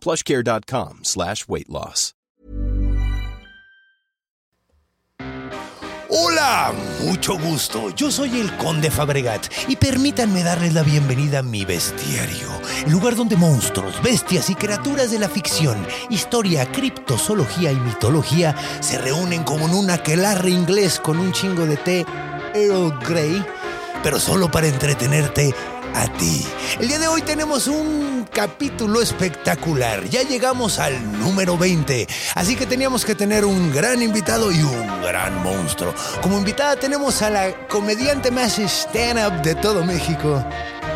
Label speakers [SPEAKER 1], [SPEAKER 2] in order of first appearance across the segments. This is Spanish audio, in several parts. [SPEAKER 1] plushcare.com slash weight loss.
[SPEAKER 2] Hola, mucho gusto. Yo soy el Conde Fabregat y permítanme darles la bienvenida a mi bestiario, el lugar donde monstruos, bestias y criaturas de la ficción, historia, criptozoología y mitología se reúnen como en un aquelarre inglés con un chingo de té Earl Grey, pero solo para entretenerte a ti. El día de hoy tenemos un capítulo espectacular. Ya llegamos al número 20. Así que teníamos que tener un gran invitado y un gran monstruo. Como invitada tenemos a la comediante más stand-up de todo México.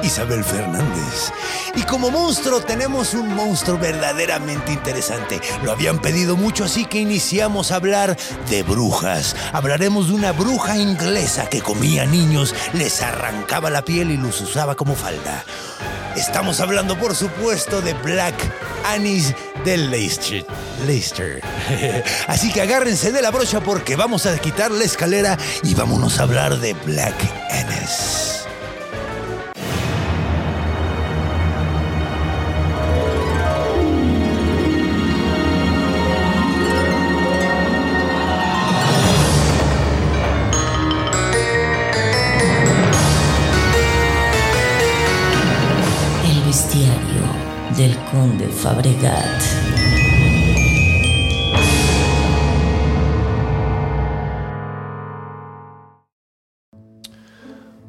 [SPEAKER 2] Isabel Fernández. Y como monstruo tenemos un monstruo verdaderamente interesante. Lo habían pedido mucho, así que iniciamos a hablar de brujas. Hablaremos de una bruja inglesa que comía niños, les arrancaba la piel y los usaba como falda. Estamos hablando, por supuesto, de Black Anis de Leicester. Leicester. Así que agárrense de la brocha porque vamos a quitar la escalera y vámonos a hablar de Black Anis.
[SPEAKER 3] El bestiario del conde Fabregat.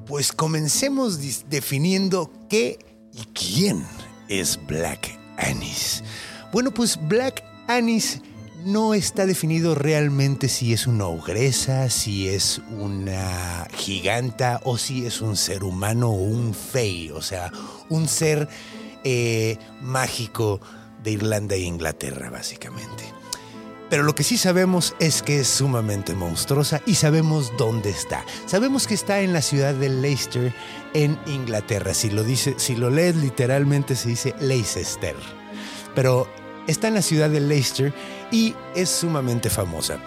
[SPEAKER 2] Pues comencemos dis- definiendo qué y quién es Black Anis. Bueno, pues Black Anis no está definido realmente si es una ogresa, si es una giganta o si es un ser humano o un fey, o sea, un ser eh, mágico de Irlanda e Inglaterra, básicamente. Pero lo que sí sabemos es que es sumamente monstruosa y sabemos dónde está. Sabemos que está en la ciudad de Leicester, en Inglaterra. Si lo, dice, si lo lees literalmente se dice Leicester. Pero está en la ciudad de Leicester y es sumamente famosa.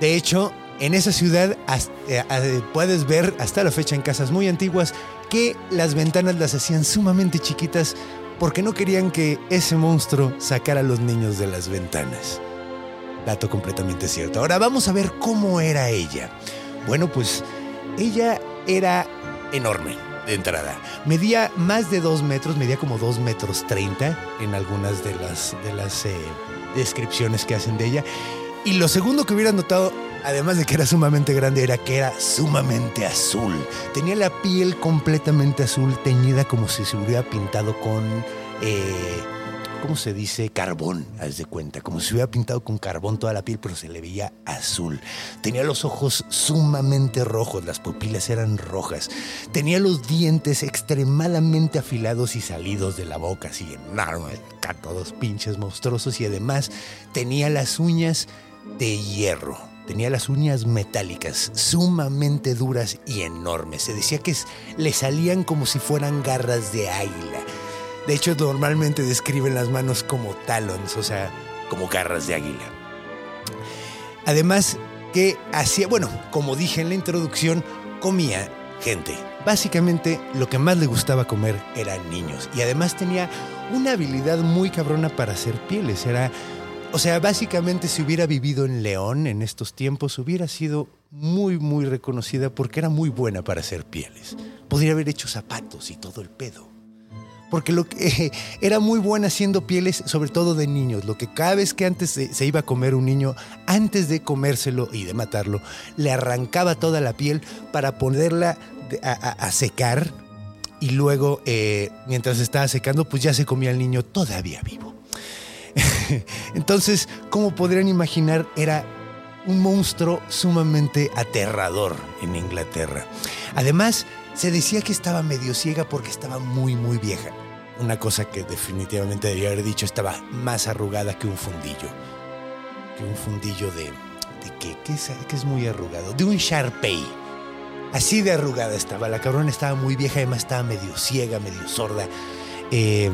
[SPEAKER 2] De hecho, en esa ciudad has- eh, eh, puedes ver hasta la fecha en casas muy antiguas que las ventanas las hacían sumamente chiquitas porque no querían que ese monstruo sacara a los niños de las ventanas. Dato completamente cierto. Ahora vamos a ver cómo era ella. Bueno, pues ella era enorme de entrada. Medía más de dos metros, medía como dos metros 30 en algunas de las, de las eh, descripciones que hacen de ella. Y lo segundo que hubiera notado, además de que era sumamente grande, era que era sumamente azul. Tenía la piel completamente azul, teñida como si se hubiera pintado con... eh, ¿cómo se dice? Carbón, haz de cuenta. Como si hubiera pintado con carbón toda la piel, pero se le veía azul. Tenía los ojos sumamente rojos, las pupilas eran rojas. Tenía los dientes extremadamente afilados y salidos de la boca, así enormes, acá todos pinches monstruosos. Y además tenía las uñas de hierro. Tenía las uñas metálicas, sumamente duras y enormes. Se decía que es- le salían como si fueran garras de águila. De hecho, normalmente describen las manos como talons, o sea, como garras de águila. Además, que hacía, bueno, como dije en la introducción, comía gente. Básicamente, lo que más le gustaba comer eran niños. Y además tenía una habilidad muy cabrona para hacer pieles. Era, o sea, básicamente si hubiera vivido en León en estos tiempos, hubiera sido muy, muy reconocida porque era muy buena para hacer pieles. Podría haber hecho zapatos y todo el pedo porque lo que, era muy buena haciendo pieles, sobre todo de niños. Lo que cada vez que antes se, se iba a comer un niño, antes de comérselo y de matarlo, le arrancaba toda la piel para ponerla de- a, a- a secar y luego, eh, mientras estaba secando, pues ya se comía el niño todavía vivo. Entonces, como podrían imaginar, era un monstruo sumamente aterrador en Inglaterra. Además, se decía que estaba medio ciega porque estaba muy, muy vieja. Una cosa que definitivamente debía haber dicho, estaba más arrugada que un fundillo. de un fundillo de, de que, que es, que es muy arrugado, de un Sharpei. Así de arrugada estaba. La cabrona estaba muy vieja, además estaba medio ciega, medio sorda. Eh,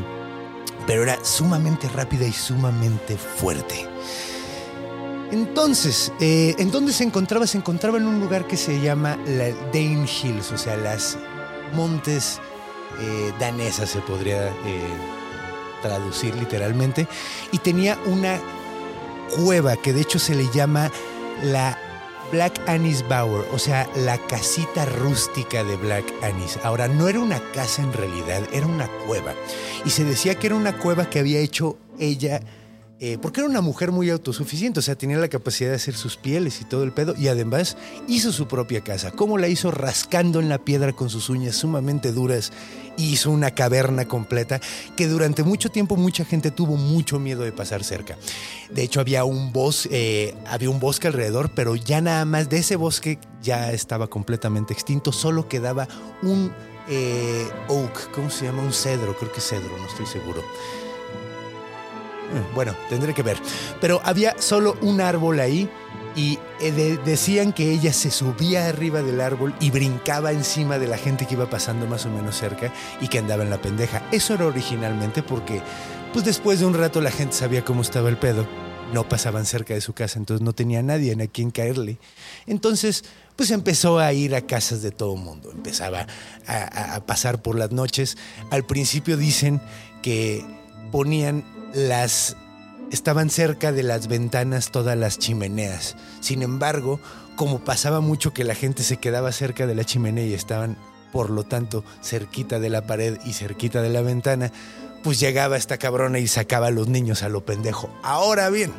[SPEAKER 2] pero era sumamente rápida y sumamente fuerte. Entonces, eh, ¿en dónde se encontraba? Se encontraba en un lugar que se llama la Dane Hills, o sea, las montes eh, danesas se podría eh, traducir literalmente. Y tenía una cueva que de hecho se le llama la Black Annie's Bower, o sea, la casita rústica de Black Annie's. Ahora, no era una casa en realidad, era una cueva. Y se decía que era una cueva que había hecho ella, eh, porque era una mujer muy autosuficiente, o sea, tenía la capacidad de hacer sus pieles y todo el pedo, y además hizo su propia casa. ¿Cómo la hizo? Rascando en la piedra con sus uñas sumamente duras, y hizo una caverna completa que durante mucho tiempo mucha gente tuvo mucho miedo de pasar cerca. De hecho, había un bosque, eh, había un bosque alrededor, pero ya nada más de ese bosque ya estaba completamente extinto. Solo quedaba un eh, oak, ¿cómo se llama? Un cedro, creo que es cedro, no estoy seguro. Mm, Bueno, tendré que ver. Pero había solo un árbol ahí y eh, de- decían que ella se subía arriba del árbol y brincaba encima de la gente que iba pasando más o menos cerca y que andaba en la pendeja. Eso era originalmente porque, pues después de un rato la gente sabía cómo estaba el pedo. No pasaban cerca de su casa, entonces no tenía nadie en a quien caerle. Entonces, pues empezó a ir a casas de todo mundo. Empezaba a- a- a pasar por las noches. Al principio dicen que ponían las Estaban cerca de las ventanas todas las chimeneas. Sin embargo, como pasaba mucho que la gente se quedaba cerca de la chimenea y estaban, por lo tanto, cerquita de la pared y cerquita de la ventana, pues llegaba esta cabrona y sacaba a los niños a lo pendejo. Ahora bien,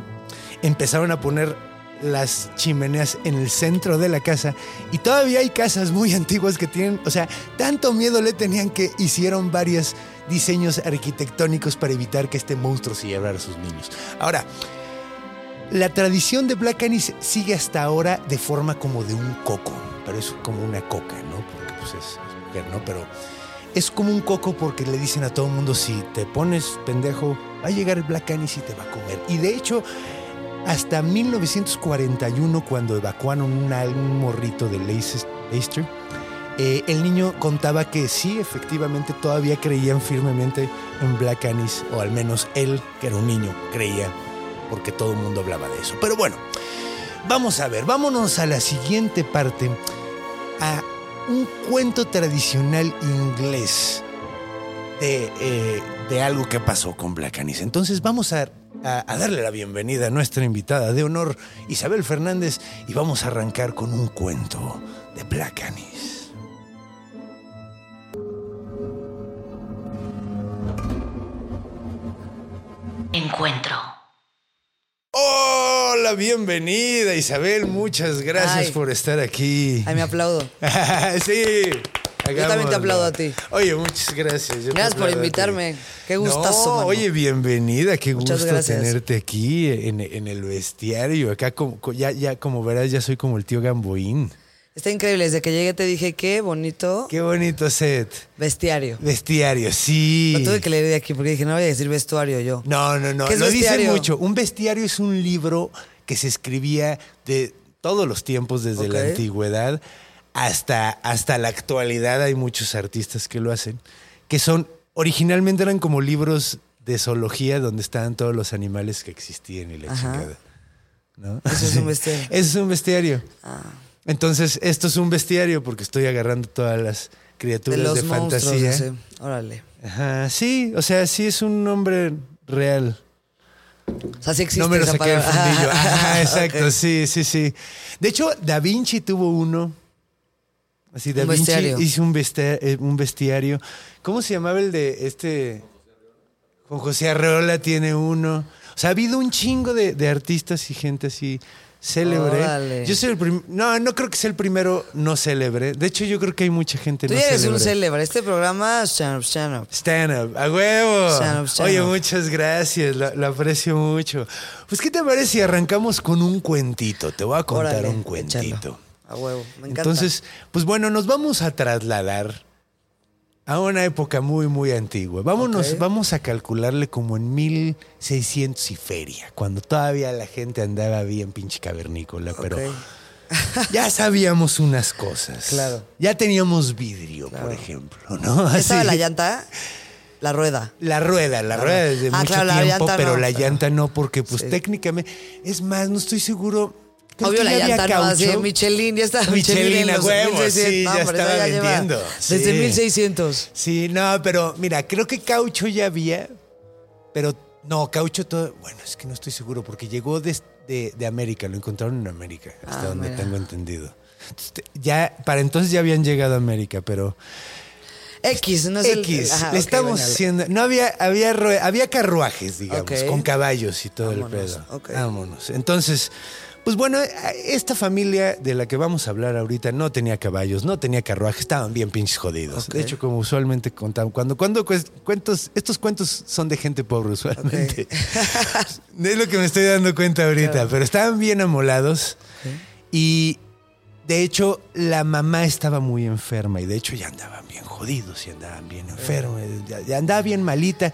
[SPEAKER 2] empezaron a poner las chimeneas en el centro de la casa y todavía hay casas muy antiguas que tienen, o sea, tanto miedo le tenían que hicieron varios diseños arquitectónicos para evitar que este monstruo se llevara a sus niños. Ahora, la tradición de Black Anise sigue hasta ahora de forma como de un coco, pero es como una coca, ¿no? Porque pues es, es mujer, ¿no? Pero es como un coco porque le dicen a todo el mundo, si te pones pendejo, va a llegar el Black Anise y te va a comer. Y de hecho, hasta 1941, cuando evacuaron una- un morrito de Leices- Leicester, eh, el niño contaba que sí, efectivamente, todavía creían firmemente en Black Anis, o al menos él, que era un niño, creía, porque todo el mundo hablaba de eso. Pero bueno, vamos a ver, vámonos a la siguiente parte, a un cuento tradicional inglés de, eh, de algo que pasó con Black Anis. Entonces vamos a, a- a darle la bienvenida a nuestra invitada de honor, Isabel Fernández, y vamos a arrancar con un cuento de Black Anis.
[SPEAKER 3] Encuentro.
[SPEAKER 2] Hola, bienvenida Isabel, muchas gracias
[SPEAKER 4] Ay.
[SPEAKER 2] por estar aquí.
[SPEAKER 4] Ay, me aplaudo.
[SPEAKER 2] sí.
[SPEAKER 4] Yo también te aplaudo a ti.
[SPEAKER 2] Oye, muchas gracias. yo te
[SPEAKER 4] Gracias por
[SPEAKER 2] aplaudo a ti.
[SPEAKER 4] invitarme. Qué gustazo,
[SPEAKER 2] No,
[SPEAKER 4] mano.
[SPEAKER 2] oye, bienvenida. Qué
[SPEAKER 4] Muchas
[SPEAKER 2] gusto
[SPEAKER 4] gracias.
[SPEAKER 2] tenerte aquí en, en el bestiario. Acá, como, co- ya, ya, como verás, ya soy como el tío Gamboín.
[SPEAKER 4] Está increíble. Desde que llegué te dije, qué bonito
[SPEAKER 2] Qué bonito set.
[SPEAKER 4] bestiario.
[SPEAKER 2] Bestiario, sí.
[SPEAKER 4] Lo tuve que leer de aquí porque dije, no voy a decir vestuario yo.
[SPEAKER 2] No, no, no.
[SPEAKER 4] ¿Qué es
[SPEAKER 2] Lo dicen
[SPEAKER 4] bestiario?
[SPEAKER 2] mucho. Un bestiario es un libro que se escribía de todos los tiempos, desde la
[SPEAKER 4] Ok.
[SPEAKER 2] antigüedad hasta, hasta la actualidad. Hay muchos artistas que lo hacen, que son, originalmente eran como libros de zoología donde estaban todos los animales que existían y la
[SPEAKER 4] Ajá.
[SPEAKER 2] chingada. ¿no?
[SPEAKER 4] Eso es un bestiario. Ah.
[SPEAKER 2] Eso es un bestiario. Entonces, esto es un bestiario porque estoy agarrando todas las
[SPEAKER 4] De
[SPEAKER 2] criaturas de,
[SPEAKER 4] los monstruos,
[SPEAKER 2] fantasía. ¿eh?
[SPEAKER 4] no sé. Órale.
[SPEAKER 2] Ajá, sí, o sea, sí es un nombre real.
[SPEAKER 4] O sea, sí existe
[SPEAKER 2] No me lo
[SPEAKER 4] esa
[SPEAKER 2] saqué del
[SPEAKER 4] palabra.
[SPEAKER 2] fundillo. este Ajá, Ah, exacto,
[SPEAKER 4] Ok.
[SPEAKER 2] sí, sí, sí. De hecho, Da Vinci tuvo uno. Así, Da
[SPEAKER 4] Un
[SPEAKER 2] Vinci
[SPEAKER 4] bestiario.
[SPEAKER 2] hizo un, besta- eh, un bestiario. ¿Cómo se llamaba el de este? Juan José Arreola tiene uno. O sea, ha habido un chingo de, de artistas y gente así célebre.
[SPEAKER 4] Órale.
[SPEAKER 2] Yo soy el primero. No, no creo que sea el primero no célebre. De hecho, yo creo que hay mucha gente
[SPEAKER 4] Tú
[SPEAKER 2] no
[SPEAKER 4] ya eres
[SPEAKER 2] célebre.
[SPEAKER 4] un célebre. Este programa, stand up, stand up.
[SPEAKER 2] Stand up, a huevo.
[SPEAKER 4] Stand up, stand
[SPEAKER 2] Oye,
[SPEAKER 4] up.
[SPEAKER 2] muchas gracias, lo, lo aprecio mucho. Pues, ¿qué te parece si arrancamos con un cuentito? Te voy a contar
[SPEAKER 4] Órale,
[SPEAKER 2] un cuentito.
[SPEAKER 4] échalo. A huevo, me encanta.
[SPEAKER 2] Entonces, pues bueno, nos vamos a trasladar a una época muy, muy antigua. Vámonos,
[SPEAKER 4] Ok.
[SPEAKER 2] vamos a calcularle como en 1600 y feria, cuando todavía la gente andaba bien pinche cavernícola, pero
[SPEAKER 4] Ok.
[SPEAKER 2] ya sabíamos unas cosas.
[SPEAKER 4] Claro.
[SPEAKER 2] Ya teníamos vidrio, por ejemplo, ¿no?
[SPEAKER 4] ¿Ya estaba
[SPEAKER 2] Así.
[SPEAKER 4] la llanta? La rueda.
[SPEAKER 2] La rueda, la rueda desde
[SPEAKER 4] Ah,
[SPEAKER 2] mucho
[SPEAKER 4] claro, la
[SPEAKER 2] tiempo,
[SPEAKER 4] llanta
[SPEAKER 2] pero
[SPEAKER 4] no,
[SPEAKER 2] la
[SPEAKER 4] pero-
[SPEAKER 2] llanta no, porque pues
[SPEAKER 4] Sí.
[SPEAKER 2] técnicamente, es más, no estoy seguro. creo
[SPEAKER 4] Obvio
[SPEAKER 2] que
[SPEAKER 4] la
[SPEAKER 2] ya había
[SPEAKER 4] llanta no así,
[SPEAKER 2] caucho.
[SPEAKER 4] Michelin, ya estaba
[SPEAKER 2] Michelin,
[SPEAKER 4] en
[SPEAKER 2] a
[SPEAKER 4] los
[SPEAKER 2] huevo,
[SPEAKER 4] 1600.
[SPEAKER 2] sí, ya
[SPEAKER 4] hombre, eso
[SPEAKER 2] estaba
[SPEAKER 4] lleva
[SPEAKER 2] vendiendo,
[SPEAKER 4] Desde
[SPEAKER 2] sí.
[SPEAKER 4] 1600.
[SPEAKER 2] Sí, no, pero mira, creo que caucho ya había, pero no, caucho todo, bueno, es que no estoy seguro, porque llegó des- de, de América, lo encontraron en América, hasta
[SPEAKER 4] Ah,
[SPEAKER 2] donde
[SPEAKER 4] mira.
[SPEAKER 2] tengo entendido. Entonces, te- Ya, para entonces ya habían llegado a América, pero
[SPEAKER 4] X, no es el-
[SPEAKER 2] X,
[SPEAKER 4] ajá, ok,
[SPEAKER 2] le estamos
[SPEAKER 4] venga,
[SPEAKER 2] haciendo, no había, había, rue- había carruajes, digamos,
[SPEAKER 4] Ok.
[SPEAKER 2] con caballos y todo
[SPEAKER 4] Vámonos,
[SPEAKER 2] el pedo.
[SPEAKER 4] ok.
[SPEAKER 2] Vámonos. Entonces, pues bueno, esta familia de la que vamos a hablar ahorita no tenía caballos, no tenía carruajes, estaban bien pinches jodidos.
[SPEAKER 4] Ok.
[SPEAKER 2] De hecho, como usualmente contaban, cuando, cuando cues- cuentos, estos cuentos son de gente pobre usualmente. es lo que me estoy dando cuenta ahorita, pero estaban bien amolados y... De hecho, la mamá estaba muy enferma y de hecho ya andaban bien jodidos y andaban bien enfermos, ya, ya andaba bien malita.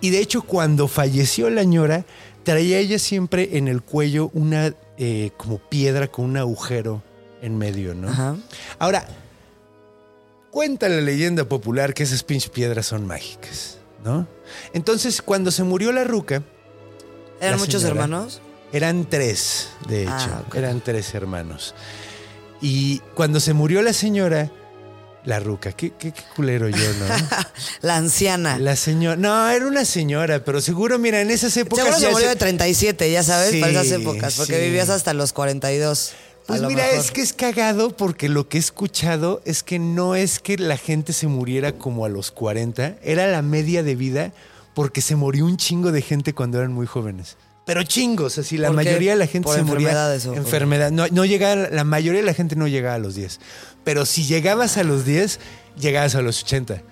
[SPEAKER 2] Y de hecho, cuando falleció la ñora, traía ella siempre en el cuello una eh, como piedra con un agujero en medio, ¿no?
[SPEAKER 4] Ajá.
[SPEAKER 2] Ahora, cuenta la leyenda popular que esas pinches piedras son mágicas, ¿no? Entonces, cuando se murió la ruca,
[SPEAKER 4] ¿Eran
[SPEAKER 2] La
[SPEAKER 4] muchos
[SPEAKER 2] señora.
[SPEAKER 4] hermanos?
[SPEAKER 2] eran tres, de hecho.
[SPEAKER 4] Ah, ok.
[SPEAKER 2] Eran tres hermanos. Y cuando se murió la señora, la ruca, qué, qué- qué culero yo, ¿no?
[SPEAKER 4] La anciana.
[SPEAKER 2] La señora. No, era una señora, pero seguro, mira, en esas épocas.
[SPEAKER 4] Seguro se
[SPEAKER 2] ya
[SPEAKER 4] murió
[SPEAKER 2] se-
[SPEAKER 4] de 37, ya sabes,
[SPEAKER 2] Sí,
[SPEAKER 4] para esas épocas, porque
[SPEAKER 2] sí.
[SPEAKER 4] vivías hasta los 42. a
[SPEAKER 2] Pues
[SPEAKER 4] lo
[SPEAKER 2] mira,
[SPEAKER 4] mejor.
[SPEAKER 2] es que es cagado porque lo que he escuchado es que no es que la gente se muriera como a los 40, era la media de vida porque se murió un chingo de gente cuando eran muy jóvenes. Pero chingos, así la
[SPEAKER 4] ¿Por qué?
[SPEAKER 2] mayoría de la gente
[SPEAKER 4] ¿Por
[SPEAKER 2] se moría
[SPEAKER 4] enfermedades o por-
[SPEAKER 2] enfermedad. No, no llegaba, la mayoría de la gente no llegaba a los 10. Pero si llegabas a los 10, llegabas a los 80.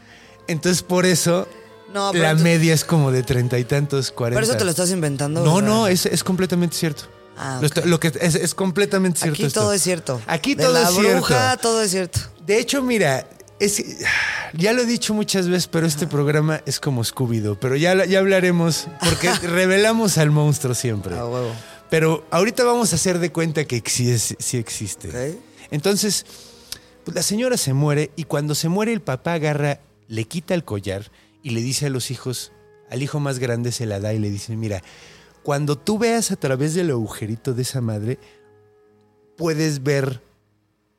[SPEAKER 2] Entonces por eso
[SPEAKER 4] No, pero
[SPEAKER 2] la
[SPEAKER 4] tú-
[SPEAKER 2] media es como de treinta y tantos, cuarenta.
[SPEAKER 4] Pero eso te lo estás inventando.
[SPEAKER 2] No,
[SPEAKER 4] ¿verdad?
[SPEAKER 2] no, es, es completamente cierto.
[SPEAKER 4] Ah,
[SPEAKER 2] Lo
[SPEAKER 4] ok.
[SPEAKER 2] está- lo que es, es completamente cierto.
[SPEAKER 4] Aquí
[SPEAKER 2] esto.
[SPEAKER 4] todo es cierto.
[SPEAKER 2] Aquí
[SPEAKER 4] De
[SPEAKER 2] todo
[SPEAKER 4] la
[SPEAKER 2] es cierto.
[SPEAKER 4] bruja, todo es cierto.
[SPEAKER 2] De hecho, mira, es, ya lo he dicho muchas veces, pero este programa es como Scooby-Doo. Pero ya, ya hablaremos, porque revelamos al monstruo siempre.
[SPEAKER 4] A huevo.
[SPEAKER 2] Pero ahorita vamos a hacer de cuenta que sí, es- sí existe.
[SPEAKER 4] Ok.
[SPEAKER 2] Entonces, pues la señora se muere y cuando se muere el papá agarra, le quita el collar y le dice a los hijos, al hijo más grande se la da y le dice, mira, cuando tú veas a través del agujerito de esa madre, puedes ver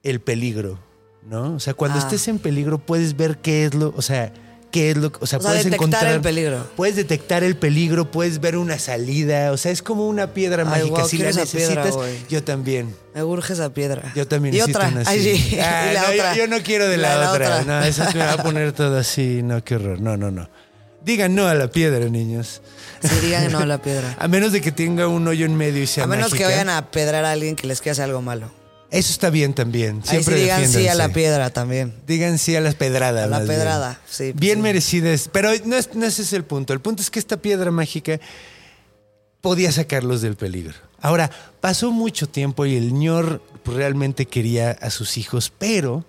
[SPEAKER 2] el peligro, ¿no? O sea, cuando
[SPEAKER 4] Ah.
[SPEAKER 2] estés en peligro puedes ver qué es lo, o sea, qué es lo, o sea,
[SPEAKER 4] O sea,
[SPEAKER 2] puedes
[SPEAKER 4] detectar
[SPEAKER 2] encontrar
[SPEAKER 4] el peligro.
[SPEAKER 2] Puedes detectar el peligro, puedes ver una salida, o sea, es como una piedra
[SPEAKER 4] Ay,
[SPEAKER 2] mágica.
[SPEAKER 4] guau,
[SPEAKER 2] si la
[SPEAKER 4] quiero esa piedra,
[SPEAKER 2] necesitas,
[SPEAKER 4] güey.
[SPEAKER 2] yo también.
[SPEAKER 4] Me urge esa piedra.
[SPEAKER 2] Yo también
[SPEAKER 4] Y
[SPEAKER 2] necesito
[SPEAKER 4] otra.
[SPEAKER 2] una
[SPEAKER 4] Ay,
[SPEAKER 2] así.
[SPEAKER 4] sí.
[SPEAKER 2] Ah,
[SPEAKER 4] y la
[SPEAKER 2] no, yo-
[SPEAKER 4] otra.
[SPEAKER 2] Yo, no quiero de la, otra. No, esa te va a poner todo así. No, qué horror. No, no, no. Digan no a la piedra, niños.
[SPEAKER 4] Sí, digan que no a la piedra.
[SPEAKER 2] A menos de que tenga un hoyo en medio y Ah, sea
[SPEAKER 4] A menos que
[SPEAKER 2] mágica.
[SPEAKER 4] vayan a pedrar a alguien que les quiera hacer algo malo.
[SPEAKER 2] Eso está bien también.
[SPEAKER 4] Ahí sí
[SPEAKER 2] Siempre
[SPEAKER 4] digan sí a la
[SPEAKER 2] defiéndanse.
[SPEAKER 4] piedra también.
[SPEAKER 2] Digan sí a las pedradas.
[SPEAKER 4] A la
[SPEAKER 2] más
[SPEAKER 4] pedrada, sí,
[SPEAKER 2] Bien,
[SPEAKER 4] pues
[SPEAKER 2] bien
[SPEAKER 4] sí.
[SPEAKER 2] merecida es- Pero no, es- no ese es el punto. El punto es que esta piedra mágica podía sacarlos del peligro. Ahora, pasó mucho tiempo y el ñor pues, realmente quería a sus hijos, pero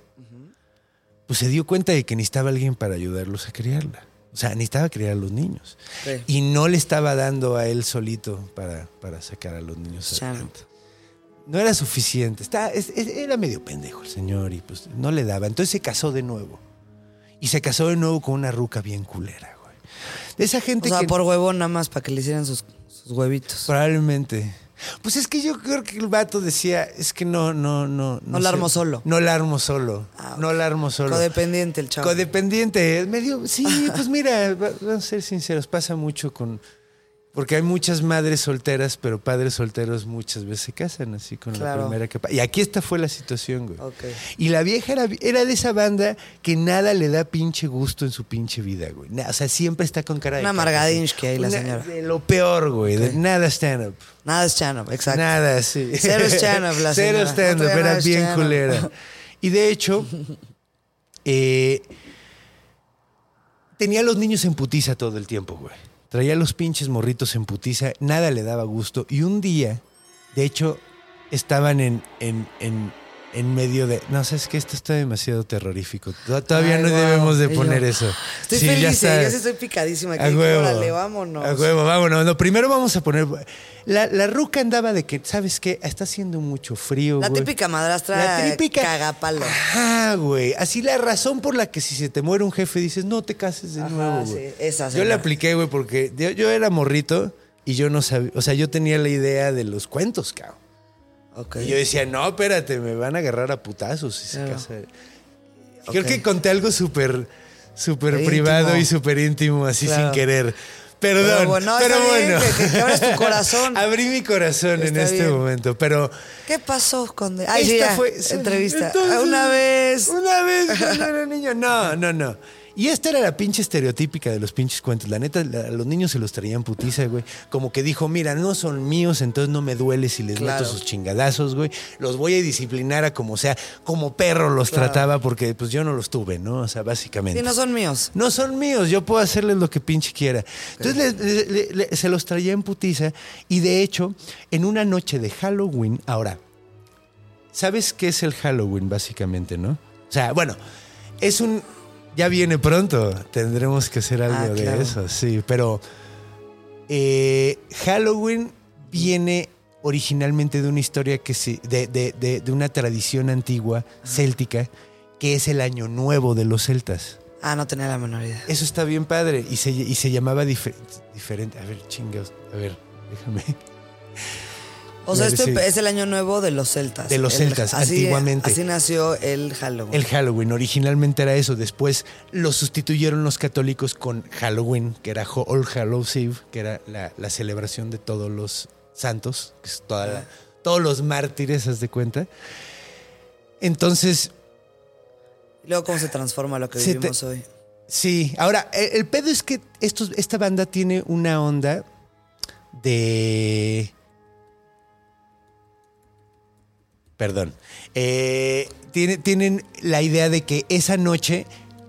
[SPEAKER 2] pues se dio cuenta de que necesitaba alguien para ayudarlos a criarla. O sea, necesitaba criar a los niños.
[SPEAKER 4] Sí.
[SPEAKER 2] Y no le estaba dando a él solito para, para sacar a los niños
[SPEAKER 4] Claro.
[SPEAKER 2] adelante no era suficiente. Está, es- es- era medio pendejo el señor y pues no le daba. Entonces se casó de nuevo. Y se casó de nuevo con una ruca bien culera, güey. De esa
[SPEAKER 4] O
[SPEAKER 2] gente
[SPEAKER 4] sea,
[SPEAKER 2] que
[SPEAKER 4] por huevón nada más para que le hicieran sus, sus huevitos.
[SPEAKER 2] probablemente. Pues es que yo creo que el vato decía, es que no, no, no.
[SPEAKER 4] No la
[SPEAKER 2] sé.
[SPEAKER 4] armo solo.
[SPEAKER 2] No la armo solo.
[SPEAKER 4] Ah,
[SPEAKER 2] No la armo solo.
[SPEAKER 4] Codependiente el chavo.
[SPEAKER 2] Codependiente, medio, sí, pues mira, va- vamos a ser sinceros, pasa mucho con, porque hay muchas madres solteras, pero padres solteros muchas veces se casan así con la
[SPEAKER 4] Claro.
[SPEAKER 2] primera que pa- Y aquí esta fue la situación, güey.
[SPEAKER 4] Ok.
[SPEAKER 2] Y la vieja era, era de esa banda que nada le da pinche gusto en su pinche vida, güey. Na- o sea, siempre está con cara de...
[SPEAKER 4] Una
[SPEAKER 2] caca, así.
[SPEAKER 4] amargadinshki ahí la
[SPEAKER 2] Una-
[SPEAKER 4] señora.
[SPEAKER 2] De lo peor, güey, de
[SPEAKER 4] Ok.
[SPEAKER 2] nada stand-up.
[SPEAKER 4] Nada es chano, exacto.
[SPEAKER 2] Nada, sí.
[SPEAKER 4] Cero stand-up, la
[SPEAKER 2] Cero
[SPEAKER 4] señora.
[SPEAKER 2] stand-up,
[SPEAKER 4] Otra
[SPEAKER 2] era
[SPEAKER 4] no es
[SPEAKER 2] bien
[SPEAKER 4] stand-up.
[SPEAKER 2] culera. Y de hecho, eh, tenía a los niños en putiza todo el tiempo, güey. Traía a los pinches morritos en putiza, nada le daba gusto. Y un día, de hecho, estaban en, en, en, en medio de, no, sabes que esto está demasiado terrorífico. To- Todavía
[SPEAKER 4] Ay,
[SPEAKER 2] no
[SPEAKER 4] guau.
[SPEAKER 2] debemos de
[SPEAKER 4] Y yo,
[SPEAKER 2] poner eso.
[SPEAKER 4] Estoy
[SPEAKER 2] Sí,
[SPEAKER 4] feliz, eh,
[SPEAKER 2] está.
[SPEAKER 4] yo sí estoy picadísima aquí.
[SPEAKER 2] A huevo.
[SPEAKER 4] Órale, vámonos.
[SPEAKER 2] A huevo, vámonos. No, primero vamos a poner. La, la ruca andaba de que, ¿sabes qué? Está haciendo mucho frío.
[SPEAKER 4] La
[SPEAKER 2] güey.
[SPEAKER 4] típica madrastra
[SPEAKER 2] Ah.
[SPEAKER 4] cagapalo.
[SPEAKER 2] Ajá, güey. Así la razón por la que si se te muere un jefe dices, no te cases de
[SPEAKER 4] Ajá,
[SPEAKER 2] nuevo,
[SPEAKER 4] sí,
[SPEAKER 2] güey.
[SPEAKER 4] esa
[SPEAKER 2] yo la
[SPEAKER 4] señora.
[SPEAKER 2] apliqué, güey, porque yo, yo era morrito y yo no sabía. O sea, yo tenía la idea de los cuentos, cabrón.
[SPEAKER 4] Ok.
[SPEAKER 2] Y yo decía, no, espérate, me van a agarrar a putazos si se
[SPEAKER 4] Claro.
[SPEAKER 2] casa". Creo
[SPEAKER 4] Ok.
[SPEAKER 2] que conté algo súper súper
[SPEAKER 4] Íntimo.
[SPEAKER 2] privado y súper íntimo, así
[SPEAKER 4] Claro.
[SPEAKER 2] sin querer. Perdón, pero
[SPEAKER 4] Pero
[SPEAKER 2] bueno.
[SPEAKER 4] bueno, está bien, que- que- que abras tu corazón.
[SPEAKER 2] Abrí mi corazón en
[SPEAKER 4] Está
[SPEAKER 2] este
[SPEAKER 4] bien.
[SPEAKER 2] momento, pero
[SPEAKER 4] ¿Qué pasó, Conde? Ay, sí,
[SPEAKER 2] esta
[SPEAKER 4] ya.
[SPEAKER 2] fue
[SPEAKER 4] Entrevista.
[SPEAKER 2] Entonces,
[SPEAKER 4] Ah, una vez.
[SPEAKER 2] Una vez cuando era niño. No, no, no. Y esta era la pinche estereotípica de los pinches cuentos. La neta, la- a los niños se los traían putiza, güey. Como que dijo, mira, no son míos, entonces no me duele si les meto
[SPEAKER 4] Claro.
[SPEAKER 2] sus chingadazos, güey. Los voy a disciplinar a como sea, como perro los trataba, porque pues yo no los tuve, ¿no? O sea, básicamente.
[SPEAKER 4] Sí, no son míos.
[SPEAKER 2] No son míos, yo puedo hacerles lo que pinche quiera. Entonces le- le- le- le- se los traía en putiza y de hecho, en una noche de Halloween, ahora, ¿sabes qué es el Halloween básicamente, no? O sea, bueno, es un... Ya viene pronto, tendremos que hacer algo
[SPEAKER 4] Ah,
[SPEAKER 2] de
[SPEAKER 4] claro.
[SPEAKER 2] eso, sí, pero eh, Halloween viene originalmente de una historia que se, de, de- de- de una tradición antigua céltica que es el año nuevo de los celtas.
[SPEAKER 4] Ah, no tenía la menor idea.
[SPEAKER 2] Eso está bien padre. Y se, y se llamaba dife- diferente. A ver, chingados. A ver, déjame.
[SPEAKER 4] O sea,
[SPEAKER 2] Claro,
[SPEAKER 4] esto
[SPEAKER 2] sí.
[SPEAKER 4] es el año nuevo de los celtas.
[SPEAKER 2] De los
[SPEAKER 4] El-
[SPEAKER 2] celtas,
[SPEAKER 4] así-
[SPEAKER 2] antiguamente.
[SPEAKER 4] Así nació el Halloween.
[SPEAKER 2] El Halloween originalmente era eso. Después lo sustituyeron los católicos con Halloween, que era Ho- All Hallows Eve, que era la, la celebración de todos los santos, que es toda la- todos los mártires, haz de cuenta. Entonces,
[SPEAKER 4] Y Luego, ¿cómo se transforma lo que
[SPEAKER 2] Se te-
[SPEAKER 4] vivimos hoy?
[SPEAKER 2] Sí, ahora, e, el, el pedo es que estos, esta banda tiene una onda de... Perdón. Eh, tiene- tienen la idea de que esa noche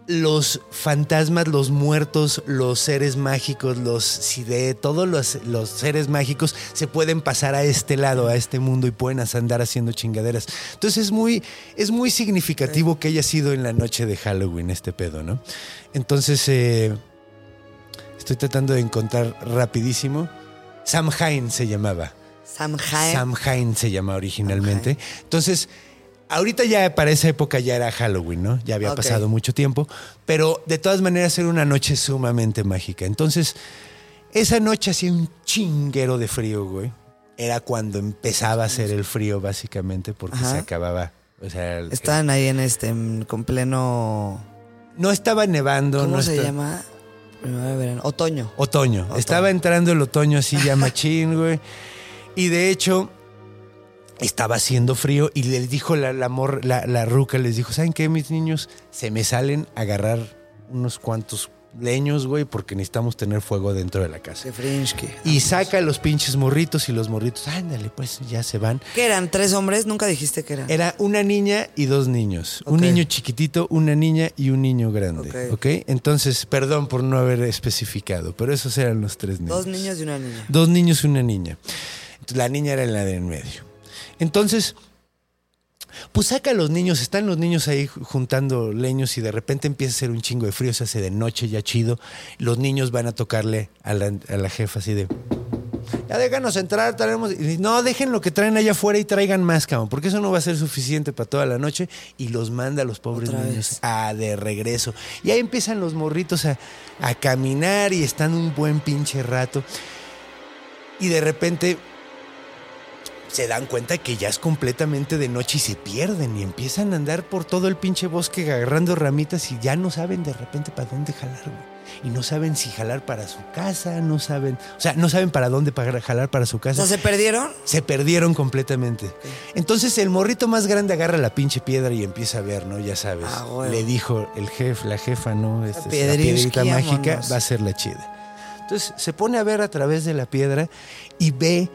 [SPEAKER 2] los fantasmas, los muertos, los seres mágicos, los sidé, todos los, los seres mágicos se pueden pasar a este lado, a este mundo y pueden as- andar haciendo chingaderas. Entonces es muy, es muy significativo que haya sido en la noche de Halloween este pedo, ¿no? Entonces eh, estoy tratando de encontrar rapidísimo. Samhain se llamaba.
[SPEAKER 4] Samhain.
[SPEAKER 2] Samhain se llama originalmente. Entonces, ahorita ya para esa época ya era Halloween, ¿no? Ya había
[SPEAKER 4] Ok.
[SPEAKER 2] pasado mucho tiempo, pero de todas maneras era una noche sumamente mágica. Entonces, esa noche hacía un chinguero de frío, güey. Era cuando empezaba a hacer el frío, básicamente, porque
[SPEAKER 4] Ajá.
[SPEAKER 2] se acababa. O sea, el-
[SPEAKER 4] Estaban ahí en este, en- con pleno.
[SPEAKER 2] no estaba nevando.
[SPEAKER 4] ¿Cómo
[SPEAKER 2] no
[SPEAKER 4] se
[SPEAKER 2] esta-
[SPEAKER 4] llama? Primavera, verano. Otoño.
[SPEAKER 2] Otoño.
[SPEAKER 4] Otoño.
[SPEAKER 2] Estaba entrando el otoño así ya machín, güey. Y de hecho, estaba haciendo frío y les dijo la, la, mor- la, la ruca, les dijo, ¿saben qué, mis niños? Se me salen a agarrar unos cuantos leños, güey, porque necesitamos tener fuego dentro de la casa.
[SPEAKER 4] Que Frinsky.
[SPEAKER 2] Y saca los pinches morritos y los morritos, ándale, pues ya se van.
[SPEAKER 4] ¿Qué eran? ¿Tres hombres? Nunca dijiste que eran.
[SPEAKER 2] Era una niña y dos niños. Un
[SPEAKER 4] Ok.
[SPEAKER 2] niño chiquitito, una niña y un niño grande.
[SPEAKER 4] Ok.
[SPEAKER 2] ¿ok? Entonces, perdón por no haber especificado, pero esos eran los tres niños.
[SPEAKER 4] Dos niños y una niña.
[SPEAKER 2] Dos niños y una niña. Entonces, La niña era la de en medio. Entonces, pues saca a los niños, están los niños ahí ju- juntando leños y de repente empieza a hacer un chingo de frío, se hace de noche ya chido. Los niños van a tocarle a la, a la jefa así de. Ya déjanos entrar, traemos. y dice, no, dejen lo que traen allá afuera y traigan más, cabrón, porque eso no va a ser suficiente para toda la noche. Y los manda a los pobres
[SPEAKER 4] Otra
[SPEAKER 2] niños
[SPEAKER 4] vez.
[SPEAKER 2] a de regreso. Y ahí empiezan los morritos a, a caminar y están un buen pinche rato. Y de repente se dan cuenta que ya es completamente de noche y se pierden y empiezan a andar por todo el pinche bosque agarrando ramitas y ya no saben de repente para dónde jalar, güey. Y no saben si jalar para su casa, no saben, o sea, no saben para dónde pagar- jalar para su
[SPEAKER 4] O
[SPEAKER 2] casa.
[SPEAKER 4] sea, ¿se perdieron?
[SPEAKER 2] Se perdieron completamente. Entonces el morrito más grande agarra la pinche piedra y empieza a ver, ¿no? Ya sabes.
[SPEAKER 4] Ah, güey.
[SPEAKER 2] Le dijo el jefe, la jefa, ¿no? Esta es la
[SPEAKER 4] piedrisqui,
[SPEAKER 2] piedrita mágica
[SPEAKER 4] vámonos.
[SPEAKER 2] va a ser la chida. Entonces se pone a ver a través de la piedra y ve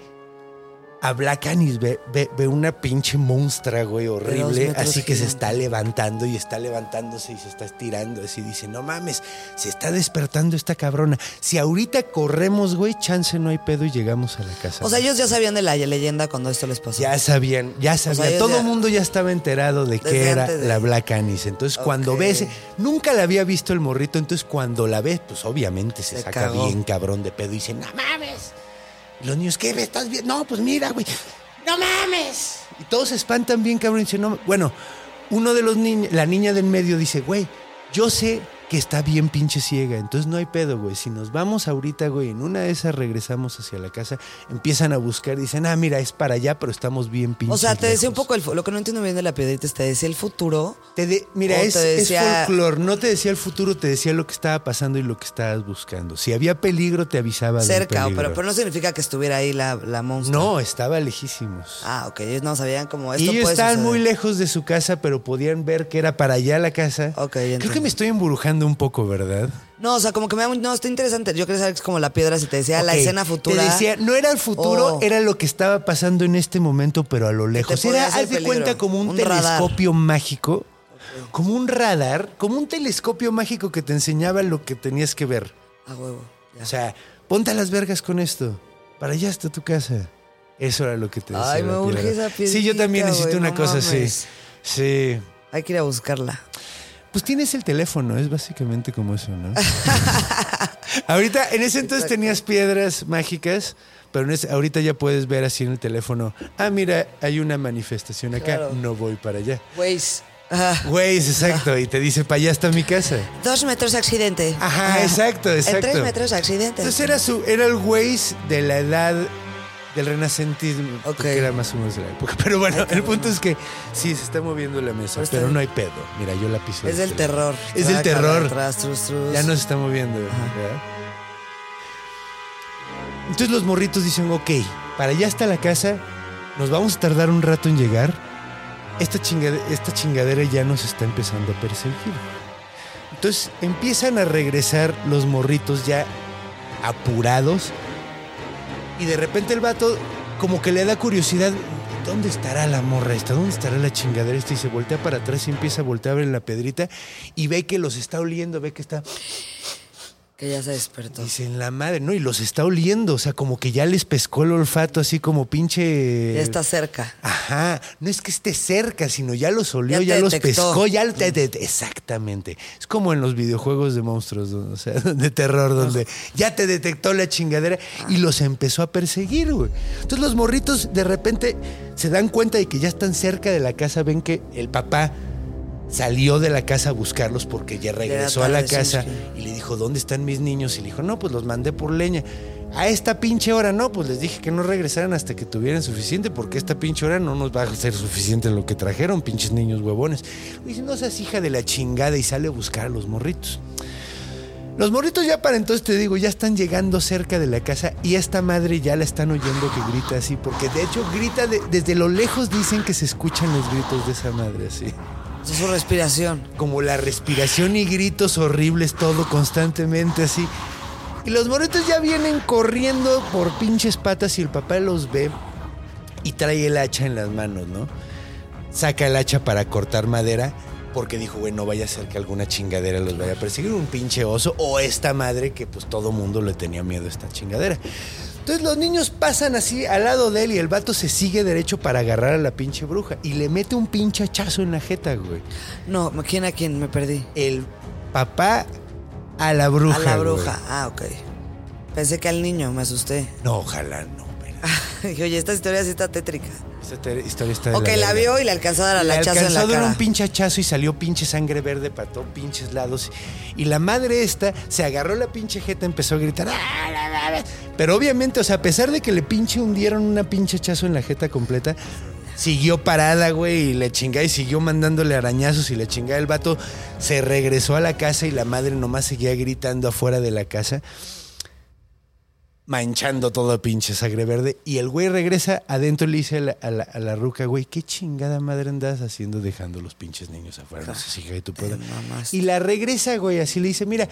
[SPEAKER 2] a Black Anis ve, ve- ve una pinche monstrua, güey, horrible,
[SPEAKER 4] metros
[SPEAKER 2] así que se
[SPEAKER 4] gigante.
[SPEAKER 2] está levantando y está levantándose y se está estirando, así dice, no mames, se está despertando esta cabrona. Si ahorita corremos, güey, chance no hay pedo y llegamos a la casa.
[SPEAKER 4] O sea, ellos ya sabían de la leyenda cuando esto les pasó.
[SPEAKER 2] Ya sabían, ya sabían.
[SPEAKER 4] ellos
[SPEAKER 2] Todo
[SPEAKER 4] ya-
[SPEAKER 2] el mundo ya estaba enterado de que
[SPEAKER 4] Desde
[SPEAKER 2] era
[SPEAKER 4] antes de-
[SPEAKER 2] la Black Anis. Entonces, cuando
[SPEAKER 4] Ok.
[SPEAKER 2] ves, nunca la había visto el morrito. Entonces, cuando la ves, pues obviamente se,
[SPEAKER 4] Se
[SPEAKER 2] saca
[SPEAKER 4] cagó.
[SPEAKER 2] bien cabrón de pedo y dice: ¡No mames! Y Los niños, ¿qué ves? ¿Estás bien? No, pues mira, güey. ¡No mames! Y todos se espantan bien cabrón. Y dicen, no, ma-". bueno, uno de los niños, la niña del medio dice: Güey, yo sé que está bien pinche ciega. Entonces, no hay pedo, güey. Si nos vamos ahorita, güey, en una de esas regresamos hacia la casa, empiezan a buscar. Dicen: Ah, mira, es para allá, pero estamos bien pinche
[SPEAKER 4] O sea, te decía un
[SPEAKER 2] lejos".
[SPEAKER 4] poco el fu- lo que no entiendo bien de la piedrita, es te decía el futuro.
[SPEAKER 2] Te de- mira,
[SPEAKER 4] O
[SPEAKER 2] es,
[SPEAKER 4] te decía-
[SPEAKER 2] es folclore. No te decía el futuro, te decía lo que estaba pasando y lo que estabas buscando. Si había peligro, te avisaba. del
[SPEAKER 4] cerca, o-
[SPEAKER 2] peligro.
[SPEAKER 4] pero, pero no significa que estuviera ahí la, la monstrua.
[SPEAKER 2] No, estaba lejísimos.
[SPEAKER 4] Ah, ok, ellos no sabían como
[SPEAKER 2] y
[SPEAKER 4] esto
[SPEAKER 2] ellos
[SPEAKER 4] puede
[SPEAKER 2] estaban
[SPEAKER 4] suceder.
[SPEAKER 2] muy lejos de su casa, pero podían ver que era para allá la casa.
[SPEAKER 4] Ok,
[SPEAKER 2] Creo
[SPEAKER 4] ya
[SPEAKER 2] que
[SPEAKER 4] entiendo.
[SPEAKER 2] me estoy emburujando un poco, ¿verdad?
[SPEAKER 4] No, o sea, como que me da muy- No, está interesante. Yo quería saber que es como la piedra, si te decía la
[SPEAKER 2] Ok,
[SPEAKER 4] escena futura.
[SPEAKER 2] Te decía, no era el futuro,
[SPEAKER 4] Oh.
[SPEAKER 2] era lo que estaba pasando en este momento, pero a lo lejos.
[SPEAKER 4] podía
[SPEAKER 2] Era,
[SPEAKER 4] hacer
[SPEAKER 2] haz de
[SPEAKER 4] peligro.
[SPEAKER 2] cuenta, como un,
[SPEAKER 4] Un radar.
[SPEAKER 2] telescopio mágico, como un radar, como un telescopio mágico que te enseñaba lo que tenías que ver.
[SPEAKER 4] A huevo. ya.
[SPEAKER 2] O sea, ponte a las vergas con esto. Para allá está tu casa. Eso era lo que te decía.
[SPEAKER 4] Ay,
[SPEAKER 2] la
[SPEAKER 4] me urge
[SPEAKER 2] piedra.
[SPEAKER 4] esa
[SPEAKER 2] Sí, yo también
[SPEAKER 4] piedrita,
[SPEAKER 2] necesito
[SPEAKER 4] güey,
[SPEAKER 2] una
[SPEAKER 4] no
[SPEAKER 2] cosa así.
[SPEAKER 4] mames.
[SPEAKER 2] Sí.
[SPEAKER 4] Hay que ir a buscarla.
[SPEAKER 2] Pues tienes el teléfono, es básicamente como eso, ¿no? ahorita, en ese entonces tenías piedras mágicas, pero en ese- ahorita ya puedes ver así en el teléfono, ah, mira, hay una manifestación acá,
[SPEAKER 4] Claro.
[SPEAKER 2] no voy para allá.
[SPEAKER 4] Waze. Ajá.
[SPEAKER 2] Güey, es exacto, y te dice, para allá está mi casa.
[SPEAKER 4] Dos metros accidente.
[SPEAKER 2] Ajá, exacto, exacto.
[SPEAKER 4] En tres metros accidente.
[SPEAKER 2] Entonces era, su, era el Waze de la edad del renacentismo,
[SPEAKER 4] Ok.
[SPEAKER 2] que era más o menos de la época. Pero bueno, el punto es que sí, se está moviendo la mesa,
[SPEAKER 4] Pero
[SPEAKER 2] pero,
[SPEAKER 4] está bien.
[SPEAKER 2] no hay pedo. Mira, yo la piso.
[SPEAKER 4] es
[SPEAKER 2] derecha.
[SPEAKER 4] del terror.
[SPEAKER 2] Es del
[SPEAKER 4] Tras,
[SPEAKER 2] terror.
[SPEAKER 4] tras, trus, trus.
[SPEAKER 2] Ya no se está moviendo. ¿verdad? Entonces los morritos dicen, ok, para allá está la casa, nos vamos a tardar un rato en llegar. Esta, chingade- esta chingadera ya nos está empezando a perseguir. Entonces empiezan a regresar los morritos ya apurados. Y de repente el vato como que le da curiosidad. ¿Dónde estará la morra esta? ¿Dónde estará la chingadera esta? Y se voltea para atrás y empieza a voltear en la pedrita y ve que los está oliendo, ve que está...
[SPEAKER 4] Que ya se despertó.
[SPEAKER 2] Dicen la madre, no, y los está oliendo, o sea, como que ya les pescó el olfato así como pinche...
[SPEAKER 4] Ya está cerca.
[SPEAKER 2] Ajá, no es que esté cerca, sino ya los olió, ya,
[SPEAKER 4] Ya te
[SPEAKER 2] los
[SPEAKER 4] detectó.
[SPEAKER 2] pescó, ya te- te- exactamente. Es como en los videojuegos de monstruos, ¿no? o sea, de terror, donde ya te detectó la chingadera y los empezó a perseguir, güey. Entonces los morritos de repente se dan cuenta de que ya están cerca de la casa, ven que el papá salió de la casa a buscarlos porque ya regresó a la
[SPEAKER 4] atardeciendo,
[SPEAKER 2] casa y le dijo, ¿dónde están mis niños? Y le dijo, no, pues los mandé por leña. A esta pinche hora, no, pues les dije que no regresaran hasta que tuvieran suficiente, porque esta pinche hora no nos va a ser suficiente lo que trajeron, pinches niños huevones. Y dice, no seas hija de la chingada y sale a buscar a los morritos. Los morritos ya para entonces, te digo, ya están llegando cerca de la casa y esta madre ya la están oyendo que grita así, porque de hecho grita, de- desde lo lejos dicen que se escuchan los gritos de esa madre así
[SPEAKER 4] Esa Es su respiración.
[SPEAKER 2] como la respiración y gritos horribles, todo constantemente así. Y los moritos ya vienen corriendo por pinches patas y el papá los ve y trae el hacha en las manos, ¿no? Saca el hacha para cortar madera porque dijo, güey, no vaya a ser que alguna chingadera los vaya a perseguir, un pinche oso o esta madre que pues todo mundo le tenía miedo a esta chingadera. Entonces los niños pasan así al lado de él y el vato se sigue derecho para agarrar a la pinche bruja y le mete un pinche hachazo en la jeta, güey
[SPEAKER 4] No, ¿quién a quién? Me perdí.
[SPEAKER 2] el papá a la bruja.
[SPEAKER 4] a la
[SPEAKER 2] güey.
[SPEAKER 4] bruja. Ah, ok. Pensé que al niño, me asusté.
[SPEAKER 2] No, ojalá no. espera.
[SPEAKER 4] Dije, oye, esta historia sí está tétrica.
[SPEAKER 2] Esta te- historia está de
[SPEAKER 4] Ok,
[SPEAKER 2] verga.
[SPEAKER 4] la vio y le alcanzó a dar al
[SPEAKER 2] Le
[SPEAKER 4] hachazo en
[SPEAKER 2] alcanzó
[SPEAKER 4] la
[SPEAKER 2] de
[SPEAKER 4] cara.
[SPEAKER 2] un pinche hachazo y salió pinche sangre verde para todos pinches lados. Y la madre esta se agarró la pinche jeta y empezó a gritar. "Ah, la, la, la". Pero obviamente, o sea, a pesar de que le pinche hundieron una pinche hachazo en la jeta completa, siguió parada, güey, y la chingada y siguió mandándole arañazos y la chingada. El vato se regresó a la casa y la madre nomás seguía gritando afuera de la casa. manchando todo pinche sangre verde. Y el güey regresa adentro y le dice a la, a la- a la ruca, güey, qué chingada madre andas haciendo dejando los pinches niños afuera. No sé si tu puta.
[SPEAKER 4] mamaste.
[SPEAKER 2] Y la regresa, güey, así le dice, mira,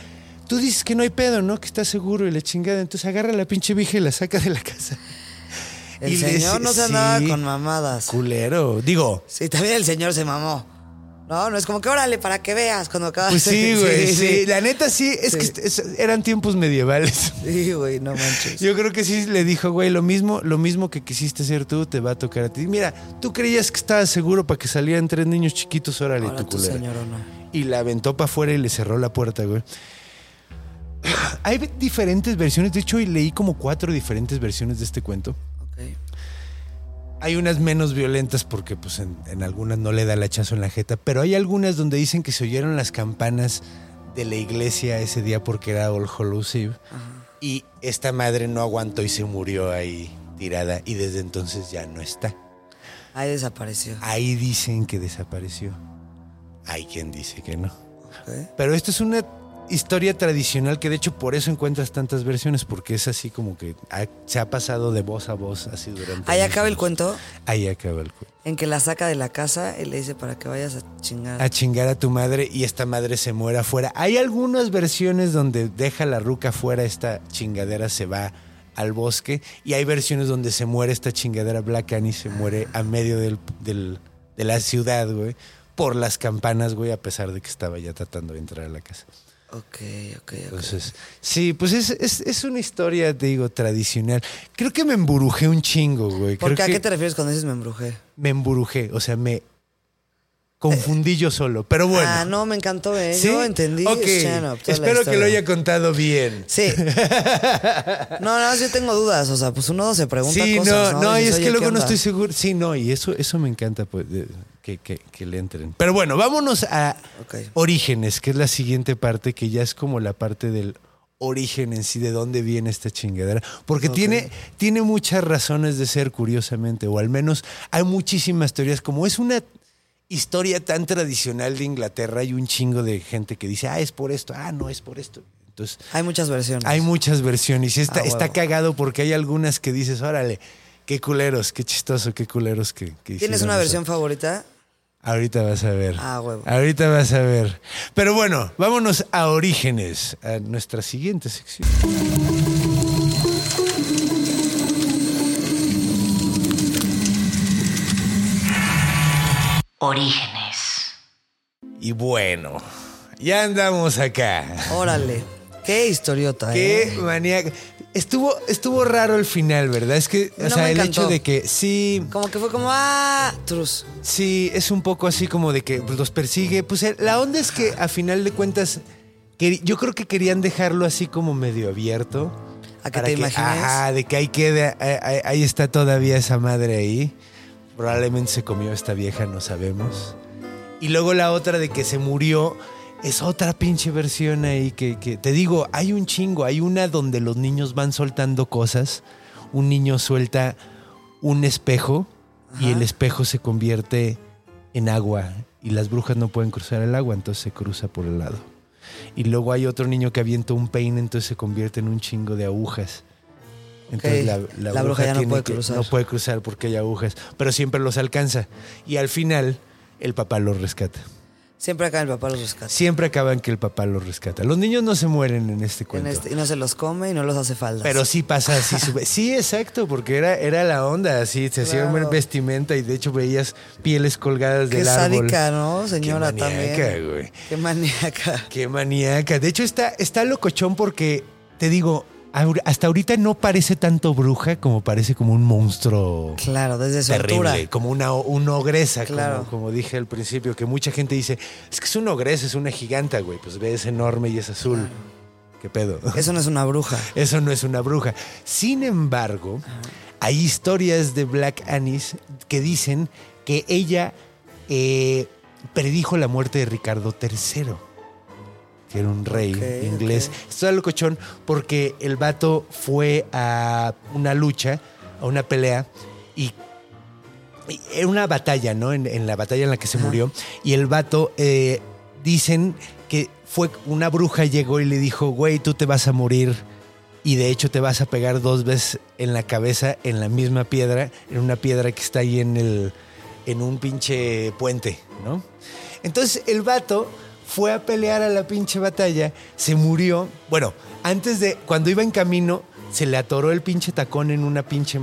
[SPEAKER 2] tú dices que no hay pedo, ¿no? Que estás seguro y la chingada. Entonces agarra a la pinche vieja y la saca de la casa.
[SPEAKER 4] El
[SPEAKER 2] Y les-
[SPEAKER 4] señor no se andaba
[SPEAKER 2] sí,
[SPEAKER 4] con mamadas.
[SPEAKER 2] Culero. Digo,
[SPEAKER 4] Sí, también el señor se mamó. No, no es como que órale para que veas cuando acabas
[SPEAKER 2] pues sí, güey. sí,
[SPEAKER 4] sí.
[SPEAKER 2] La neta sí, es
[SPEAKER 4] Sí.
[SPEAKER 2] que est- es- eran tiempos medievales.
[SPEAKER 4] Sí, güey, no manches.
[SPEAKER 2] Yo creo que sí le dijo, güey, lo mismo, lo mismo que quisiste ser tú te va a tocar a ti. Mira, tú creías que estabas seguro para que salieran tres niños chiquitos, órale,
[SPEAKER 4] Ahora
[SPEAKER 2] tu
[SPEAKER 4] tu
[SPEAKER 2] culera.
[SPEAKER 4] señor o no.
[SPEAKER 2] Y la aventó para afuera y le cerró la puerta, güey. Hay ve- diferentes versiones, de hecho, hoy leí como cuatro diferentes versiones de este cuento.
[SPEAKER 4] Ok.
[SPEAKER 2] Hay unas menos violentas porque pues en, en algunas no le da el hachazo en la jeta, pero hay algunas donde dicen que se oyeron las campanas de la iglesia ese día porque era All Hallows Eve y esta madre no aguantó y se murió ahí tirada y desde entonces ya no está.
[SPEAKER 4] Ahí desapareció.
[SPEAKER 2] Ahí dicen que desapareció. Hay quien dice que no.
[SPEAKER 4] Ok.
[SPEAKER 2] Pero esto es una historia tradicional que de hecho por eso encuentras tantas versiones porque es así como que ha- se ha pasado de voz a voz así durante
[SPEAKER 4] Ahí
[SPEAKER 2] años.
[SPEAKER 4] acaba el cuento
[SPEAKER 2] Ahí acaba el cuento.
[SPEAKER 4] en que la saca de la casa y le dice para que vayas a chingar.
[SPEAKER 2] a chingar a tu madre y esta madre se muera afuera. Hay algunas versiones donde deja la ruca afuera, esta chingadera se va al bosque y hay versiones donde se muere esta chingadera Black Annie, se muere a medio del, del- de la ciudad, güey, por las campanas, güey, a pesar de que estaba ya tratando de entrar a la casa.
[SPEAKER 4] Ok, ok, ok.
[SPEAKER 2] Entonces, sí, pues es, es, es una historia, te digo, tradicional. Creo que me emburujé un chingo, güey.
[SPEAKER 4] ¿Por
[SPEAKER 2] Creo
[SPEAKER 4] qué? ¿A
[SPEAKER 2] que-
[SPEAKER 4] qué te refieres cuando dices me embrujé?
[SPEAKER 2] Me emburujé, o sea, me confundí yo solo, pero bueno.
[SPEAKER 4] Ah, no, me encantó, ¿eh?
[SPEAKER 2] ¿Sí?
[SPEAKER 4] Yo entendí.
[SPEAKER 2] Ok.
[SPEAKER 4] stand up, toda la
[SPEAKER 2] Espero que lo
[SPEAKER 4] historia.
[SPEAKER 2] haya contado bien.
[SPEAKER 4] Sí. No, no, yo tengo dudas. O sea, pues uno se pregunta
[SPEAKER 2] Sí,
[SPEAKER 4] cosas.
[SPEAKER 2] no,
[SPEAKER 4] No,
[SPEAKER 2] no, y es
[SPEAKER 4] Dices,
[SPEAKER 2] que
[SPEAKER 4] "Oye, ¿qué
[SPEAKER 2] luego no
[SPEAKER 4] onda?".
[SPEAKER 2] estoy seguro. Sí, no, y eso, eso me encanta pues, de- que, que- que le entren. Pero bueno, vámonos a
[SPEAKER 4] Ok.
[SPEAKER 2] Orígenes, que es la siguiente parte, que ya es como la parte del origen en sí, de dónde viene esta chingadera. Porque tiene, tiene muchas razones de ser, curiosamente, o al menos hay muchísimas teorías. Como es una historia tan tradicional de Inglaterra, hay un chingo de gente que dice, ah, es por esto, ah, no, es por esto. Entonces,
[SPEAKER 4] Hay muchas versiones.
[SPEAKER 2] Hay muchas versiones y está,
[SPEAKER 4] Ah, huevo.
[SPEAKER 2] está cagado porque hay algunas que dices, órale, qué culeros, qué chistoso, qué culeros que, que
[SPEAKER 4] ¿Tienes
[SPEAKER 2] hicieron
[SPEAKER 4] una
[SPEAKER 2] eso".
[SPEAKER 4] versión favorita?
[SPEAKER 2] Ahorita vas a ver.
[SPEAKER 4] Ah, huevo.
[SPEAKER 2] Ahorita vas a ver. Pero bueno, vámonos a Orígenes, a nuestra siguiente sección.
[SPEAKER 3] Orígenes.
[SPEAKER 2] Y bueno, ya andamos acá.
[SPEAKER 4] Órale. Qué historiota,
[SPEAKER 2] Qué
[SPEAKER 4] ¿eh?
[SPEAKER 2] maníaco. Estuvo, estuvo raro el final, ¿verdad? Es que, o
[SPEAKER 4] No
[SPEAKER 2] sea,
[SPEAKER 4] me
[SPEAKER 2] el
[SPEAKER 4] encantó.
[SPEAKER 2] hecho de que sí,
[SPEAKER 4] Como que fue como, ah, trus.
[SPEAKER 2] Sí, es un poco así como de que los persigue. Pues eh, la onda es que a final de cuentas, queri- yo creo que querían dejarlo así como medio abierto.
[SPEAKER 4] A que
[SPEAKER 2] para
[SPEAKER 4] te imagines.
[SPEAKER 2] Ajá, de que ahí quede, ahí, ahí- ahí está todavía esa madre ahí. Probablemente se comió esta vieja, no sabemos. Y luego la otra de que se murió. Es otra pinche versión ahí que, que- te digo, hay un chingo, hay una donde los niños van soltando cosas. Un niño suelta un espejo y
[SPEAKER 4] Ajá.
[SPEAKER 2] el espejo se convierte en agua y las brujas no pueden cruzar el agua, entonces se cruza por el lado. Y luego hay otro niño que avienta un peine, entonces se convierte en un chingo de agujas. Entonces
[SPEAKER 4] Ok,
[SPEAKER 2] la,
[SPEAKER 4] la
[SPEAKER 2] la
[SPEAKER 4] bruja ya no
[SPEAKER 2] tiene
[SPEAKER 4] puede
[SPEAKER 2] que-
[SPEAKER 4] cruzar.
[SPEAKER 2] No puede cruzar porque hay agujas, pero siempre los alcanza. Y al final, el papá los rescata.
[SPEAKER 4] Siempre acá el papá los rescata.
[SPEAKER 2] Siempre acaban que el papá los rescata. Los niños no se mueren en este
[SPEAKER 4] En
[SPEAKER 2] cuento.
[SPEAKER 4] este- y no se los come y no los hace faldas.
[SPEAKER 2] Pero sí pasa así. su- sí, exacto, porque era, era la onda, así. Se hacía
[SPEAKER 4] Claro.
[SPEAKER 2] una vestimenta y de hecho veías pieles colgadas
[SPEAKER 4] Qué
[SPEAKER 2] del árbol.
[SPEAKER 4] sádica, ¿no, señora?
[SPEAKER 2] Qué maníaca,
[SPEAKER 4] también.
[SPEAKER 2] güey.
[SPEAKER 4] Qué maníaca.
[SPEAKER 2] Qué maníaca. De hecho, está, está locochón porque, te digo, ahor- hasta ahorita no parece tanto bruja como parece como un monstruo
[SPEAKER 4] Claro, desde su
[SPEAKER 2] terrible,
[SPEAKER 4] altura.
[SPEAKER 2] como una, o- una ogresa,
[SPEAKER 4] Claro.
[SPEAKER 2] como, como dije al principio, que mucha gente dice, es que es una ogresa, es una giganta, güey. Pues ve, es enorme y es azul. ¿Qué pedo?
[SPEAKER 4] Eso no es una bruja.
[SPEAKER 2] Eso no es una bruja. Sin embargo, hay historias de Black Anis que dicen que ella eh, predijo la muerte de Ricardo III, que era un rey
[SPEAKER 4] Ok,
[SPEAKER 2] inglés.
[SPEAKER 4] ok.
[SPEAKER 2] Esto es lo cochón porque el vato fue a una lucha, a una pelea, y y era una batalla, ¿no? En, en la batalla en la que se murió. Y el vato, eh, dicen que fue una bruja llegó y le dijo, güey, tú te vas a morir. Y de hecho te vas a pegar dos veces en la cabeza en la misma piedra, en una piedra que está ahí en el, en un pinche puente, ¿no? Entonces el vato fue a pelear a la pinche batalla, se murió. Bueno, antes de, cuando iba en camino, se le atoró el pinche tacón en una pinche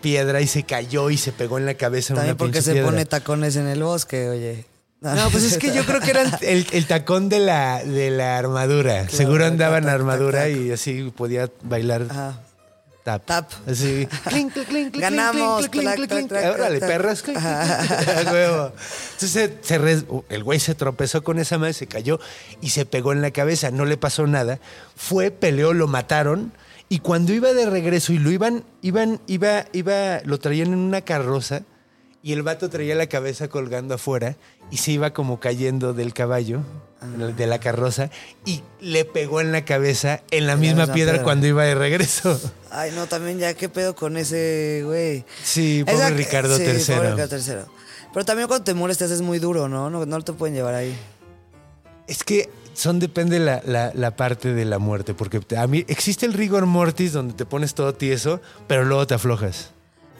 [SPEAKER 2] piedra y se cayó y se pegó en la cabeza en
[SPEAKER 4] También
[SPEAKER 2] una
[SPEAKER 4] porque
[SPEAKER 2] pinche
[SPEAKER 4] se
[SPEAKER 2] piedra.
[SPEAKER 4] pone tacones en el bosque, oye.
[SPEAKER 2] No, pues es que yo creo que era el, el tacón de la, de la armadura. Seguro andaba en
[SPEAKER 4] tac, tac,
[SPEAKER 2] armadura
[SPEAKER 4] tac,
[SPEAKER 2] y así podía bailar
[SPEAKER 4] Ajá.
[SPEAKER 2] tap.
[SPEAKER 4] Tap.
[SPEAKER 2] Así. Clink, clink, clink, clink,
[SPEAKER 4] Ganamos.
[SPEAKER 2] clink, clink,
[SPEAKER 4] Clac,
[SPEAKER 2] clink,
[SPEAKER 4] clac,
[SPEAKER 2] clink.
[SPEAKER 4] clac,
[SPEAKER 2] Órale,
[SPEAKER 4] clac,
[SPEAKER 2] perras. clink, clink, clink. A huevo. Entonces se- se res- uh, el güey se tropezó con esa madre, se cayó y se pegó en la cabeza. No le pasó nada. Fue, peleó, lo mataron. Y cuando iba de regreso y lo iban, iban, iba, iba, lo traían en una carroza y el vato traía la cabeza colgando afuera y se iba como cayendo del caballo, de la carroza, y le pegó en la cabeza en la
[SPEAKER 4] En la
[SPEAKER 2] misma
[SPEAKER 4] misma
[SPEAKER 2] piedra
[SPEAKER 4] piedra.
[SPEAKER 2] cuando iba de regreso.
[SPEAKER 4] Ay, no, también ya qué pedo con ese güey.
[SPEAKER 2] Sí, pobre
[SPEAKER 4] Esa-
[SPEAKER 2] Ricardo
[SPEAKER 4] sí,
[SPEAKER 2] III.
[SPEAKER 4] Pobre Ricardo III. Pero también cuando te mueres te haces muy duro, ¿no? No, no te pueden llevar ahí.
[SPEAKER 2] Es que son depende la, la- la parte de la muerte, porque te- a mí existe el rigor mortis donde te pones todo tieso, pero luego te aflojas.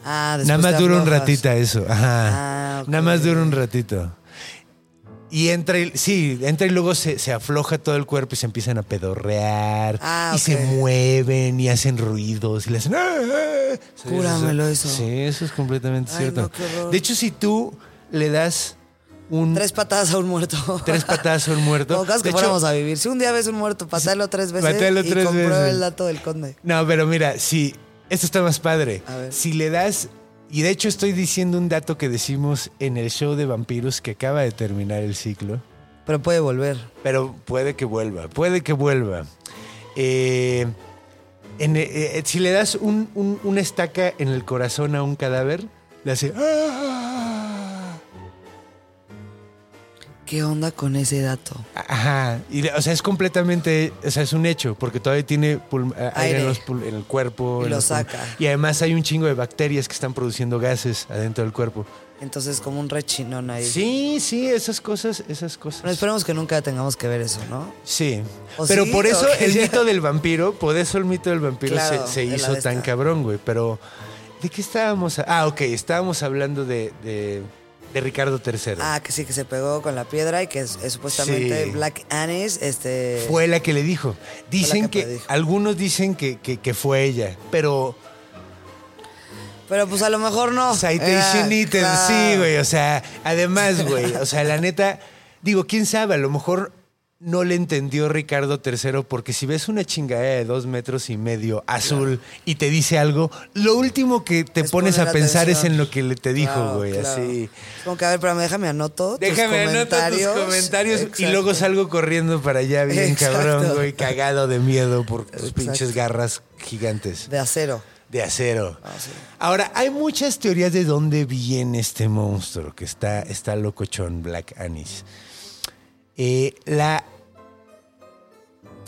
[SPEAKER 4] Ah, después
[SPEAKER 2] Nada más
[SPEAKER 4] te
[SPEAKER 2] dura un
[SPEAKER 4] aflojas.
[SPEAKER 2] ratita eso. Ajá.
[SPEAKER 4] Ah, ok.
[SPEAKER 2] Nada más dura un ratito. Y entra y, sí, entra y luego se, se afloja todo el cuerpo y se empiezan a pedorrear.
[SPEAKER 4] Ah,
[SPEAKER 2] y se
[SPEAKER 4] ok.
[SPEAKER 2] mueven y hacen ruidos y le hacen. "Ah, ah". Sí,
[SPEAKER 4] Cúramelo eso.
[SPEAKER 2] Sí, eso es completamente
[SPEAKER 4] Ay,
[SPEAKER 2] cierto.
[SPEAKER 4] no, qué horror.
[SPEAKER 2] de hecho, si tú le das un.
[SPEAKER 4] Tres patadas a un muerto.
[SPEAKER 2] tres patadas a un muerto.
[SPEAKER 4] Como caso que
[SPEAKER 2] de hecho,
[SPEAKER 4] fuéramos a vivir. Si un día ves un muerto, patalo tres veces
[SPEAKER 2] patealo
[SPEAKER 4] y
[SPEAKER 2] tres
[SPEAKER 4] comprueba
[SPEAKER 2] veces.
[SPEAKER 4] el dato del conde.
[SPEAKER 2] No, pero mira, si. Esto está más padre.
[SPEAKER 4] A ver.
[SPEAKER 2] Si le das. Y de hecho, estoy diciendo un dato que decimos en el show de vampiros que acaba de terminar el ciclo.
[SPEAKER 4] Pero puede volver.
[SPEAKER 2] Pero puede que vuelva. Puede que vuelva. Eh, en- eh, eh, si le das un- un- una estaca en el corazón a un cadáver, le hace. "Ah".
[SPEAKER 4] ¿Qué onda con ese dato?
[SPEAKER 2] Ajá. Y, le- o sea, es completamente. O sea, es un hecho, porque todavía tiene pul- eh, aire,
[SPEAKER 4] Aire.
[SPEAKER 2] en, los pul- en el cuerpo.
[SPEAKER 4] Y
[SPEAKER 2] en
[SPEAKER 4] lo
[SPEAKER 2] los pul-
[SPEAKER 4] saca.
[SPEAKER 2] Y además hay un chingo de bacterias que están produciendo gases adentro del cuerpo.
[SPEAKER 4] Entonces, como un rechinón ahí.
[SPEAKER 2] Sí, sí, esas cosas, esas cosas.
[SPEAKER 4] Bueno, esperemos que nunca tengamos que ver eso, ¿no?
[SPEAKER 2] Sí.
[SPEAKER 4] ¿O
[SPEAKER 2] Pero
[SPEAKER 4] sí?
[SPEAKER 2] por eso
[SPEAKER 4] ¿O qué?
[SPEAKER 2] el mito del vampiro, por eso el mito del vampiro
[SPEAKER 4] Claro,
[SPEAKER 2] se, se
[SPEAKER 4] de la
[SPEAKER 2] hizo
[SPEAKER 4] de
[SPEAKER 2] tan
[SPEAKER 4] esta.
[SPEAKER 2] cabrón, güey. Pero, ¿de qué estábamos? a- ah, ok, estábamos hablando de, de, de Ricardo III.
[SPEAKER 4] Ah, que sí, que se pegó con la piedra y que es- es supuestamente
[SPEAKER 2] Sí.
[SPEAKER 4] Black Anis, este.
[SPEAKER 2] Fue la que le dijo. Dicen
[SPEAKER 4] que
[SPEAKER 2] que,
[SPEAKER 4] predijo.
[SPEAKER 2] algunos dicen que, que- que fue ella, pero
[SPEAKER 4] Pero pues a lo mejor no.
[SPEAKER 2] Citation
[SPEAKER 4] Era-
[SPEAKER 2] Eater,
[SPEAKER 4] Ah, claro.
[SPEAKER 2] sí, güey. O sea, además, güey, o sea, la neta, digo, quién sabe, a lo mejor no le entendió Ricardo III, porque si ves una chingadera de dos metros y medio azul y te dice algo, lo último que te
[SPEAKER 4] Es
[SPEAKER 2] pones a
[SPEAKER 4] poner
[SPEAKER 2] pensar es
[SPEAKER 4] atención.
[SPEAKER 2] en lo que le te dijo,
[SPEAKER 4] Claro,
[SPEAKER 2] güey,
[SPEAKER 4] claro.
[SPEAKER 2] así.
[SPEAKER 4] Es Como que, a ver, pero déjame anoto. tus
[SPEAKER 2] Déjame anotar tus comentarios y luego
[SPEAKER 4] Exacto.
[SPEAKER 2] salgo corriendo para allá bien
[SPEAKER 4] Exacto.
[SPEAKER 2] cabrón, güey, cagado de miedo por tus
[SPEAKER 4] Exacto.
[SPEAKER 2] pinches garras gigantes
[SPEAKER 4] De acero.
[SPEAKER 2] de acero.
[SPEAKER 4] Ah, sí.
[SPEAKER 2] Ahora, hay muchas teorías de dónde viene este monstruo que está, está locochón, Black Anis. Eh, la,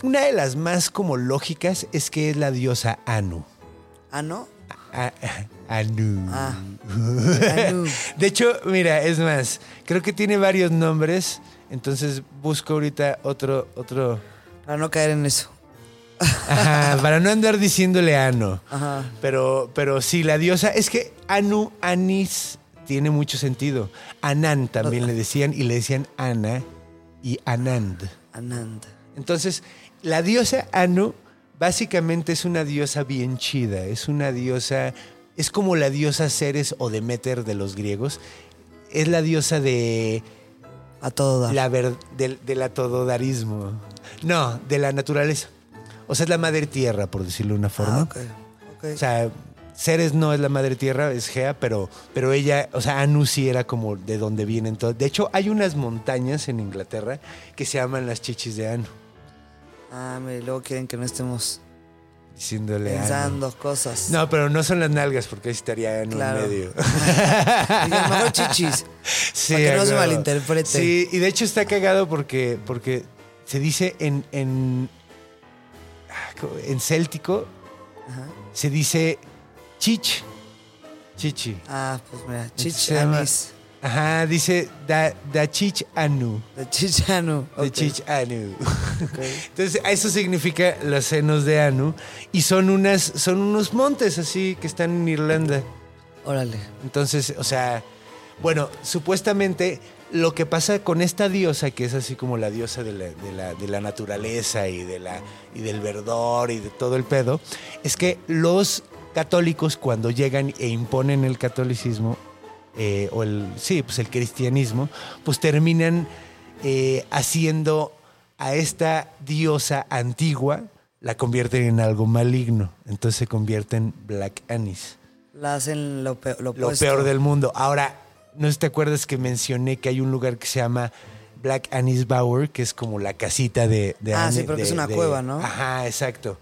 [SPEAKER 2] una de las más como lógicas es que es la diosa Anu.
[SPEAKER 4] Ah, ¿no?
[SPEAKER 2] A- Anu.
[SPEAKER 4] Ah. Anu.
[SPEAKER 2] De hecho, mira, es más, creo que tiene varios nombres, entonces busco ahorita otro, otro,
[SPEAKER 4] Para no caer en eso.
[SPEAKER 2] Ajá, para no andar diciéndole Anu.
[SPEAKER 4] Ajá.
[SPEAKER 2] Pero, pero sí, la diosa. Es que Anu, Anis, tiene mucho sentido. Anan también le decían, y le decían Ana y Anand.
[SPEAKER 4] Ananda.
[SPEAKER 2] Entonces, la diosa Anu básicamente es una diosa bien chida. Es una diosa. Es como la diosa Ceres o Demeter de los griegos. Es la diosa de
[SPEAKER 4] A todo dar. Ah,
[SPEAKER 2] la ver- del, del atododarismo. No, de la naturaleza. O sea, es la madre tierra, por decirlo de una forma.
[SPEAKER 4] Ah, ok. ok.
[SPEAKER 2] O sea, Ceres no es la madre tierra, es Gea, pero, pero ella, o sea, Anu sí era como de donde vienen todos. De hecho, hay unas montañas en Inglaterra que se llaman las chichis de Anu,
[SPEAKER 4] ah, mire, luego quieren que no estemos
[SPEAKER 2] diciéndole Anu.
[SPEAKER 4] pensando cosas.
[SPEAKER 2] No, pero no son las nalgas, porque ahí estaría Anu
[SPEAKER 4] Claro.
[SPEAKER 2] en medio.
[SPEAKER 4] Dije, mejor chichis.
[SPEAKER 2] Sí,
[SPEAKER 4] Para que no se
[SPEAKER 2] claro.
[SPEAKER 4] malinterprete.
[SPEAKER 2] Sí, y de hecho está cagado porque, porque se dice en, en, ah, ¿cómo? en céltico,
[SPEAKER 4] Ajá.
[SPEAKER 2] se dice chich, chichi.
[SPEAKER 4] Ah, pues mira,
[SPEAKER 2] Se llama-
[SPEAKER 4] chichanis.
[SPEAKER 2] Ajá, dice da, da chich anu.
[SPEAKER 4] De chichano.
[SPEAKER 2] De
[SPEAKER 4] Ok.
[SPEAKER 2] Chich Anu. Entonces, eso significa los senos de Anu. Y son unas, son unos montes así que están en Irlanda.
[SPEAKER 4] Órale.
[SPEAKER 2] Entonces, o sea, bueno, supuestamente lo que pasa con esta diosa, que es así como la diosa de la, de la- de la naturaleza y, de la, y del verdor y de todo el pedo, es que los católicos cuando llegan e imponen el catolicismo, eh, o el, sí, pues el cristianismo, pues terminan eh, haciendo a esta diosa antigua, la convierten en algo maligno. Entonces se convierte en Black Anis
[SPEAKER 4] La hacen lo, peor lo,
[SPEAKER 2] lo
[SPEAKER 4] opuesto.
[SPEAKER 2] peor del mundo. Ahora, ¿no sé si te acuerdas que mencioné que hay un lugar que se llama Black Annie's Bower, que es como la casita de... de
[SPEAKER 4] Ah,
[SPEAKER 2] Annie-
[SPEAKER 4] sí, porque
[SPEAKER 2] de-
[SPEAKER 4] es una
[SPEAKER 2] de-
[SPEAKER 4] cueva, ¿no?
[SPEAKER 2] Ajá, exacto.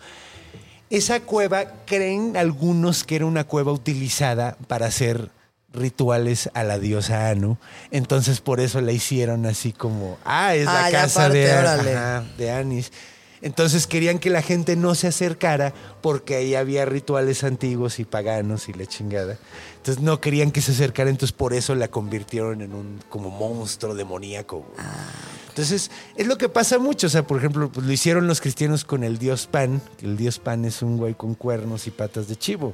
[SPEAKER 2] Esa cueva, creen algunos que era una cueva utilizada para hacer rituales a la diosa Anu. Entonces, por eso la hicieron así como, ah, es la
[SPEAKER 4] Ah, ya
[SPEAKER 2] casa de,
[SPEAKER 4] aparte, órale.
[SPEAKER 2] ajá, de Anis. Entonces querían que la gente no se acercara porque ahí había rituales antiguos y paganos y la chingada. Entonces no querían que se acercara, entonces por eso la convirtieron en un como monstruo demoníaco. güey. Entonces es lo que pasa mucho. O sea, por ejemplo, pues, lo hicieron los cristianos con el dios Pan, que el dios Pan es un güey con cuernos y patas de chivo.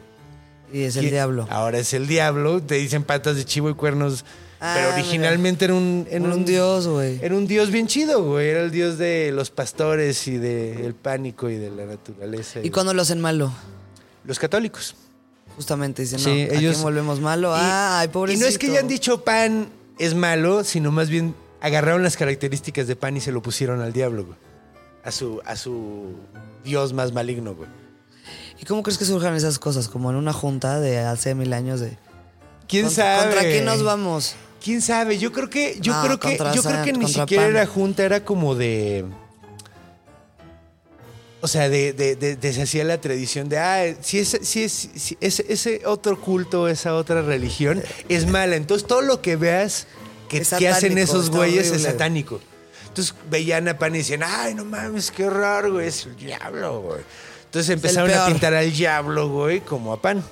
[SPEAKER 4] Y es el
[SPEAKER 2] Y
[SPEAKER 4] diablo.
[SPEAKER 2] Ahora es el diablo, te dicen patas de chivo y cuernos.
[SPEAKER 4] Ah,
[SPEAKER 2] pero
[SPEAKER 4] mira.
[SPEAKER 2] originalmente era un, era
[SPEAKER 4] Un dios, güey.
[SPEAKER 2] Era un dios bien chido, güey. Era el dios de los pastores y del pánico y de la naturaleza.
[SPEAKER 4] ¿Y cuando lo hacen malo?
[SPEAKER 2] Los católicos.
[SPEAKER 4] Justamente dicen,
[SPEAKER 2] Sí,
[SPEAKER 4] no, ¿a quién
[SPEAKER 2] ellos-
[SPEAKER 4] volvemos malo? ah, ay,
[SPEAKER 2] Y
[SPEAKER 4] pobrecito.
[SPEAKER 2] no es que hayan dicho pan es malo, sino más bien agarraron las características de pan y se lo pusieron al diablo, güey. A su, a su dios más maligno, güey.
[SPEAKER 4] ¿Y cómo crees que surjan esas cosas? Como en una junta de hace mil años de...
[SPEAKER 2] ¿Quién
[SPEAKER 4] ¿Contra-
[SPEAKER 2] sabe?
[SPEAKER 4] ¿Contra quién nos vamos?
[SPEAKER 2] ¿Quién sabe? Yo creo que, yo
[SPEAKER 4] No,
[SPEAKER 2] creo que,
[SPEAKER 4] contra
[SPEAKER 2] yo creo
[SPEAKER 4] San-
[SPEAKER 2] que ni
[SPEAKER 4] contra
[SPEAKER 2] siquiera
[SPEAKER 4] Pan.
[SPEAKER 2] era junta, era como de. O sea, de, de, de- deshacía la tradición de, ah, si, es, si, es, si ese- ese otro culto, esa otra religión es mala. Entonces todo lo que veas que,
[SPEAKER 4] Es
[SPEAKER 2] que hacen
[SPEAKER 4] satánico,
[SPEAKER 2] esos
[SPEAKER 4] está
[SPEAKER 2] güeyes es
[SPEAKER 4] horrible.
[SPEAKER 2] satánico. Entonces veían a Pan y decían, ay, no mames, qué horror, güey, es el diablo, güey. Entonces empezaron a
[SPEAKER 4] peor.
[SPEAKER 2] pintar al diablo, güey, como a Pan.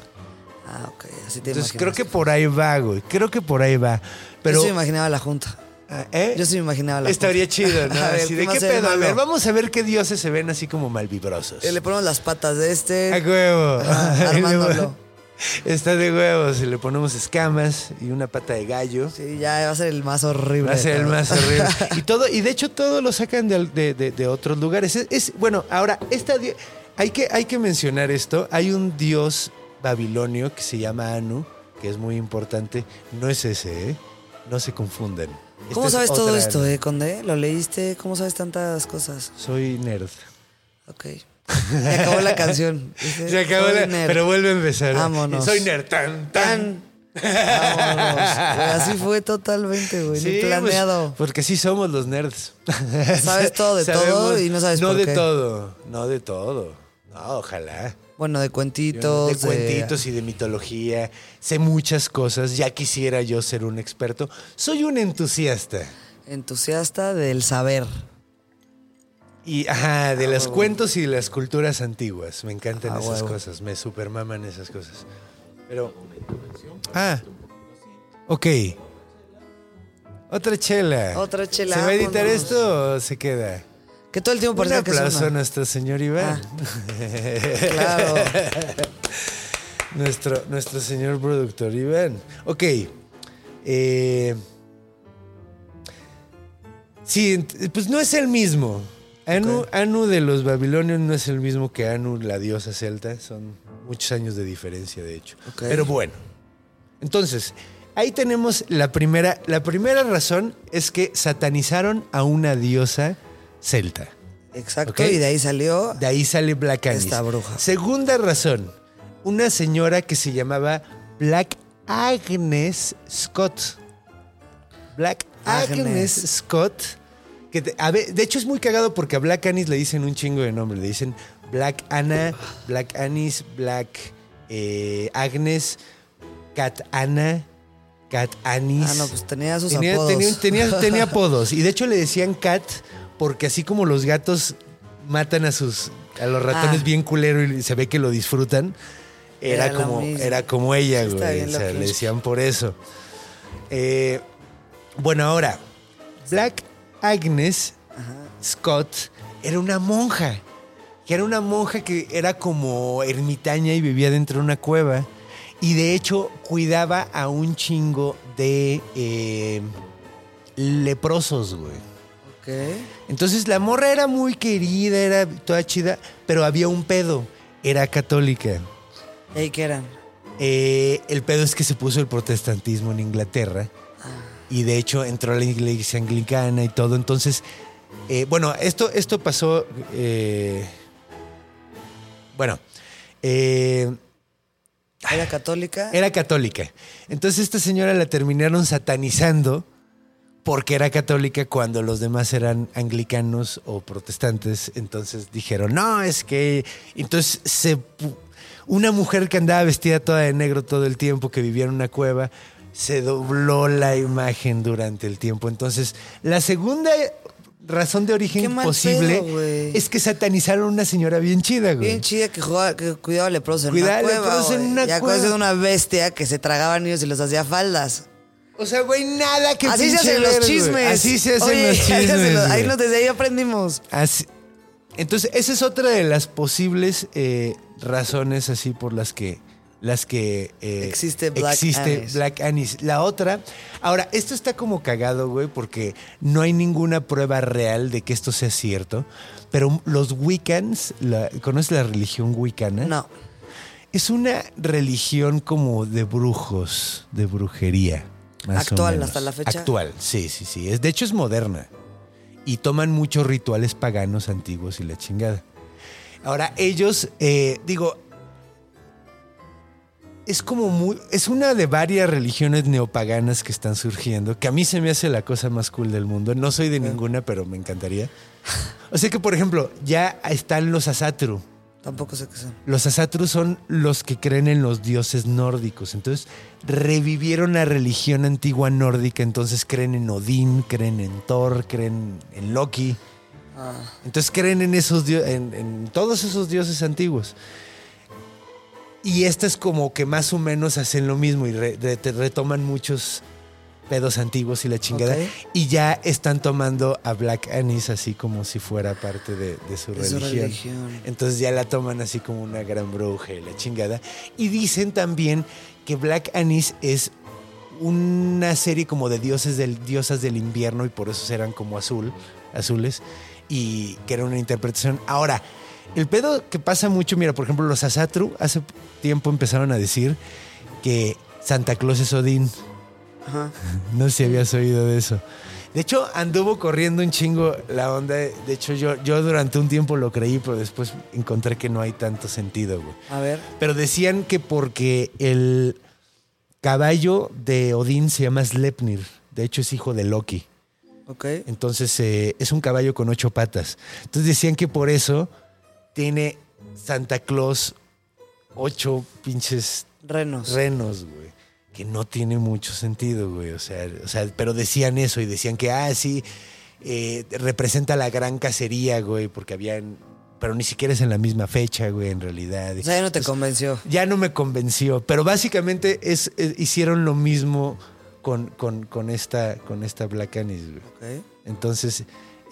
[SPEAKER 4] Ah, ok, así te
[SPEAKER 2] Entonces
[SPEAKER 4] imaginas.
[SPEAKER 2] creo que por ahí va, güey. Creo que por ahí va. Pero,
[SPEAKER 4] Yo sí me imaginaba la junta.
[SPEAKER 2] Ah, ¿eh?
[SPEAKER 4] Yo sí me imaginaba la
[SPEAKER 2] Estaría
[SPEAKER 4] junta.
[SPEAKER 2] chido, ¿no?
[SPEAKER 4] A ver,
[SPEAKER 2] así
[SPEAKER 4] ¿qué
[SPEAKER 2] de
[SPEAKER 4] más
[SPEAKER 2] qué
[SPEAKER 4] será
[SPEAKER 2] pedo. A ver,
[SPEAKER 4] malo?
[SPEAKER 2] vamos a ver qué dioses se ven así como malvibrosos.
[SPEAKER 4] Eh, Le ponemos las patas de este.
[SPEAKER 2] A huevo.
[SPEAKER 4] Ajá, armándolo.
[SPEAKER 2] Está de huevos. Le ponemos escamas y una pata de gallo.
[SPEAKER 4] Sí, ya va a ser el más horrible.
[SPEAKER 2] Va a
[SPEAKER 4] de
[SPEAKER 2] ser el
[SPEAKER 4] todos.
[SPEAKER 2] más horrible. Este Y todo, y de hecho todo lo sacan de, al- de- de- de otros lugares. Es, es- bueno, ahora, esta di- hay, que, hay que mencionar esto. Hay un dios babilonio que se llama Anu, que es muy importante. No es ese, ¿eh? No se confundan. Esta
[SPEAKER 4] ¿Cómo
[SPEAKER 2] es
[SPEAKER 4] sabes todo
[SPEAKER 2] otra
[SPEAKER 4] esto,
[SPEAKER 2] Anu.
[SPEAKER 4] eh, Conde? ¿Lo leíste? ¿Cómo sabes tantas cosas?
[SPEAKER 2] Soy nerd.
[SPEAKER 4] Ok. Se acabó la canción. Dice,
[SPEAKER 2] Se acabó
[SPEAKER 4] soy
[SPEAKER 2] la-
[SPEAKER 4] nerd.
[SPEAKER 2] Pero vuelve a empezar.
[SPEAKER 4] Vámonos.
[SPEAKER 2] Soy nerd. Tan, tan.
[SPEAKER 4] Tan. Vámonos. Güey, Así fue totalmente, güey. Ni
[SPEAKER 2] Sí,
[SPEAKER 4] planeado.
[SPEAKER 2] pues, porque sí somos los nerds.
[SPEAKER 4] Sabes todo de todo y no sabes
[SPEAKER 2] No
[SPEAKER 4] por
[SPEAKER 2] de
[SPEAKER 4] qué.
[SPEAKER 2] todo. No de todo. No, ojalá.
[SPEAKER 4] bueno, de
[SPEAKER 2] Yo
[SPEAKER 4] cuentitos.
[SPEAKER 2] De cuentitos y de mitología. Sé muchas cosas. Ya quisiera yo ser un experto. Soy un entusiasta.
[SPEAKER 4] Entusiasta del saber.
[SPEAKER 2] Y ajá, de los cuentos y de las culturas antiguas. Me encantan
[SPEAKER 4] Ah,
[SPEAKER 2] esas
[SPEAKER 4] huevo.
[SPEAKER 2] cosas. Me supermaman esas cosas. Pero. Ah. Ok. Otra chela.
[SPEAKER 4] Otra chela,
[SPEAKER 2] ¿Se va a editar
[SPEAKER 4] vámonos.
[SPEAKER 2] esto o se queda?
[SPEAKER 4] Que todo el tiempo
[SPEAKER 2] Un
[SPEAKER 4] parece que es
[SPEAKER 2] aplauso a
[SPEAKER 4] una.
[SPEAKER 2] nuestro señor Iván.
[SPEAKER 4] Ah. Claro.
[SPEAKER 2] Nuestro, nuestro señor productor Iván. Ok. eh, sí, ent- pues no es el mismo. Anu,
[SPEAKER 4] Ok.
[SPEAKER 2] Anu de los babilonios no es el mismo que Anu, la diosa celta. Son muchos años de diferencia, de hecho.
[SPEAKER 4] Ok.
[SPEAKER 2] Pero bueno. Entonces, ahí tenemos la primera. La primera razón es que satanizaron a una diosa celta.
[SPEAKER 4] Exacto.
[SPEAKER 2] Ok.
[SPEAKER 4] Y de ahí salió.
[SPEAKER 2] De ahí sale Black Anis.
[SPEAKER 4] Esta bruja.
[SPEAKER 2] Segunda razón. Una señora que se llamaba Black Agnes Scott. Black Agnes,
[SPEAKER 4] Agnes.
[SPEAKER 2] Scott. Que te- a ver, de hecho es muy cagado porque a Black Anis le dicen un chingo de nombre. Le dicen Black Anna, Black Anis, Black eh, Agnes, Cat Anna, Cat Anis.
[SPEAKER 4] Ah, no, pues tenía sus
[SPEAKER 2] Tenía,
[SPEAKER 4] apodos.
[SPEAKER 2] tenía- tenía- tenía apodos. Y de hecho le decían cat porque así como los gatos matan a sus a los ratones
[SPEAKER 4] Ah.
[SPEAKER 2] bien culero y se ve que lo disfrutan, era,
[SPEAKER 4] Era lo
[SPEAKER 2] como
[SPEAKER 4] mismo.
[SPEAKER 2] era como ella,
[SPEAKER 4] Sí, está
[SPEAKER 2] güey. eh,
[SPEAKER 4] bien
[SPEAKER 2] O
[SPEAKER 4] lo
[SPEAKER 2] sea,
[SPEAKER 4] que
[SPEAKER 2] le
[SPEAKER 4] es.
[SPEAKER 2] decían por eso. Eh, bueno, ahora, Black Agnes Scott era una monja. Que era una monja que era como ermitaña y vivía dentro de una cueva. Y de hecho cuidaba a un chingo de eh, leprosos, güey.
[SPEAKER 4] Ok.
[SPEAKER 2] Entonces la morra era muy querida, era toda chida, pero había un pedo. Era católica.
[SPEAKER 4] ¿Y ahí qué eran?
[SPEAKER 2] Eh, el pedo es que se puso el protestantismo en Inglaterra y de hecho entró a la iglesia anglicana y todo. Entonces, eh, bueno, esto, esto pasó. eh, bueno, eh,
[SPEAKER 4] ¿Era católica?
[SPEAKER 2] era católica. Entonces, esta señora la terminaron satanizando porque era católica cuando los demás eran anglicanos o protestantes. Entonces dijeron, no, es que. Entonces se. pu- Una mujer que andaba vestida toda de negro todo el tiempo, que vivía en una cueva, se dobló la imagen durante el tiempo. Entonces, la segunda razón de
[SPEAKER 4] Qué
[SPEAKER 2] origen
[SPEAKER 4] mal
[SPEAKER 2] posible
[SPEAKER 4] pedo, güey.
[SPEAKER 2] es que satanizaron a una señora bien chida, güey.
[SPEAKER 4] Bien chida que, jugaba, que cuidaba leprosos en
[SPEAKER 2] Cuidaba
[SPEAKER 4] una cueva.
[SPEAKER 2] leprosos en
[SPEAKER 4] güey.
[SPEAKER 2] una
[SPEAKER 4] y acuérdate de
[SPEAKER 2] cueva.
[SPEAKER 4] una bestia que se tragaba niños y los hacía faldas.
[SPEAKER 2] O sea, güey, nada que
[SPEAKER 4] Así
[SPEAKER 2] pinche
[SPEAKER 4] se hacen
[SPEAKER 2] ver,
[SPEAKER 4] los
[SPEAKER 2] güey.
[SPEAKER 4] chismes.
[SPEAKER 2] Así se hacen
[SPEAKER 4] Oye,
[SPEAKER 2] los
[SPEAKER 4] ahí se hacen
[SPEAKER 2] chismes.
[SPEAKER 4] los- ahí
[SPEAKER 2] güey.
[SPEAKER 4] nos- desde ahí aprendimos.
[SPEAKER 2] Así- Entonces, esa es otra de las posibles eh, razones así por las que las que eh,
[SPEAKER 4] Existe Black
[SPEAKER 2] existe
[SPEAKER 4] Anise.
[SPEAKER 2] Black Anise. La otra, ahora, esto está como cagado, güey, porque no hay ninguna prueba real de que esto sea cierto, pero los Wiccans, la- ¿conoces la religión wicana?
[SPEAKER 4] No.
[SPEAKER 2] Es una religión como de brujos, de brujería. más o
[SPEAKER 4] Actual,
[SPEAKER 2] menos.
[SPEAKER 4] hasta la fecha.
[SPEAKER 2] Actual, sí, sí, sí. Es, de hecho es moderna. Y toman muchos rituales paganos antiguos y la chingada. Ahora, ellos, eh, digo, es como muy... Es una de varias religiones neopaganas que están surgiendo, que a mí se me hace la cosa más cool del mundo. No soy de ninguna, pero me encantaría. O sea que, por ejemplo, ya están los asatru.
[SPEAKER 4] Tampoco sé qué son.
[SPEAKER 2] Los asatrus son los que creen en los dioses nórdicos. Entonces revivieron la religión antigua nórdica. Entonces creen en Odín, creen en Thor, creen en Loki. Entonces creen en esos dio- en, en todos esos dioses antiguos. Y estas como que más o menos hacen lo mismo y re- re- te retoman muchos pedos antiguos y la chingada.
[SPEAKER 4] Ok.
[SPEAKER 2] Y ya están tomando a Black Anise así como si fuera parte de, de su
[SPEAKER 4] De su
[SPEAKER 2] religión.
[SPEAKER 4] religión.
[SPEAKER 2] Entonces ya la toman así como una gran bruja y la chingada. Y dicen también que Black Anise es una serie como de dioses del, diosas del invierno y por eso eran como azul, azules, y que era una interpretación. Ahora, el pedo que pasa mucho, mira, por ejemplo, los Asatru hace tiempo empezaron a decir que Santa Claus es Odín.
[SPEAKER 4] Ajá.
[SPEAKER 2] No sé si habías oído de eso. De hecho, anduvo corriendo un chingo la onda. De hecho, yo, yo durante un tiempo lo creí, pero después encontré que no hay tanto sentido, güey.
[SPEAKER 4] A ver.
[SPEAKER 2] Pero decían que porque el caballo de Odín se llama Slepnir. De hecho, es hijo de Loki.
[SPEAKER 4] Ok.
[SPEAKER 2] Entonces, eh, es un caballo con ocho patas. Entonces, decían que por eso tiene Santa Claus ocho pinches
[SPEAKER 4] Renos.
[SPEAKER 2] renos, güey. Que no tiene mucho sentido, güey. O sea, o sea, pero decían eso y decían que, ah, sí, eh, representa la gran cacería, güey, porque habían. Pero ni siquiera es en la misma fecha, güey, en realidad.
[SPEAKER 4] o sea, ya no te
[SPEAKER 2] Entonces,
[SPEAKER 4] convenció.
[SPEAKER 2] ya no me convenció. Pero básicamente es, eh, hicieron lo mismo con, con- con esta, con esta Black Anis, güey.
[SPEAKER 4] Ok.
[SPEAKER 2] Entonces.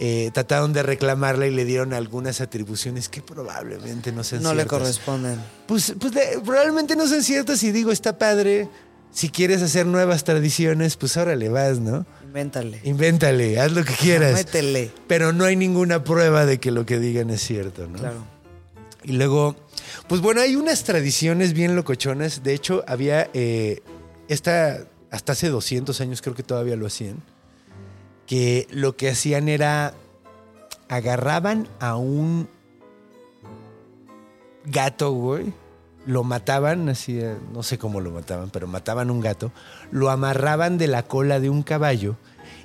[SPEAKER 2] eh, trataron de reclamarla y le dieron algunas atribuciones que probablemente no sean
[SPEAKER 4] No le
[SPEAKER 2] ciertas
[SPEAKER 4] corresponden.
[SPEAKER 2] pues, pues de- probablemente no sean ciertas y digo, está padre. Si quieres hacer nuevas tradiciones, pues órale, vas, ¿no?
[SPEAKER 4] Invéntale.
[SPEAKER 2] Invéntale, haz lo que quieras.
[SPEAKER 4] Métele.
[SPEAKER 2] Pero no hay ninguna prueba de que lo que digan es cierto, ¿no?
[SPEAKER 4] Claro.
[SPEAKER 2] Y luego, pues bueno, hay unas tradiciones bien locochonas. De hecho, había eh, esta, hasta hace 200 años creo que todavía lo hacían, que lo que hacían era agarraban a un gato, güey. Lo mataban, así, eh, no sé cómo lo mataban, pero mataban un gato. Lo amarraban de la cola de un caballo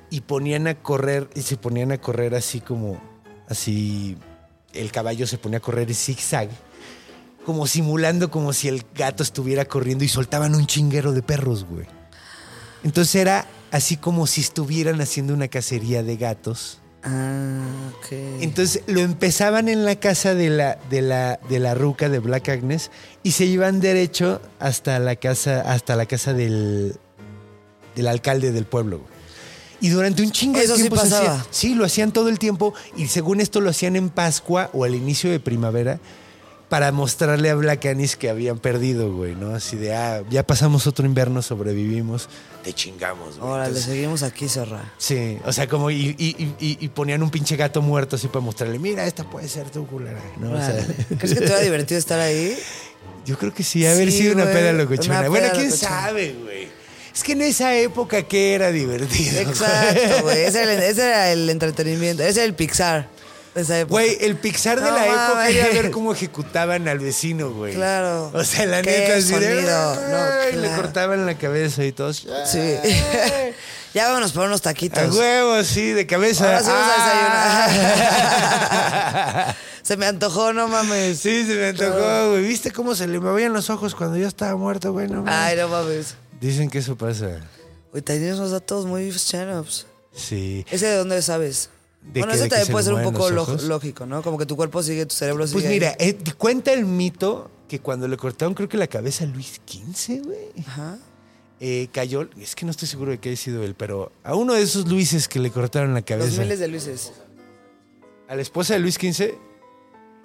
[SPEAKER 2] y ponían a correr, y se ponían a correr así como, así, el caballo se ponía a correr en zigzag, como simulando como si el gato estuviera corriendo y soltaban un chinguero de perros, güey. Entonces era así como si estuvieran haciendo una cacería de gatos.
[SPEAKER 4] Ah, ok.
[SPEAKER 2] Entonces lo empezaban en la casa de la, de la, de la ruca de Black Agnes y se iban derecho hasta la casa, hasta la casa del, del alcalde del pueblo. güey. Y durante un chingo
[SPEAKER 4] Eso
[SPEAKER 2] de
[SPEAKER 4] sí
[SPEAKER 2] tiempo se
[SPEAKER 4] pasaba.
[SPEAKER 2] hacía- sí, lo hacían todo el tiempo y según esto lo hacían en Pascua o al inicio de primavera para mostrarle a Black Agnes que habían perdido, güey, ¿no? Así de, ah, ya pasamos otro invierno, sobrevivimos, te chingamos, güey.
[SPEAKER 4] Ahora le
[SPEAKER 2] Entonces,
[SPEAKER 4] seguimos aquí, zorra.
[SPEAKER 2] Sí, o sea, como y, y- y- y ponían un pinche gato muerto así para mostrarle, mira, esta puede ser tu culera. ¿no? O sea,
[SPEAKER 4] Órale. ¿Crees que te hubiera divertido estar ahí?
[SPEAKER 2] Yo creo que sí, haber
[SPEAKER 4] Sí,
[SPEAKER 2] sido una
[SPEAKER 4] güey,
[SPEAKER 2] peda
[SPEAKER 4] una
[SPEAKER 2] locochona. Bueno,
[SPEAKER 4] peda
[SPEAKER 2] quién
[SPEAKER 4] locochona.
[SPEAKER 2] sabe, güey. Es que en esa época que era divertido.
[SPEAKER 4] Exacto, güey. Ese, era el- ese era el entretenimiento. Ese era el Pixar de esa época.
[SPEAKER 2] Güey, el Pixar de
[SPEAKER 4] No
[SPEAKER 2] la época
[SPEAKER 4] mames.
[SPEAKER 2] era ver cómo ejecutaban al vecino, güey.
[SPEAKER 4] Claro.
[SPEAKER 2] O sea, la
[SPEAKER 4] Qué
[SPEAKER 2] neta, así de.
[SPEAKER 4] sonido.
[SPEAKER 2] "Ay",
[SPEAKER 4] No,
[SPEAKER 2] Le
[SPEAKER 4] claro.
[SPEAKER 2] cortaban la cabeza y todos.
[SPEAKER 4] Sí. ya vámonos por unos taquitos.
[SPEAKER 2] A huevo, sí, de cabeza.
[SPEAKER 4] Ahora sí vamos a
[SPEAKER 2] Ah.
[SPEAKER 4] Se me antojó, no mames.
[SPEAKER 2] sí, se me antojó, güey. ¿Viste cómo se le movían los ojos cuando yo estaba muerto, güey? No, mames.
[SPEAKER 4] Ay, no mames.
[SPEAKER 2] Dicen que eso pasa.
[SPEAKER 4] Uy, tienes unos datos muy stand-ups.
[SPEAKER 2] Sí.
[SPEAKER 4] ¿Ese de dónde sabes?
[SPEAKER 2] ¿De
[SPEAKER 4] bueno,
[SPEAKER 2] qué?
[SPEAKER 4] ese
[SPEAKER 2] ¿De
[SPEAKER 4] también
[SPEAKER 2] que se
[SPEAKER 4] puede
[SPEAKER 2] le
[SPEAKER 4] ser un
[SPEAKER 2] mueven
[SPEAKER 4] poco
[SPEAKER 2] los
[SPEAKER 4] loj-
[SPEAKER 2] ojos?
[SPEAKER 4] lógico, ¿no? Como que tu cuerpo sigue, tu cerebro sigue.
[SPEAKER 2] Pues
[SPEAKER 4] ahí.
[SPEAKER 2] mira, eh, cuenta el mito que cuando le cortaron, creo que la cabeza a Luis XV, güey.
[SPEAKER 4] Ajá.
[SPEAKER 2] eh, cayó, es que no estoy seguro de que haya sido él, pero a uno de esos Luises que le cortaron la
[SPEAKER 4] Los
[SPEAKER 2] cabeza,
[SPEAKER 4] miles de luces.
[SPEAKER 2] a la esposa de Luis XV,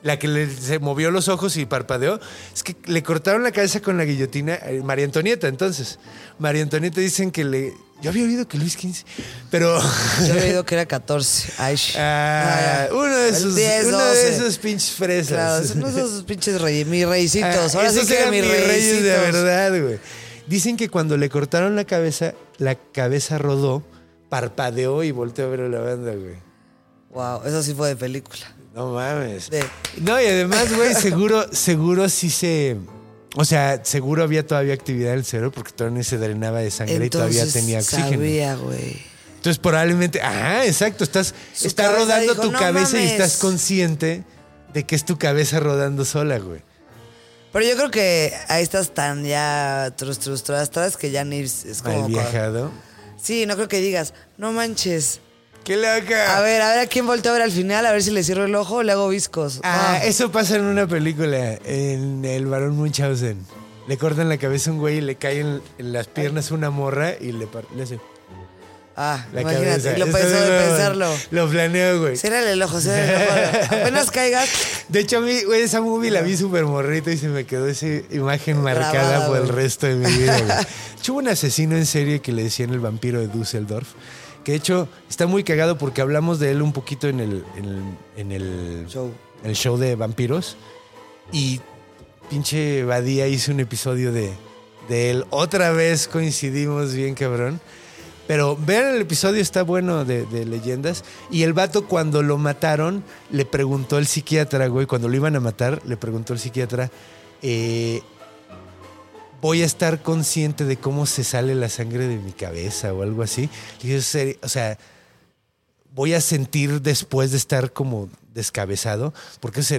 [SPEAKER 2] la que le- se movió los ojos y parpadeó, es que le cortaron la cabeza con la guillotina, eh, María Antonieta entonces. María Antonieta dicen que le... Yo había oído que Luis XV, pero...
[SPEAKER 4] Yo había oído que era 14. Ay, sh-
[SPEAKER 2] Ah,
[SPEAKER 4] Ah, ya.
[SPEAKER 2] uno de
[SPEAKER 4] El
[SPEAKER 2] esos,
[SPEAKER 4] 10,
[SPEAKER 2] uno de
[SPEAKER 4] 12.
[SPEAKER 2] esos pinches fresas.
[SPEAKER 4] Claro, son esos pinches reyes, mis reyesitos.
[SPEAKER 2] Ah,
[SPEAKER 4] Ahora sí
[SPEAKER 2] esos
[SPEAKER 4] que
[SPEAKER 2] eran
[SPEAKER 4] mis
[SPEAKER 2] mis reyes de
[SPEAKER 4] reyesitos.
[SPEAKER 2] verdad, güey. Dicen que cuando le cortaron la cabeza, la cabeza rodó, parpadeó y volteó a ver a la banda, güey.
[SPEAKER 4] Wow, eso sí fue de película.
[SPEAKER 2] No mames.
[SPEAKER 4] De-
[SPEAKER 2] No, y además, güey, seguro, seguro sí se. O sea, seguro había todavía actividad del cerebro porque todavía se drenaba de sangre y todavía
[SPEAKER 4] Entonces,
[SPEAKER 2] tenía oxígeno.
[SPEAKER 4] sabía, güey.
[SPEAKER 2] Entonces, probablemente. Ajá, exacto. Estás,
[SPEAKER 4] Su
[SPEAKER 2] está
[SPEAKER 4] cabeza
[SPEAKER 2] rodando
[SPEAKER 4] dijo,
[SPEAKER 2] tu
[SPEAKER 4] "No
[SPEAKER 2] cabeza y
[SPEAKER 4] mames".
[SPEAKER 2] estás consciente de que es tu cabeza rodando sola, güey.
[SPEAKER 4] Pero yo creo que ahí estás tan ya trus, trus, tras, tras, que ya ni es como...
[SPEAKER 2] Mal viajado.
[SPEAKER 4] Sí, no creo que digas, no manches.
[SPEAKER 2] ¡Qué loca!
[SPEAKER 4] A ver, a ver a quién volteo a ver al final, a ver si le cierro el ojo o le hago viscos.
[SPEAKER 2] Ah,
[SPEAKER 4] No.
[SPEAKER 2] eso pasa en una película, en El varón Munchausen. Le cortan la cabeza a un güey y le caen en las piernas una morra y le, par- le hace
[SPEAKER 4] Ah,
[SPEAKER 2] la
[SPEAKER 4] imagínate,
[SPEAKER 2] cabeza.
[SPEAKER 4] y lo
[SPEAKER 2] Está
[SPEAKER 4] pensó
[SPEAKER 2] bien,
[SPEAKER 4] de
[SPEAKER 2] güey.
[SPEAKER 4] pensarlo.
[SPEAKER 2] Lo planeó, güey.
[SPEAKER 4] Ciérrale el ojo, ciérrale el ojo. Apenas caigas.
[SPEAKER 2] De hecho, a mí, güey, esa movie la vi súper morrito y se me quedó esa imagen marcada
[SPEAKER 4] Grabada,
[SPEAKER 2] por el
[SPEAKER 4] güey.
[SPEAKER 2] resto de mi vida, güey. De hecho, hubo un asesino en serie que le decían el vampiro de Düsseldorf. Que de hecho está muy cagado porque hablamos de él un poquito en el, en el, en el
[SPEAKER 4] Show.
[SPEAKER 2] el show de vampiros. Y pinche Badía hizo un episodio de, de él. Otra vez coincidimos bien, cabrón. Pero vean el episodio, está bueno de, de leyendas. Y el vato cuando lo mataron, le preguntó al psiquiatra, güey, cuando lo iban a matar, le preguntó al psiquiatra, eh, voy a estar consciente de cómo se sale la sangre de mi cabeza o algo así. Le dije, "¿En serio? o sea, voy a sentir después de estar como descabezado, porque se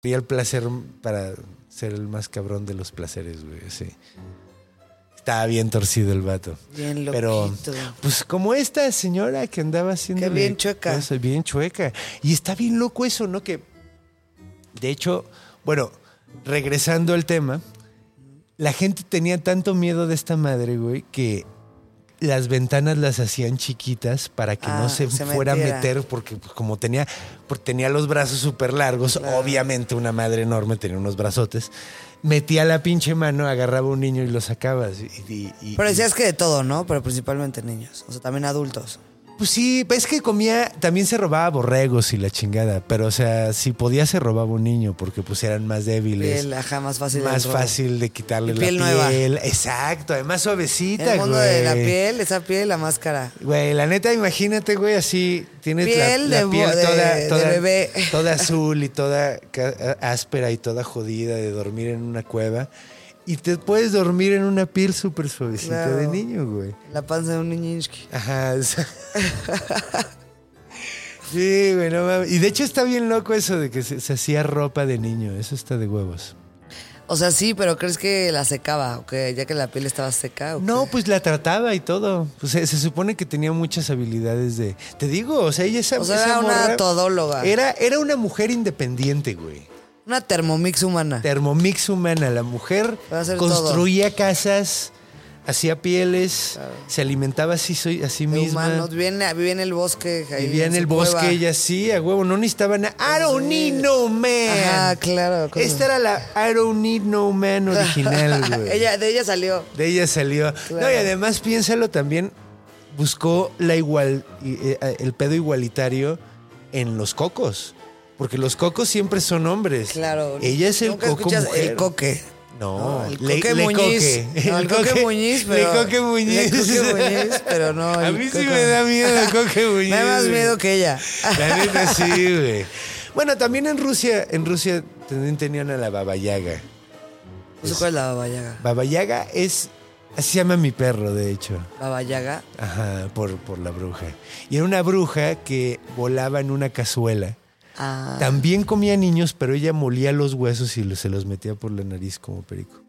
[SPEAKER 2] sería el placer para ser el más cabrón de los placeres, güey. Sí. Estaba bien torcido el vato.
[SPEAKER 4] Bien loquito.
[SPEAKER 2] Pero, pues como esta señora que andaba haciendo.
[SPEAKER 4] bien chueca.
[SPEAKER 2] bien chueca. Y está bien loco eso, ¿no? Que, de hecho, bueno, regresando al tema, la gente tenía tanto miedo de esta madre, güey, que las ventanas las hacían chiquitas para que
[SPEAKER 4] Ah,
[SPEAKER 2] no se,
[SPEAKER 4] se
[SPEAKER 2] fuera a
[SPEAKER 4] metiera.
[SPEAKER 2] meter, porque pues, como tenía, porque tenía los brazos súper largos, obviamente una madre enorme tenía unos brazotes, metía la pinche mano, agarraba a un niño y lo sacabas. Y, y- y-
[SPEAKER 4] Pero decías que de todo, ¿no? Pero principalmente niños. O sea, también adultos.
[SPEAKER 2] Pues sí, es que comía, también se robaba borregos y la chingada, pero o sea, si podía se robaba un niño porque pues eran más débiles.
[SPEAKER 4] Piel, ajá, más fácil. del
[SPEAKER 2] más
[SPEAKER 4] robo.
[SPEAKER 2] fácil de quitarle
[SPEAKER 4] Y
[SPEAKER 2] la
[SPEAKER 4] piel
[SPEAKER 2] piel.
[SPEAKER 4] nueva.
[SPEAKER 2] Exacto, además
[SPEAKER 4] En
[SPEAKER 2] suavecita,
[SPEAKER 4] el mundo de la
[SPEAKER 2] güey.
[SPEAKER 4] piel, esa piel, la máscara.
[SPEAKER 2] Güey, la neta, imagínate, güey, así tienes la-
[SPEAKER 4] Piel
[SPEAKER 2] la,
[SPEAKER 4] de bo-
[SPEAKER 2] piel
[SPEAKER 4] de-
[SPEAKER 2] toda,
[SPEAKER 4] de
[SPEAKER 2] toda-
[SPEAKER 4] bebé.
[SPEAKER 2] toda azul y toda ca- áspera y toda jodida de dormir en una cueva. Y te puedes dormir en una piel súper suavecita
[SPEAKER 4] Claro.
[SPEAKER 2] de niño, güey.
[SPEAKER 4] La panza de un niñinski.
[SPEAKER 2] Ajá. o sea. sí, güey, no mames. Y de hecho está bien loco eso de que se, se hacía ropa de niño. Eso está de huevos.
[SPEAKER 4] O sea, sí, pero ¿crees que la secaba? ¿O que ya que la piel estaba seca? ¿o qué?
[SPEAKER 2] No, pues la trataba y todo. Pues se, se supone que tenía muchas habilidades de. Te digo, o sea, ella esa,
[SPEAKER 4] O sea,
[SPEAKER 2] esa
[SPEAKER 4] era una
[SPEAKER 2] morra-
[SPEAKER 4] todóloga.
[SPEAKER 2] Era, era una mujer independiente, güey.
[SPEAKER 4] Una termomix humana.
[SPEAKER 2] Thermomix humana. La mujer
[SPEAKER 4] Va a hacer
[SPEAKER 2] construía casas, hacía pieles, se alimentaba así, soy, así
[SPEAKER 4] De
[SPEAKER 2] misma.
[SPEAKER 4] humanos. Viene, vivía en el bosque. ahí
[SPEAKER 2] Vivía en
[SPEAKER 4] su
[SPEAKER 2] el bosque
[SPEAKER 4] cueva.
[SPEAKER 2] ella sí, a huevo, no necesitaba nada. I don't need no man.
[SPEAKER 4] Ajá, claro, con-
[SPEAKER 2] Esta Este era la I don't need no man original, güey.
[SPEAKER 4] ella, de ella salió.
[SPEAKER 2] De ella salió. No, y además piénsalo también, buscó la igual, y, eh, el pedo igualitario en los cocos. Porque los cocos siempre son hombres.
[SPEAKER 4] Claro.
[SPEAKER 2] Ella es el
[SPEAKER 4] Nunca
[SPEAKER 2] coco
[SPEAKER 4] escuchas
[SPEAKER 2] mujer.
[SPEAKER 4] el coque.
[SPEAKER 2] No,
[SPEAKER 4] el
[SPEAKER 2] le-
[SPEAKER 4] coque
[SPEAKER 2] le
[SPEAKER 4] Muñiz.
[SPEAKER 2] coque.
[SPEAKER 4] No, el coque Muñiz, pero.
[SPEAKER 2] Le coque Muñiz.
[SPEAKER 4] Le coque Muñiz, pero no.
[SPEAKER 2] A
[SPEAKER 4] el
[SPEAKER 2] mí sí
[SPEAKER 4] coque-
[SPEAKER 2] me da miedo el coque Muñiz.
[SPEAKER 4] Me da más
[SPEAKER 2] güey.
[SPEAKER 4] miedo que ella.
[SPEAKER 2] La neta sí, güey. Bueno, también en Rusia, en Rusia también tenían a la babayaga.
[SPEAKER 4] No sé cuál es la babayaga.
[SPEAKER 2] Babayaga es. Así se llama mi perro, de hecho.
[SPEAKER 4] Babayaga.
[SPEAKER 2] Ajá, por, por la bruja. Y era una bruja que volaba en una cazuela.
[SPEAKER 4] Ah.
[SPEAKER 2] También comía niños, pero ella molía los huesos y los- se los metía por la nariz como perico.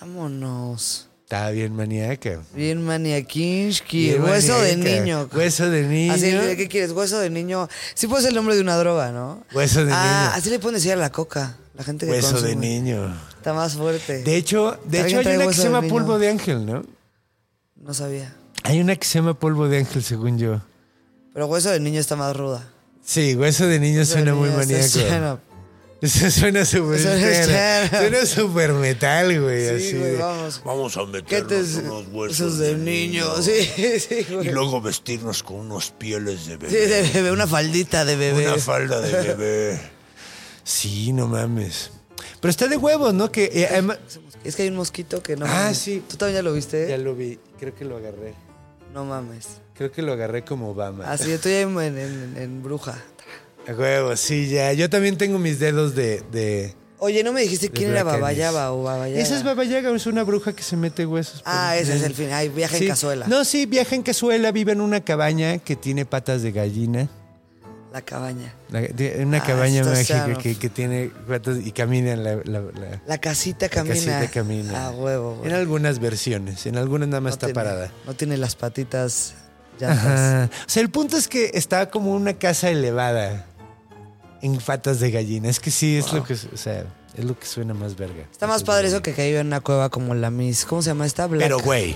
[SPEAKER 4] Vámonos.
[SPEAKER 2] Estaba bien maníaca.
[SPEAKER 4] Bien maniakinski.
[SPEAKER 2] Bien
[SPEAKER 4] Hueso de
[SPEAKER 2] maníaca.
[SPEAKER 4] niño.
[SPEAKER 2] Hueso de niño.
[SPEAKER 4] Así, ¿qué quieres? Hueso de niño. Sí puede ser el nombre de una droga, ¿no?
[SPEAKER 2] Hueso de
[SPEAKER 4] ah,
[SPEAKER 2] niño.
[SPEAKER 4] así le pueden decir a la coca. La gente que
[SPEAKER 2] Hueso de
[SPEAKER 4] consume.
[SPEAKER 2] niño.
[SPEAKER 4] Está más fuerte.
[SPEAKER 2] De hecho, de
[SPEAKER 4] Alguien
[SPEAKER 2] hecho hay
[SPEAKER 4] trae
[SPEAKER 2] una que
[SPEAKER 4] hueso
[SPEAKER 2] se
[SPEAKER 4] de
[SPEAKER 2] llama
[SPEAKER 4] niño.
[SPEAKER 2] polvo de ángel, ¿no?
[SPEAKER 4] No sabía.
[SPEAKER 2] Hay una que se llama polvo de ángel, según yo.
[SPEAKER 4] Pero hueso de niño está más ruda.
[SPEAKER 2] Sí, hueso de niño suena muy
[SPEAKER 4] Hueso de niño
[SPEAKER 2] maníaco.
[SPEAKER 4] está lleno.
[SPEAKER 2] Eso suena súper
[SPEAKER 4] Suena
[SPEAKER 2] entero.
[SPEAKER 4] entero.
[SPEAKER 2] Suena súper metal, güey. así
[SPEAKER 4] Sí, güey,
[SPEAKER 2] de-
[SPEAKER 4] vamos.
[SPEAKER 5] Vamos a
[SPEAKER 4] ¿Qué te
[SPEAKER 5] meternos unos
[SPEAKER 4] huesos de niño? Sí, sí, güey.
[SPEAKER 5] Y luego vestirnos con unos pieles de
[SPEAKER 4] Sí, de
[SPEAKER 5] bebé.
[SPEAKER 4] bebé, una faldita de bebé.
[SPEAKER 5] Una falda de bebé.
[SPEAKER 2] Sí, no mames. Pero está de huevos, ¿no? Que eh, además- eh,
[SPEAKER 4] Es que hay un mosquito que no.
[SPEAKER 2] Ah,
[SPEAKER 4] mames.
[SPEAKER 2] sí.
[SPEAKER 4] ¿Tú también ya lo viste?
[SPEAKER 2] Ya lo vi. Creo que lo agarré.
[SPEAKER 4] No mames.
[SPEAKER 2] Creo que lo agarré como Obama.
[SPEAKER 4] Así estoy en, en- en- en bruja.
[SPEAKER 2] A huevo, sí, ya. Yo también tengo mis dedos de... de
[SPEAKER 4] Oye, ¿no me dijiste
[SPEAKER 2] de
[SPEAKER 4] quién era
[SPEAKER 2] Black Anis.
[SPEAKER 4] Babayaba o Babayaga?
[SPEAKER 2] Esa es Babayaga, es una bruja que se mete huesos. por-
[SPEAKER 4] Ah, ese es el fin. Ay, viaja
[SPEAKER 2] Sí.
[SPEAKER 4] en cazuela.
[SPEAKER 2] No, sí, viaja en cazuela, vive en una cabaña que tiene patas de gallina.
[SPEAKER 4] La cabaña.
[SPEAKER 2] La- de- una
[SPEAKER 4] Ah,
[SPEAKER 2] cabaña
[SPEAKER 4] esto
[SPEAKER 2] mágica
[SPEAKER 4] sea, no.
[SPEAKER 2] que, que tiene patas y camina en la... la- la-
[SPEAKER 4] La casita camina.
[SPEAKER 2] casita camina.
[SPEAKER 4] A huevo, güey.
[SPEAKER 2] en algunas versiones, en algunas nada más
[SPEAKER 4] No
[SPEAKER 2] está
[SPEAKER 4] tiene-
[SPEAKER 2] parada.
[SPEAKER 4] No tiene las patitas llantas.
[SPEAKER 2] Ajá. O sea, el punto es que está como una casa elevada en patas de gallina. Es que sí, es lo que, o sea, es lo que suena más verga.
[SPEAKER 4] Está más
[SPEAKER 2] Patas de
[SPEAKER 4] padre eso
[SPEAKER 2] gallina.
[SPEAKER 4] que caer en una cueva como la Miss. ¿Cómo se llama esta? Black,
[SPEAKER 2] Pero güey,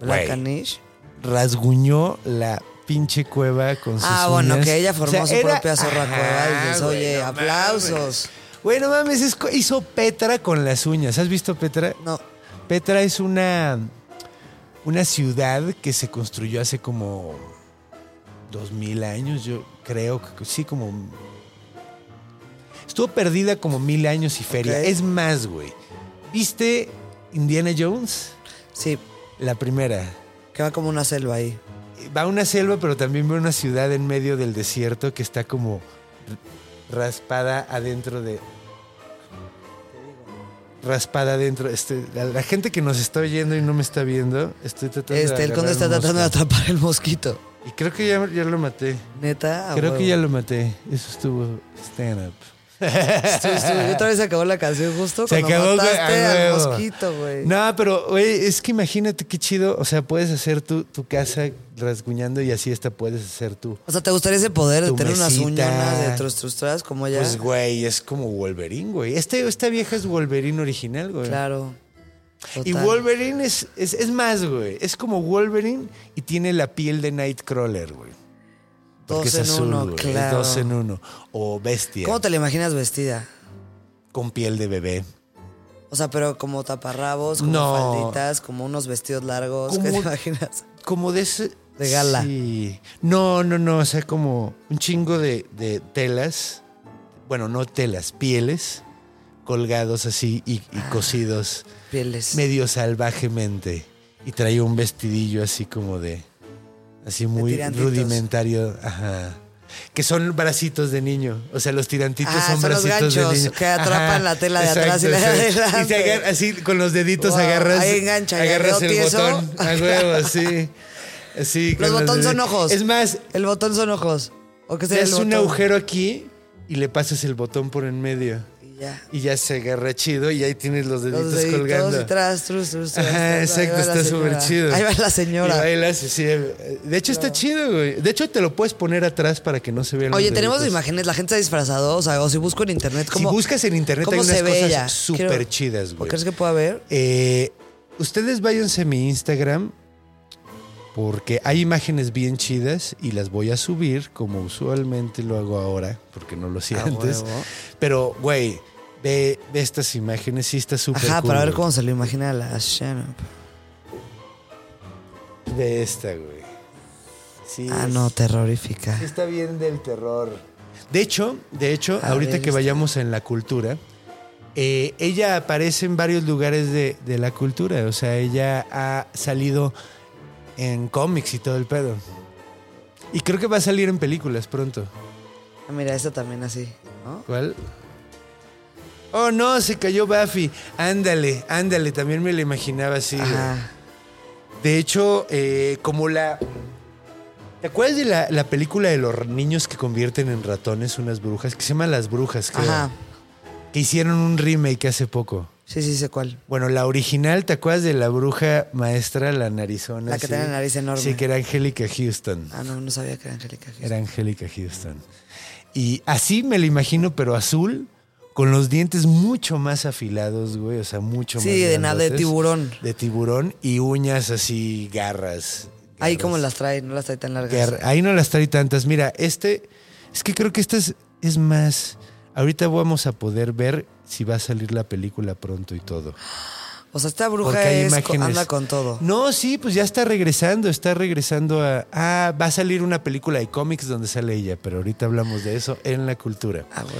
[SPEAKER 4] Black
[SPEAKER 2] güey,
[SPEAKER 4] Anish.
[SPEAKER 2] rasguñó la pinche cueva con sus
[SPEAKER 4] Ah, bueno,
[SPEAKER 2] uñas.
[SPEAKER 4] que ella formó
[SPEAKER 2] O sea,
[SPEAKER 4] su
[SPEAKER 2] era-
[SPEAKER 4] propia zorra
[SPEAKER 2] Ajá,
[SPEAKER 4] cueva y dices,
[SPEAKER 2] güey,
[SPEAKER 4] oye,
[SPEAKER 2] no mames.
[SPEAKER 4] aplausos.
[SPEAKER 2] Güey, no mames, es co- hizo Petra con las uñas. ¿Has visto Petra?
[SPEAKER 4] No,
[SPEAKER 2] Petra es una, una ciudad que se construyó hace como 2000 años, yo creo que sí, como... Estuvo perdida como mil años y feria.
[SPEAKER 4] Ok.
[SPEAKER 2] Es más, güey. ¿Viste Indiana Jones?
[SPEAKER 4] sí,
[SPEAKER 2] La primera.
[SPEAKER 4] que va como una selva ahí.
[SPEAKER 2] Va a una selva, pero también ve una ciudad en medio del desierto que está como raspada adentro de... Raspada adentro. Este, la, la gente que nos está oyendo y no me está viendo, estoy tratando de...
[SPEAKER 4] Este, el conde
[SPEAKER 2] agarrar
[SPEAKER 4] está
[SPEAKER 2] un
[SPEAKER 4] tratando de
[SPEAKER 2] mosco.
[SPEAKER 4] atrapar el mosquito.
[SPEAKER 2] Y creo que ya, ya lo maté.
[SPEAKER 4] Neta. a
[SPEAKER 2] creo que
[SPEAKER 4] Ah, huevo.
[SPEAKER 2] ya lo maté. Eso estuvo stand-up.
[SPEAKER 4] Estuvo- estuvo- otra vez se acabó la canción justo
[SPEAKER 2] Se
[SPEAKER 4] cuando
[SPEAKER 2] acabó güey,
[SPEAKER 4] mataste
[SPEAKER 2] a
[SPEAKER 4] al
[SPEAKER 2] huevo.
[SPEAKER 4] mosquito, güey.
[SPEAKER 2] No, pero güey, es que imagínate qué chido. O sea, puedes hacer tu, tu casa rasguñando y así esta puedes hacer tú.
[SPEAKER 4] O sea, ¿te gustaría ese poder de
[SPEAKER 2] Tu
[SPEAKER 4] tener unas
[SPEAKER 2] mesita.
[SPEAKER 4] uñonas de trustrustradas como ella?
[SPEAKER 2] Pues, güey, es como Wolverine, güey. Este, esta vieja es Wolverine original, güey.
[SPEAKER 4] claro.
[SPEAKER 2] Y
[SPEAKER 4] Total.
[SPEAKER 2] Wolverine es, es, es más, güey. Es como Wolverine y tiene la piel de Nightcrawler, güey. Porque
[SPEAKER 4] Dos
[SPEAKER 2] es
[SPEAKER 4] en
[SPEAKER 2] azul,
[SPEAKER 4] uno,
[SPEAKER 2] güey. Es
[SPEAKER 4] claro.
[SPEAKER 2] dos en uno. O bestia.
[SPEAKER 4] ¿Cómo te la imaginas vestida?
[SPEAKER 2] Con piel de bebé.
[SPEAKER 4] O sea, pero como taparrabos, como
[SPEAKER 2] No.
[SPEAKER 4] falditas, como unos vestidos largos.
[SPEAKER 2] Como-
[SPEAKER 4] ¿Qué te imaginas?
[SPEAKER 2] Como de ese.
[SPEAKER 4] De gala.
[SPEAKER 2] Sí. No, no, no. O sea, como un chingo de, de telas. Bueno, no telas, pieles colgados así y, y
[SPEAKER 4] Ah.
[SPEAKER 2] cosidos.
[SPEAKER 4] Pieles.
[SPEAKER 2] medio salvajemente y traía un vestidillo así como de así muy
[SPEAKER 4] tirantitos.
[SPEAKER 2] rudimentario, ajá. Que son bracitos de niño, o sea, los tirantitos
[SPEAKER 4] Ah,
[SPEAKER 2] son,
[SPEAKER 4] son los
[SPEAKER 2] bracitos de
[SPEAKER 4] ganchos
[SPEAKER 2] niño.
[SPEAKER 4] que atrapan la tela de atrás y la de
[SPEAKER 2] exacto. Y te
[SPEAKER 4] adelante.
[SPEAKER 2] agar- así con los deditos
[SPEAKER 4] Wow,
[SPEAKER 2] agarras,
[SPEAKER 4] ahí engancha, ya
[SPEAKER 2] agarras el
[SPEAKER 4] quedó tieso.
[SPEAKER 2] botón, a huevo, sí. Así,
[SPEAKER 4] Los
[SPEAKER 2] con
[SPEAKER 4] botones son
[SPEAKER 2] deditos.
[SPEAKER 4] ojos.
[SPEAKER 2] Es más,
[SPEAKER 4] El botón son ojos. ¿O qué
[SPEAKER 2] te
[SPEAKER 4] sería el
[SPEAKER 2] haces un
[SPEAKER 4] botón?
[SPEAKER 2] agujero aquí y le pasas el botón por en medio.
[SPEAKER 4] Y Y ya.
[SPEAKER 2] y ya se agarra chido y ahí tienes los deditos,
[SPEAKER 4] Los deditos
[SPEAKER 2] colgando.
[SPEAKER 4] y tras, trus, trus, trus,
[SPEAKER 2] Ajá,
[SPEAKER 4] trus. Ahí
[SPEAKER 2] exacto,
[SPEAKER 4] va la
[SPEAKER 2] está súper
[SPEAKER 4] señora.
[SPEAKER 2] chido.
[SPEAKER 4] Ahí va la
[SPEAKER 2] Y
[SPEAKER 4] señora.
[SPEAKER 2] bailas así. De hecho, está chido, güey. De hecho, te lo puedes poner atrás para que no se vean
[SPEAKER 4] Oye,
[SPEAKER 2] los
[SPEAKER 4] tenemos
[SPEAKER 2] deditos.
[SPEAKER 4] imágenes, la gente está disfrazado, o sea, o si busco en internet, ¿cómo,
[SPEAKER 2] si buscas en internet hay
[SPEAKER 4] ¿cómo
[SPEAKER 2] unas
[SPEAKER 4] se ve ella?
[SPEAKER 2] cosas
[SPEAKER 4] Quiero-
[SPEAKER 2] súper chidas, güey.
[SPEAKER 4] ¿Crees que pueda ver?
[SPEAKER 2] Eh, ustedes váyanse a mi Instagram porque hay imágenes bien chidas y las voy a subir como usualmente lo hago ahora, porque no lo hacía
[SPEAKER 4] Ah,
[SPEAKER 2] antes. Pero, güey, ve, ve estas imágenes, sí está súper
[SPEAKER 4] Ajá,
[SPEAKER 2] cool,
[SPEAKER 4] para ver
[SPEAKER 2] güey.
[SPEAKER 4] cómo se lo imagina la Shannon.
[SPEAKER 2] Ve esta, güey. Sí,
[SPEAKER 4] Ah,
[SPEAKER 2] es-
[SPEAKER 4] no, terrorífica.
[SPEAKER 2] sí está bien del terror. este. De hecho, de hecho,
[SPEAKER 4] A
[SPEAKER 2] ahorita
[SPEAKER 4] ver,
[SPEAKER 2] que
[SPEAKER 4] esta.
[SPEAKER 2] vayamos en la cultura, eh, ella aparece en varios lugares de, de la cultura. O sea, ella ha salido en cómics y todo el pedo. Y creo que va a salir en películas pronto.
[SPEAKER 4] Ah, Mira, esta también así, ¿no?
[SPEAKER 2] ¿Cuál? Oh, no, se cayó Buffy. Ándale, ándale, también me la imaginaba así. güey.
[SPEAKER 4] Ajá.
[SPEAKER 2] De hecho, eh, como la... ¿Te acuerdas de la, la película de los niños que convierten en ratones unas brujas? Que se llama Las Brujas, creo.
[SPEAKER 4] Ajá.
[SPEAKER 2] Que hicieron un remake hace poco.
[SPEAKER 4] Sí, sí, sé cuál.
[SPEAKER 2] Bueno, la original, ¿te acuerdas de la bruja maestra, la narizona?
[SPEAKER 4] La que
[SPEAKER 2] sí?
[SPEAKER 4] tenía la nariz enorme.
[SPEAKER 2] Sí, que era Angélica Houston.
[SPEAKER 4] Ah, no, no sabía que era Angélica. Houston.
[SPEAKER 2] Era Angélica Houston. Y así me la imagino, pero azul, con los dientes mucho más afilados, güey. O sea, mucho
[SPEAKER 4] Sí,
[SPEAKER 2] más.
[SPEAKER 4] de nada, de
[SPEAKER 2] grandotes.
[SPEAKER 4] tiburón.
[SPEAKER 2] De tiburón y uñas así, garras.
[SPEAKER 4] Ahí
[SPEAKER 2] garras.
[SPEAKER 4] como las trae, no las trae tan largas.
[SPEAKER 2] Gar- Ahí no las trae tantas. Mira, este. Es que creo que este es, es más. Ahorita vamos a poder ver si va a salir la película pronto y todo.
[SPEAKER 4] O sea, esta
[SPEAKER 2] Porque
[SPEAKER 4] bruja
[SPEAKER 2] hay
[SPEAKER 4] es, co-
[SPEAKER 2] imágenes.
[SPEAKER 4] anda con todo.
[SPEAKER 2] No, sí, pues ya está regresando, está regresando a... Ah, va a salir una película de cómics donde sale ella, pero ahorita hablamos de eso en la cultura.
[SPEAKER 4] Ah, huevo.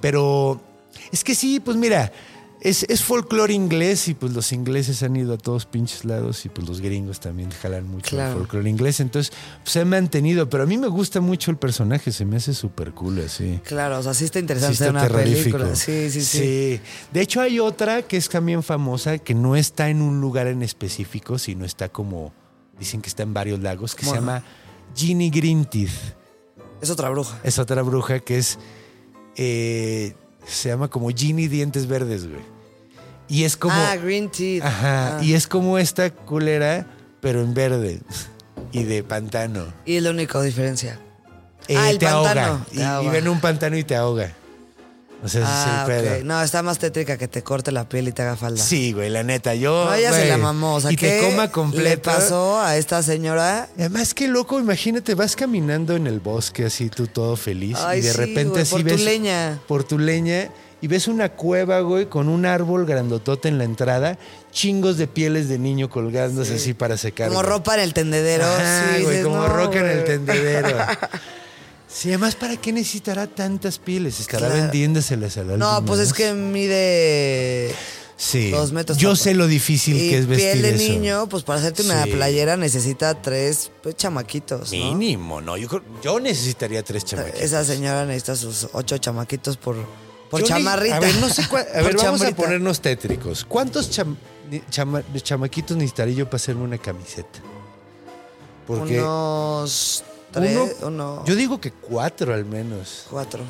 [SPEAKER 2] Pero es que sí, pues mira, es, es folclore inglés y pues los ingleses han ido a todos pinches lados y pues los gringos también jalan mucho
[SPEAKER 4] Claro.
[SPEAKER 2] el folclore inglés, entonces pues, se ha mantenido, pero a mí me gusta mucho el personaje, se me hace súper cool así.
[SPEAKER 4] Claro, o sea, sí
[SPEAKER 2] Sí,
[SPEAKER 4] está interesante
[SPEAKER 2] está
[SPEAKER 4] una
[SPEAKER 2] terrorífico.
[SPEAKER 4] película. Sí, sí, sí,
[SPEAKER 2] De hecho, hay otra que es también famosa, que no está en un lugar en específico, sino está como. Dicen que está en varios lagos, que se
[SPEAKER 4] Bueno.
[SPEAKER 2] llama Ginny Greenteeth.
[SPEAKER 4] Es otra bruja.
[SPEAKER 2] Es otra bruja que es. eh, se llama como Ginny Dientes Verdes, güey. Y es como.
[SPEAKER 4] Ah, Green Tea.
[SPEAKER 2] ajá.
[SPEAKER 4] Ah.
[SPEAKER 2] Y es como esta culera, pero en verde. Y de pantano.
[SPEAKER 4] Y es la única diferencia.
[SPEAKER 2] Eh,
[SPEAKER 4] Ah, el
[SPEAKER 2] te
[SPEAKER 4] pantano.
[SPEAKER 2] ahoga. Y
[SPEAKER 4] Te ahoga.
[SPEAKER 2] vive en un pantano y te ahoga. O sea, ese
[SPEAKER 4] Ah,
[SPEAKER 2] es el pedo.
[SPEAKER 4] ok. No, está más tétrica que te corte la piel y te haga falda.
[SPEAKER 2] Sí, güey, la neta, yo.
[SPEAKER 4] No, ella se
[SPEAKER 2] güey,
[SPEAKER 4] la mamó. O sea,
[SPEAKER 2] y te
[SPEAKER 4] ¿qué
[SPEAKER 2] coma
[SPEAKER 4] le
[SPEAKER 2] completo.
[SPEAKER 4] pasó a esta señora?
[SPEAKER 2] Además, qué loco, imagínate, vas caminando en el bosque así, tú todo feliz.
[SPEAKER 4] Ay,
[SPEAKER 2] y de
[SPEAKER 4] sí,
[SPEAKER 2] repente
[SPEAKER 4] güey,
[SPEAKER 2] así
[SPEAKER 4] por tu
[SPEAKER 2] ves.
[SPEAKER 4] leña.
[SPEAKER 2] Por tu leña. Y ves una cueva, güey, con un árbol grandotote en la entrada, chingos de pieles de niño colgándose así para secar.
[SPEAKER 4] Como
[SPEAKER 2] güey.
[SPEAKER 4] ropa en el tendedero.
[SPEAKER 2] Ajá,
[SPEAKER 4] sí,
[SPEAKER 2] güey,
[SPEAKER 4] dices,
[SPEAKER 2] como
[SPEAKER 4] no,
[SPEAKER 2] roca en el
[SPEAKER 4] güey.
[SPEAKER 2] tendedero. Sí, además, ¿para qué necesitará tantas pieles? Estará
[SPEAKER 4] Claro.
[SPEAKER 2] vendiéndoselas a la
[SPEAKER 4] No,
[SPEAKER 2] última
[SPEAKER 4] pues es
[SPEAKER 2] vez.
[SPEAKER 4] que mide
[SPEAKER 2] Sí.
[SPEAKER 4] dos metros.
[SPEAKER 2] Yo
[SPEAKER 4] tampoco.
[SPEAKER 2] sé lo difícil
[SPEAKER 4] Y
[SPEAKER 2] que es vestir
[SPEAKER 4] piel de
[SPEAKER 2] eso.
[SPEAKER 4] niño, pues para hacerte una
[SPEAKER 2] Sí.
[SPEAKER 4] playera necesita tres pues, chamaquitos, ¿no?
[SPEAKER 2] Mínimo, ¿no? Yo, creo- yo necesitaría tres chamaquitos.
[SPEAKER 4] Esa señora necesita sus ocho chamaquitos por, por
[SPEAKER 2] Yo ni-
[SPEAKER 4] chamarrita.
[SPEAKER 2] A ver, no sé cua- a ver,
[SPEAKER 4] Por
[SPEAKER 2] vamos a
[SPEAKER 4] chambrita.
[SPEAKER 2] ponernos tétricos. ¿Cuántos cham- ni- chama- chamaquitos necesitaría yo para hacerme una camiseta? Porque
[SPEAKER 4] Unos
[SPEAKER 2] uno-
[SPEAKER 4] tres, uno,
[SPEAKER 2] yo digo que cuatro al menos.
[SPEAKER 4] cuatro.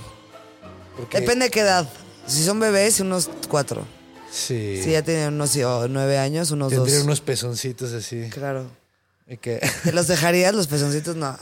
[SPEAKER 2] Porque-
[SPEAKER 4] Depende de qué edad. Si son bebés, unos cuatro.
[SPEAKER 2] Sí.
[SPEAKER 4] Si ya tienen unos sí, o nueve años, unos dos.
[SPEAKER 2] Tendría unos pezoncitos así.
[SPEAKER 4] Claro.
[SPEAKER 2] Y que-
[SPEAKER 4] ¿Te los dejarías los pezoncitos? No.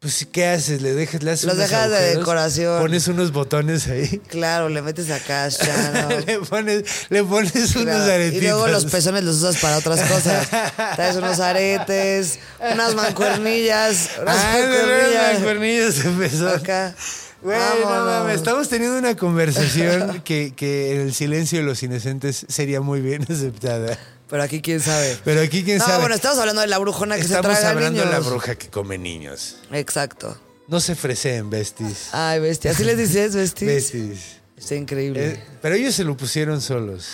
[SPEAKER 2] pues sí, ¿qué haces? Le dejas, le haces
[SPEAKER 4] Los
[SPEAKER 2] unos
[SPEAKER 4] dejas de
[SPEAKER 2] agujeros,
[SPEAKER 4] decoración.
[SPEAKER 2] Pones unos botones ahí.
[SPEAKER 4] Claro, le metes acá, Shano.
[SPEAKER 2] le pones, le pones unos
[SPEAKER 4] Claro.
[SPEAKER 2] aretitos.
[SPEAKER 4] Y luego los pezones los usas para otras cosas. Traes unos aretes, unas mancuernillas, unas
[SPEAKER 2] Ah,
[SPEAKER 4] mancuernillas.
[SPEAKER 2] cuernillas empezó.
[SPEAKER 4] Acá.
[SPEAKER 2] Güey, no
[SPEAKER 4] Vámonos.
[SPEAKER 2] mames, estamos teniendo una conversación que, que en el silencio de los inocentes sería muy bien aceptada.
[SPEAKER 4] Pero aquí quién sabe.
[SPEAKER 2] Pero aquí quién
[SPEAKER 4] no,
[SPEAKER 2] sabe.
[SPEAKER 4] bueno, estamos hablando de la brujona que
[SPEAKER 2] Estamos
[SPEAKER 4] se traga
[SPEAKER 2] hablando
[SPEAKER 4] niños.
[SPEAKER 2] de la bruja que come niños.
[SPEAKER 4] Exacto.
[SPEAKER 2] No se frecen besties.
[SPEAKER 4] Ay, bestia. ¿Así les dices, bestia?
[SPEAKER 2] Besties.
[SPEAKER 4] Está increíble.
[SPEAKER 2] Eh, pero ellos se lo pusieron solos.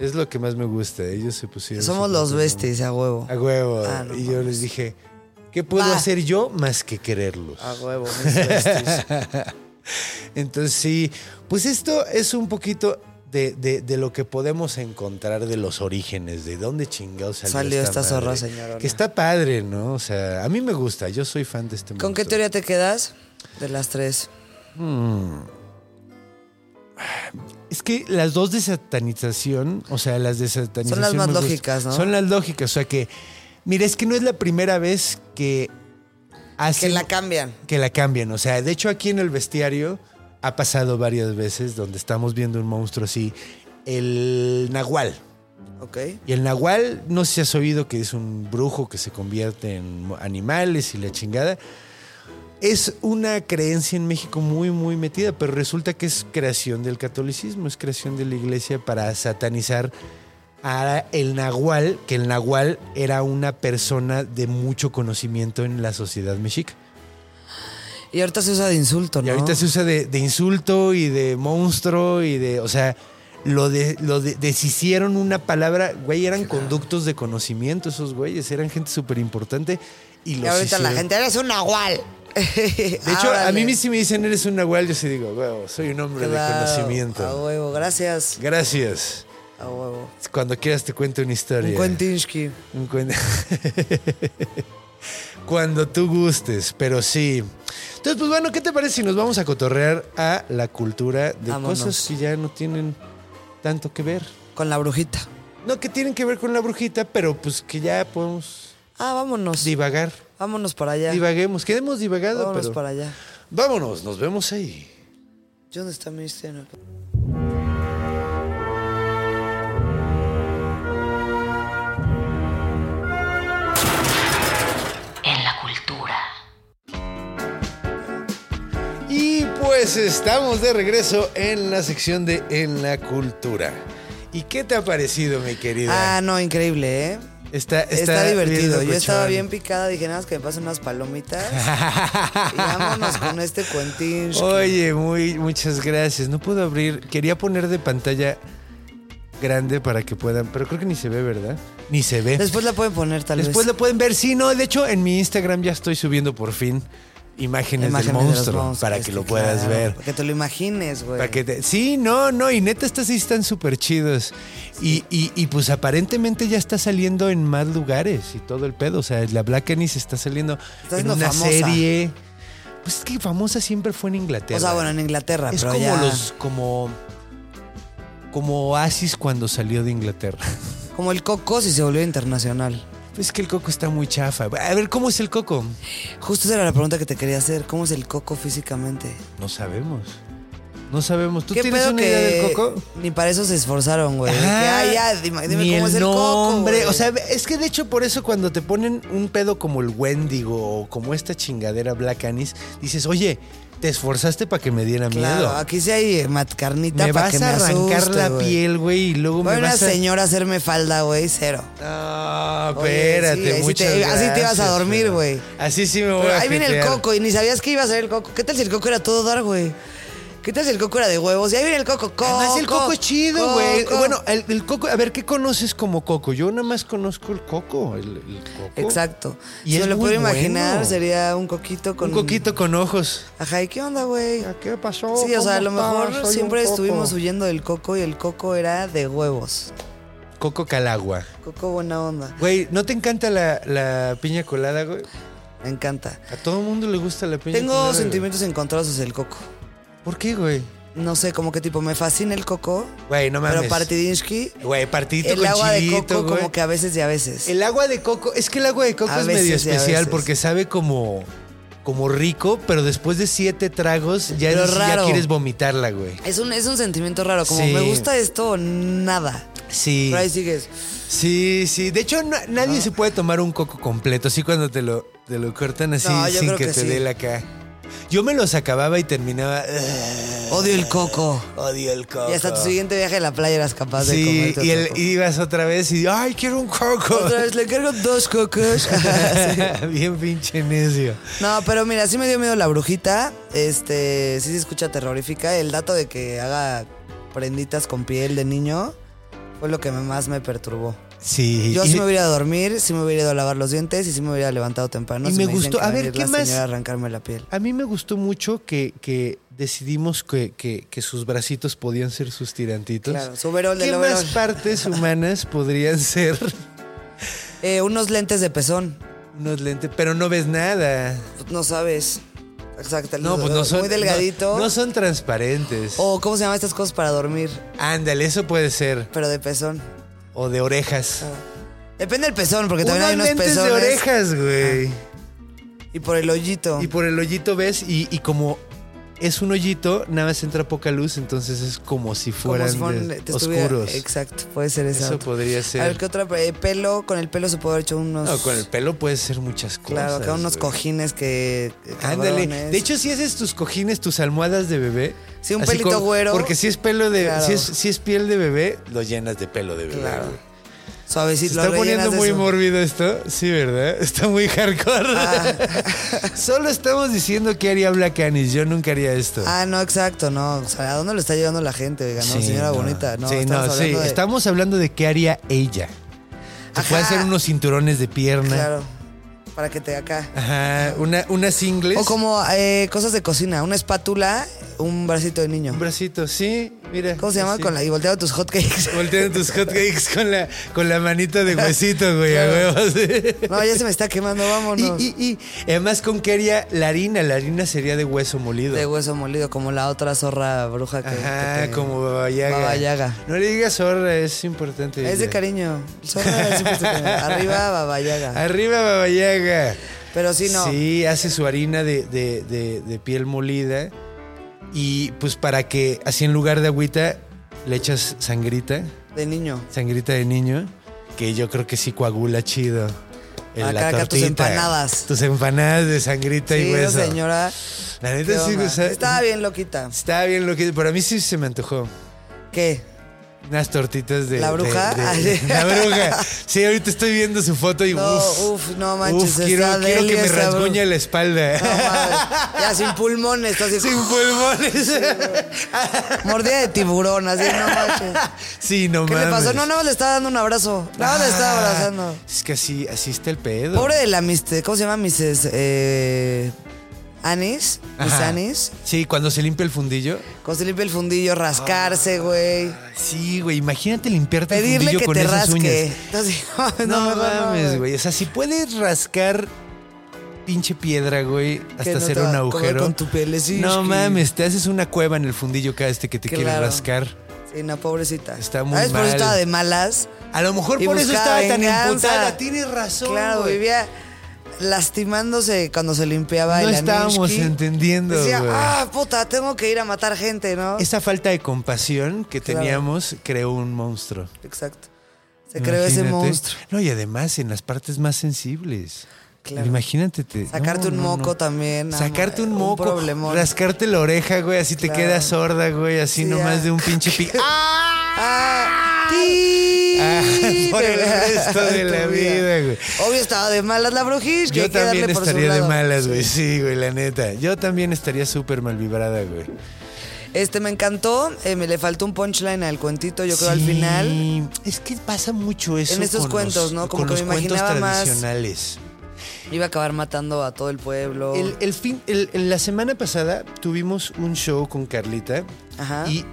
[SPEAKER 2] Es lo que más me gusta. Ellos se pusieron
[SPEAKER 4] Somos
[SPEAKER 2] solos.
[SPEAKER 4] los besties, a huevo.
[SPEAKER 2] A huevo.
[SPEAKER 4] Ah, no
[SPEAKER 2] y yo
[SPEAKER 4] mames.
[SPEAKER 2] les dije, ¿qué puedo
[SPEAKER 4] Va.
[SPEAKER 2] hacer yo más que quererlos?
[SPEAKER 4] A huevo, mis besties.
[SPEAKER 2] Entonces sí, pues esto es un poquito de, de- de lo que podemos encontrar de los orígenes, de dónde chingados salió,
[SPEAKER 4] Salió esta zorra,
[SPEAKER 2] madre.
[SPEAKER 4] señorona.
[SPEAKER 2] Que está padre, ¿no? O sea, a mí me gusta, yo soy fan de este
[SPEAKER 4] ¿Con qué
[SPEAKER 2] monstruo.
[SPEAKER 4] teoría te quedas? De las tres.
[SPEAKER 2] Es que las dos de satanización, o sea, las de satanización.
[SPEAKER 4] Son las más
[SPEAKER 2] me gustan.
[SPEAKER 4] lógicas, ¿no?
[SPEAKER 2] Son las lógicas. O sea que, mira, es que no es la primera vez que
[SPEAKER 4] Que
[SPEAKER 2] hacen.
[SPEAKER 4] la cambian.
[SPEAKER 2] que la cambian. O sea, de hecho, aquí en el bestiario ha pasado varias veces donde estamos viendo un monstruo así. El Nahual.
[SPEAKER 4] Ok.
[SPEAKER 2] Y el Nahual, no sé si has oído que es un brujo que se convierte en mo- animales y la chingada. Es una creencia en México muy, muy metida, pero resulta que es creación del catolicismo, es creación de la iglesia para satanizar a el Nahual, que el Nahual era una persona de mucho conocimiento en la sociedad mexica.
[SPEAKER 4] Y ahorita se usa de insulto, ¿no?
[SPEAKER 2] Y ahorita se usa de, de insulto y de monstruo y de. O sea, lo de, lo de- deshicieron una palabra. Güey, eran conductos de conocimiento esos güeyes. Eran gente súper importante. Y,
[SPEAKER 4] Y
[SPEAKER 2] los
[SPEAKER 4] ahorita la
[SPEAKER 2] hicieron.
[SPEAKER 4] gente, eres un nahual. Ah,
[SPEAKER 2] De hecho, a mí si me dicen eres un nahual, yo sí digo, "Wow, soy un hombre de
[SPEAKER 4] A
[SPEAKER 2] conocimiento.
[SPEAKER 4] huevo, gracias.
[SPEAKER 2] Gracias.
[SPEAKER 4] A huevo.
[SPEAKER 2] Cuando quieras te cuento una historia.
[SPEAKER 4] Un Quentinsky.
[SPEAKER 2] Un cuen- Cuando tú gustes, pero sí. Entonces, pues bueno, ¿qué te parece si nos vamos a cotorrear a la cultura de
[SPEAKER 4] Vámonos.
[SPEAKER 2] cosas que ya no tienen tanto que ver?
[SPEAKER 4] Con la brujita.
[SPEAKER 2] No que tienen que ver con la brujita, pero pues que ya podemos
[SPEAKER 4] Ah, vámonos.
[SPEAKER 2] divagar.
[SPEAKER 4] Vámonos para allá.
[SPEAKER 2] Divaguemos, quedemos divagados,
[SPEAKER 4] Vámonos
[SPEAKER 2] pero
[SPEAKER 4] para allá.
[SPEAKER 2] vámonos, nos vemos ahí.
[SPEAKER 4] ¿Y ¿Dónde está mi escena?
[SPEAKER 3] En la cultura.
[SPEAKER 2] Y pues estamos de regreso en la sección de En la Cultura. ¿Y qué te ha parecido, mi querida?
[SPEAKER 4] Ah, no, increíble, ¿eh?
[SPEAKER 2] está,
[SPEAKER 4] Está, divertido.
[SPEAKER 2] bien
[SPEAKER 4] Yo estaba
[SPEAKER 2] locochón.
[SPEAKER 4] bien picada, dije nada más que me pasen unas palomitas. y vámonos con este Quentinsky.
[SPEAKER 2] Oye, muy, muchas gracias. No puedo abrir. Quería poner de pantalla grande para que puedan, pero creo que ni se ve, ¿verdad? Ni se ve.
[SPEAKER 4] Después la pueden poner tal
[SPEAKER 2] Después
[SPEAKER 4] vez.
[SPEAKER 2] lo pueden ver. Sí, no, de hecho, en mi Instagram ya estoy subiendo por fin imágenes, del
[SPEAKER 4] Imágenes de los
[SPEAKER 2] monstruo
[SPEAKER 4] monstruos,
[SPEAKER 2] para que lo
[SPEAKER 4] sí,
[SPEAKER 2] puedas
[SPEAKER 4] claro,
[SPEAKER 2] ver.
[SPEAKER 4] Para que te lo imagines, güey.
[SPEAKER 2] Para que te- sí, no, no, y neta, estas sí están súper chidos. Y, y- y, pues aparentemente ya está saliendo en más lugares y todo el pedo. O sea, la Black Anis está saliendo
[SPEAKER 4] Está
[SPEAKER 2] en
[SPEAKER 4] siendo
[SPEAKER 2] una
[SPEAKER 4] famosa.
[SPEAKER 2] serie. Pues es que famosa siempre fue en
[SPEAKER 4] O
[SPEAKER 2] Inglaterra.
[SPEAKER 4] sea, bueno, en Inglaterra,
[SPEAKER 2] es
[SPEAKER 4] pero
[SPEAKER 2] como
[SPEAKER 4] ya-
[SPEAKER 2] los, como, como Oasis cuando salió de Inglaterra.
[SPEAKER 4] Como el coco si se volvió internacional.
[SPEAKER 2] Pues es que el coco está muy chafa. A ver, ¿cómo es el coco?
[SPEAKER 4] Justo esa era la pregunta que te quería hacer. ¿Cómo es el coco físicamente?
[SPEAKER 2] No sabemos. No sabemos. ¿Tú tienes una idea del coco?
[SPEAKER 4] Ni para eso se esforzaron, güey. Pues, De que,
[SPEAKER 2] Ajá.
[SPEAKER 4] "Ay, ya, dime, dime
[SPEAKER 2] Ni
[SPEAKER 4] cómo es el coco.
[SPEAKER 2] nombre.
[SPEAKER 4] güey".
[SPEAKER 2] O sea, es que de hecho por eso cuando te ponen un pedo como el Wendigo o como esta chingadera Black Anis, dices, oye, te esforzaste para que me diera
[SPEAKER 4] claro,
[SPEAKER 2] miedo.
[SPEAKER 4] aquí sí hay eh, mat carnita
[SPEAKER 2] Me
[SPEAKER 4] para
[SPEAKER 2] vas
[SPEAKER 4] que me
[SPEAKER 2] a arrancar
[SPEAKER 4] asuste,
[SPEAKER 2] la
[SPEAKER 4] güey.
[SPEAKER 2] piel, güey, y luego
[SPEAKER 4] Va
[SPEAKER 2] me
[SPEAKER 4] una
[SPEAKER 2] vas a...
[SPEAKER 4] señora a hacerme falda, güey, cero.
[SPEAKER 2] No,
[SPEAKER 4] Oye,
[SPEAKER 2] espérate,
[SPEAKER 4] sí, ahí sí te-
[SPEAKER 2] muchas
[SPEAKER 4] así te ibas a
[SPEAKER 2] gracias,
[SPEAKER 4] dormir,
[SPEAKER 2] pero-
[SPEAKER 4] güey.
[SPEAKER 2] Así sí me voy
[SPEAKER 4] Pero
[SPEAKER 2] a
[SPEAKER 4] ahí viene el
[SPEAKER 2] jetear.
[SPEAKER 4] coco y ni sabías que iba a ser el coco. ¿Qué tal si el coco era todo dar, güey? ¿Qué tal si el coco era de huevos? Y ahí viene el coco, coco.
[SPEAKER 2] Además, Ah, el coco es chido, güey.
[SPEAKER 4] coco.
[SPEAKER 2] Bueno, el, el coco, a ver, ¿qué conoces como coco? Yo nada más conozco el coco, el, el coco.
[SPEAKER 4] Exacto.
[SPEAKER 2] Y
[SPEAKER 4] si
[SPEAKER 2] es
[SPEAKER 4] me lo
[SPEAKER 2] muy
[SPEAKER 4] puedo imaginar,
[SPEAKER 2] bueno.
[SPEAKER 4] sería un coquito con.
[SPEAKER 2] Un coquito con ojos.
[SPEAKER 4] Ajá, ¿y qué onda, güey?
[SPEAKER 2] ¿Qué pasó?
[SPEAKER 4] Sí, o sea, a lo
[SPEAKER 2] ¿Cómo
[SPEAKER 4] mejor
[SPEAKER 2] estás? Soy
[SPEAKER 4] siempre
[SPEAKER 2] un coco.
[SPEAKER 4] estuvimos huyendo del coco y el coco era de huevos.
[SPEAKER 2] Coco Calagua.
[SPEAKER 4] Coco buena onda.
[SPEAKER 2] Güey, ¿no te encanta la, la piña colada, güey?
[SPEAKER 4] Me encanta.
[SPEAKER 2] A todo el mundo le gusta la piña
[SPEAKER 4] Tengo
[SPEAKER 2] colada. güey.
[SPEAKER 4] sentimientos encontrados hacia el coco.
[SPEAKER 2] ¿Por qué, güey?
[SPEAKER 4] No sé, como que tipo, me fascina el coco.
[SPEAKER 2] Güey, no mames.
[SPEAKER 4] Pero Partidinsky,
[SPEAKER 2] Güey, partidito
[SPEAKER 4] el
[SPEAKER 2] con
[SPEAKER 4] agua de
[SPEAKER 2] chilito,
[SPEAKER 4] coco,
[SPEAKER 2] güey.
[SPEAKER 4] como que a veces y a veces.
[SPEAKER 2] El agua de coco, es que el agua de coco
[SPEAKER 4] A
[SPEAKER 2] es
[SPEAKER 4] veces
[SPEAKER 2] medio
[SPEAKER 4] y a
[SPEAKER 2] especial
[SPEAKER 4] veces.
[SPEAKER 2] porque sabe como, como rico, pero después de siete tragos ya,
[SPEAKER 4] Pero
[SPEAKER 2] dices, ya
[SPEAKER 4] raro.
[SPEAKER 2] quieres vomitarla, güey.
[SPEAKER 4] Es un, es un sentimiento raro, como
[SPEAKER 2] Sí.
[SPEAKER 4] me gusta esto o nada.
[SPEAKER 2] Sí.
[SPEAKER 4] Pero ahí sigues.
[SPEAKER 2] Sí, sí. De hecho, na- nadie se puede tomar un coco completo, así cuando te lo, te lo cortan así
[SPEAKER 4] No, yo
[SPEAKER 2] sin
[SPEAKER 4] creo
[SPEAKER 2] que,
[SPEAKER 4] que
[SPEAKER 2] te
[SPEAKER 4] sí.
[SPEAKER 2] dé la acá. Yo me los acababa y terminaba. "Ugh,
[SPEAKER 4] Odio el Eh, coco.
[SPEAKER 2] Odio el coco.
[SPEAKER 4] Y hasta tu siguiente viaje a la playa eras capaz de
[SPEAKER 2] Sí,
[SPEAKER 4] comerte
[SPEAKER 2] y
[SPEAKER 4] otro
[SPEAKER 2] el-
[SPEAKER 4] coco.
[SPEAKER 2] ibas otra vez y ay, quiero un coco.
[SPEAKER 4] Otra vez le cargo dos cocos.
[SPEAKER 2] Bien pinche necio.
[SPEAKER 4] No, pero mira, sí me dio miedo la brujita. Este, sí se escucha terrorífica. El dato de que haga prenditas con piel de niño fue lo que me- más me perturbó.
[SPEAKER 2] Sí.
[SPEAKER 4] Yo
[SPEAKER 2] y-
[SPEAKER 4] sí me hubiera ido a dormir, sí me hubiera ido a lavar los dientes y sí me hubiera levantado temprano.
[SPEAKER 2] Y
[SPEAKER 4] si
[SPEAKER 2] me
[SPEAKER 4] dicen
[SPEAKER 2] gustó-
[SPEAKER 4] que
[SPEAKER 2] a
[SPEAKER 4] va
[SPEAKER 2] ver,
[SPEAKER 4] venir
[SPEAKER 2] ¿qué
[SPEAKER 4] la
[SPEAKER 2] más?
[SPEAKER 4] señora a arrancarme la piel.
[SPEAKER 2] A mí me gustó mucho que, que decidimos que, que- que sus bracitos podían ser sus tirantitos.
[SPEAKER 4] Claro, su overol del
[SPEAKER 2] ¿Qué más
[SPEAKER 4] overol.
[SPEAKER 2] partes humanas podrían ser
[SPEAKER 4] Eh, unos lentes de pezón.
[SPEAKER 2] unos lentes? Pero no ves nada.
[SPEAKER 4] Pues No sabes. Exacto, el-
[SPEAKER 2] No, pues no son.
[SPEAKER 4] muy delgadito. Oh.
[SPEAKER 2] No, no son transparentes.
[SPEAKER 4] O cómo se llaman estas cosas para dormir,
[SPEAKER 2] Ándale, eso puede ser.
[SPEAKER 4] pero de pezón.
[SPEAKER 2] O de orejas.
[SPEAKER 4] Ah. Depende del pezón, porque también
[SPEAKER 2] Unos
[SPEAKER 4] hay unos
[SPEAKER 2] lentes
[SPEAKER 4] pezones.
[SPEAKER 2] de orejas, güey.
[SPEAKER 4] Y por el hoyito.
[SPEAKER 2] Y por el hoyito ves, y, y como es un hoyito, nada más entra poca luz, entonces es como si
[SPEAKER 4] Como
[SPEAKER 2] fueran
[SPEAKER 4] si fueran- eh,
[SPEAKER 2] de-
[SPEAKER 4] te estuviera-
[SPEAKER 2] oscuros.
[SPEAKER 4] Exacto, puede ser esa.
[SPEAKER 2] Eso
[SPEAKER 4] otra.
[SPEAKER 2] podría ser.
[SPEAKER 4] A ver, ¿qué otra? Eh, pelo, con el pelo se puede haber hecho unos...
[SPEAKER 2] No, con el pelo puedes hacer muchas cosas.
[SPEAKER 4] Claro, acá unos
[SPEAKER 2] güey.
[SPEAKER 4] cojines que... que
[SPEAKER 2] Ándale.
[SPEAKER 4] cabrones.
[SPEAKER 2] De hecho, si haces tus cojines, tus almohadas de bebé.
[SPEAKER 4] Sí, un
[SPEAKER 2] así
[SPEAKER 4] pelito güero.
[SPEAKER 2] Porque si es pelo de.
[SPEAKER 4] Claro.
[SPEAKER 2] Si, es, si es piel de bebé, lo llenas de pelo de bebé.
[SPEAKER 4] Claro.
[SPEAKER 2] güey. Se
[SPEAKER 4] Suavecito, lo
[SPEAKER 2] está
[SPEAKER 4] rellenas
[SPEAKER 2] poniendo
[SPEAKER 4] de
[SPEAKER 2] muy
[SPEAKER 4] eso.
[SPEAKER 2] mórbido esto. Sí, ¿verdad? Está muy hardcore.
[SPEAKER 4] Ah.
[SPEAKER 2] Solo estamos diciendo que haría Black Anis. Yo nunca haría esto.
[SPEAKER 4] Ah, no, exacto, no. O sea, ¿a dónde lo está llevando la gente? Oiga, no,
[SPEAKER 2] Sí,
[SPEAKER 4] señora
[SPEAKER 2] no.
[SPEAKER 4] bonita. No,
[SPEAKER 2] sí,
[SPEAKER 4] estamos
[SPEAKER 2] no, sí.
[SPEAKER 4] hablando de-
[SPEAKER 2] Estamos hablando de qué haría ella. Se puede
[SPEAKER 4] Ajá.
[SPEAKER 2] hacer unos cinturones de pierna.
[SPEAKER 4] Claro, para que te acá.
[SPEAKER 2] Ajá. Una, unas ingles.
[SPEAKER 4] O como eh, cosas de cocina, una espátula, un bracito de niño.
[SPEAKER 2] Un bracito, sí. Mira.
[SPEAKER 4] ¿Cómo se llama?
[SPEAKER 2] así.
[SPEAKER 4] Con la, y volteado tus hotcakes.
[SPEAKER 2] Volteando tus hotcakes con la, con la manita de huesito, güey, a huevos.
[SPEAKER 4] No, ya se me está quemando,
[SPEAKER 2] Y,
[SPEAKER 4] vámonos.
[SPEAKER 2] y, y además, ¿con qué haría la harina? La harina sería de hueso molido.
[SPEAKER 4] De hueso molido, como la otra zorra bruja que.
[SPEAKER 2] Ajá,
[SPEAKER 4] que te-
[SPEAKER 2] como Baba Yaga.
[SPEAKER 4] Baba Yaga.
[SPEAKER 2] No le digas zorra, es importante.
[SPEAKER 4] Es de
[SPEAKER 2] cariño.
[SPEAKER 4] cariño. Zorra es súper cariño. Arriba, babayaga.
[SPEAKER 2] Arriba, Baba Yaga.
[SPEAKER 4] Pero sí, no.
[SPEAKER 2] Ah, Sí, hace su harina de, de- de- de piel molida. Y pues para que, así en lugar de agüita, le echas sangrita,
[SPEAKER 4] De niño.
[SPEAKER 2] sangrita de niño, que yo creo que sí coagula chido. en
[SPEAKER 4] Acá, acá, tus empanadas.
[SPEAKER 2] Tus empanadas de sangrita
[SPEAKER 4] Sí,
[SPEAKER 2] y
[SPEAKER 4] no,
[SPEAKER 2] hueso.
[SPEAKER 4] señora.
[SPEAKER 2] La
[SPEAKER 4] ¿qué
[SPEAKER 2] neta sí,
[SPEAKER 4] onda?
[SPEAKER 2] o sea,
[SPEAKER 4] Estaba bien loquita.
[SPEAKER 2] Estaba bien lo que. Para mí sí se me antojó.
[SPEAKER 4] ¿Qué?
[SPEAKER 2] Unas tortitas de.
[SPEAKER 4] ¿La
[SPEAKER 2] de-
[SPEAKER 4] bruja?
[SPEAKER 2] de-
[SPEAKER 4] Ay.
[SPEAKER 2] la bruja. Sí, ahorita estoy viendo su foto y
[SPEAKER 4] No,
[SPEAKER 2] uff.
[SPEAKER 4] uf, no manches,
[SPEAKER 2] Uf, quiero,
[SPEAKER 4] está
[SPEAKER 2] quiero que
[SPEAKER 4] deli
[SPEAKER 2] me
[SPEAKER 4] esa bruja.
[SPEAKER 2] rasguñe la espalda.
[SPEAKER 4] No, madre. ya sin pulmones, así.
[SPEAKER 2] Sin pulmones.
[SPEAKER 4] Mordida de tiburón, así, no manches.
[SPEAKER 2] Sí, no
[SPEAKER 4] ¿Qué
[SPEAKER 2] mames.
[SPEAKER 4] le pasó? No, nada más le estaba dando un abrazo. Nada más le estaba
[SPEAKER 2] Ah,
[SPEAKER 4] abrazando.
[SPEAKER 2] Es que así, así está el pedo.
[SPEAKER 4] Pobre de la Mr. ¿Cómo se llama Mrs. Eh, Anis? Miss
[SPEAKER 2] Ajá.
[SPEAKER 4] Anis.
[SPEAKER 2] Sí, cuando se limpia el fundillo.
[SPEAKER 4] Cuando se limpia el fundillo, rascarse,
[SPEAKER 2] Ah.
[SPEAKER 4] güey.
[SPEAKER 2] Sí, güey, imagínate limpiarte el
[SPEAKER 4] Pedirle
[SPEAKER 2] fundillo
[SPEAKER 4] que
[SPEAKER 2] con
[SPEAKER 4] te
[SPEAKER 2] esas
[SPEAKER 4] rasque.
[SPEAKER 2] uñas.
[SPEAKER 4] Entonces,
[SPEAKER 2] No,
[SPEAKER 4] mejor no,
[SPEAKER 2] mames, güey. O sea, si puedes rascar pinche piedra, güey, hasta
[SPEAKER 4] no
[SPEAKER 2] hacer
[SPEAKER 4] te va
[SPEAKER 2] un
[SPEAKER 4] a comer
[SPEAKER 2] agujero.
[SPEAKER 4] con tu piel, sí, es
[SPEAKER 2] no
[SPEAKER 4] que-
[SPEAKER 2] mames, te haces una cueva en el fundillo cada este que te quieres
[SPEAKER 4] Claro.
[SPEAKER 2] rascar.
[SPEAKER 4] Sí, no, pobrecita.
[SPEAKER 2] Está muy
[SPEAKER 4] ¿Sabes? Por eso
[SPEAKER 2] mal.
[SPEAKER 4] estaba de malas.
[SPEAKER 2] A lo mejor
[SPEAKER 4] Y
[SPEAKER 2] por eso
[SPEAKER 4] buscaba
[SPEAKER 2] estaba tan
[SPEAKER 4] venganza.
[SPEAKER 2] imputada. Tienes razón.
[SPEAKER 4] Claro,
[SPEAKER 2] güey.
[SPEAKER 4] vivía lastimándose cuando se limpiaba
[SPEAKER 2] No
[SPEAKER 4] el
[SPEAKER 2] estábamos
[SPEAKER 4] Anishki.
[SPEAKER 2] entendiendo,
[SPEAKER 4] Decía,
[SPEAKER 2] güey.
[SPEAKER 4] ah, puta, tengo que ir a matar gente, ¿no?
[SPEAKER 2] Esa falta de compasión que
[SPEAKER 4] Claro.
[SPEAKER 2] teníamos creó un monstruo.
[SPEAKER 4] Exacto. Se creó ese
[SPEAKER 2] Imagínate.
[SPEAKER 4] monstruo.
[SPEAKER 2] No, y además en las partes más sensibles.
[SPEAKER 4] Claro.
[SPEAKER 2] Imagínate. te-
[SPEAKER 4] Sacarte
[SPEAKER 2] no,
[SPEAKER 4] un
[SPEAKER 2] no,
[SPEAKER 4] moco
[SPEAKER 2] no.
[SPEAKER 4] también. no,
[SPEAKER 2] Sacarte un
[SPEAKER 4] un
[SPEAKER 2] moco,
[SPEAKER 4] problemón.
[SPEAKER 2] rascarte la oreja, güey, así
[SPEAKER 4] Claro.
[SPEAKER 2] te quedas sorda, güey, así
[SPEAKER 4] Sí,
[SPEAKER 2] nomás
[SPEAKER 4] ya.
[SPEAKER 2] de un pinche pico.
[SPEAKER 4] Ah, ti-
[SPEAKER 2] Ah, por el
[SPEAKER 4] ¿verdad?
[SPEAKER 2] resto de
[SPEAKER 4] Tu
[SPEAKER 2] la vida, güey.
[SPEAKER 4] Obvio estaba de malas la brujis. que
[SPEAKER 2] Yo
[SPEAKER 4] hay que
[SPEAKER 2] también
[SPEAKER 4] darle por su
[SPEAKER 2] estaría de
[SPEAKER 4] lado.
[SPEAKER 2] malas, güey. Sí, güey, la neta. Yo también estaría súper mal vibrada, güey.
[SPEAKER 4] Este me encantó. eh, me le faltó un punchline al cuentito, yo creo, al
[SPEAKER 2] Sí,
[SPEAKER 4] final.
[SPEAKER 2] Es que pasa mucho eso.
[SPEAKER 4] En estos
[SPEAKER 2] con
[SPEAKER 4] cuentos,
[SPEAKER 2] los-
[SPEAKER 4] ¿no? Como
[SPEAKER 2] con
[SPEAKER 4] que
[SPEAKER 2] los
[SPEAKER 4] me
[SPEAKER 2] cuentos
[SPEAKER 4] imaginaba más-
[SPEAKER 2] tradicionales.
[SPEAKER 4] Iba a acabar matando a todo el pueblo.
[SPEAKER 2] El, el fin, el- el- la semana pasada tuvimos un show con Carlita
[SPEAKER 4] Ajá.
[SPEAKER 2] y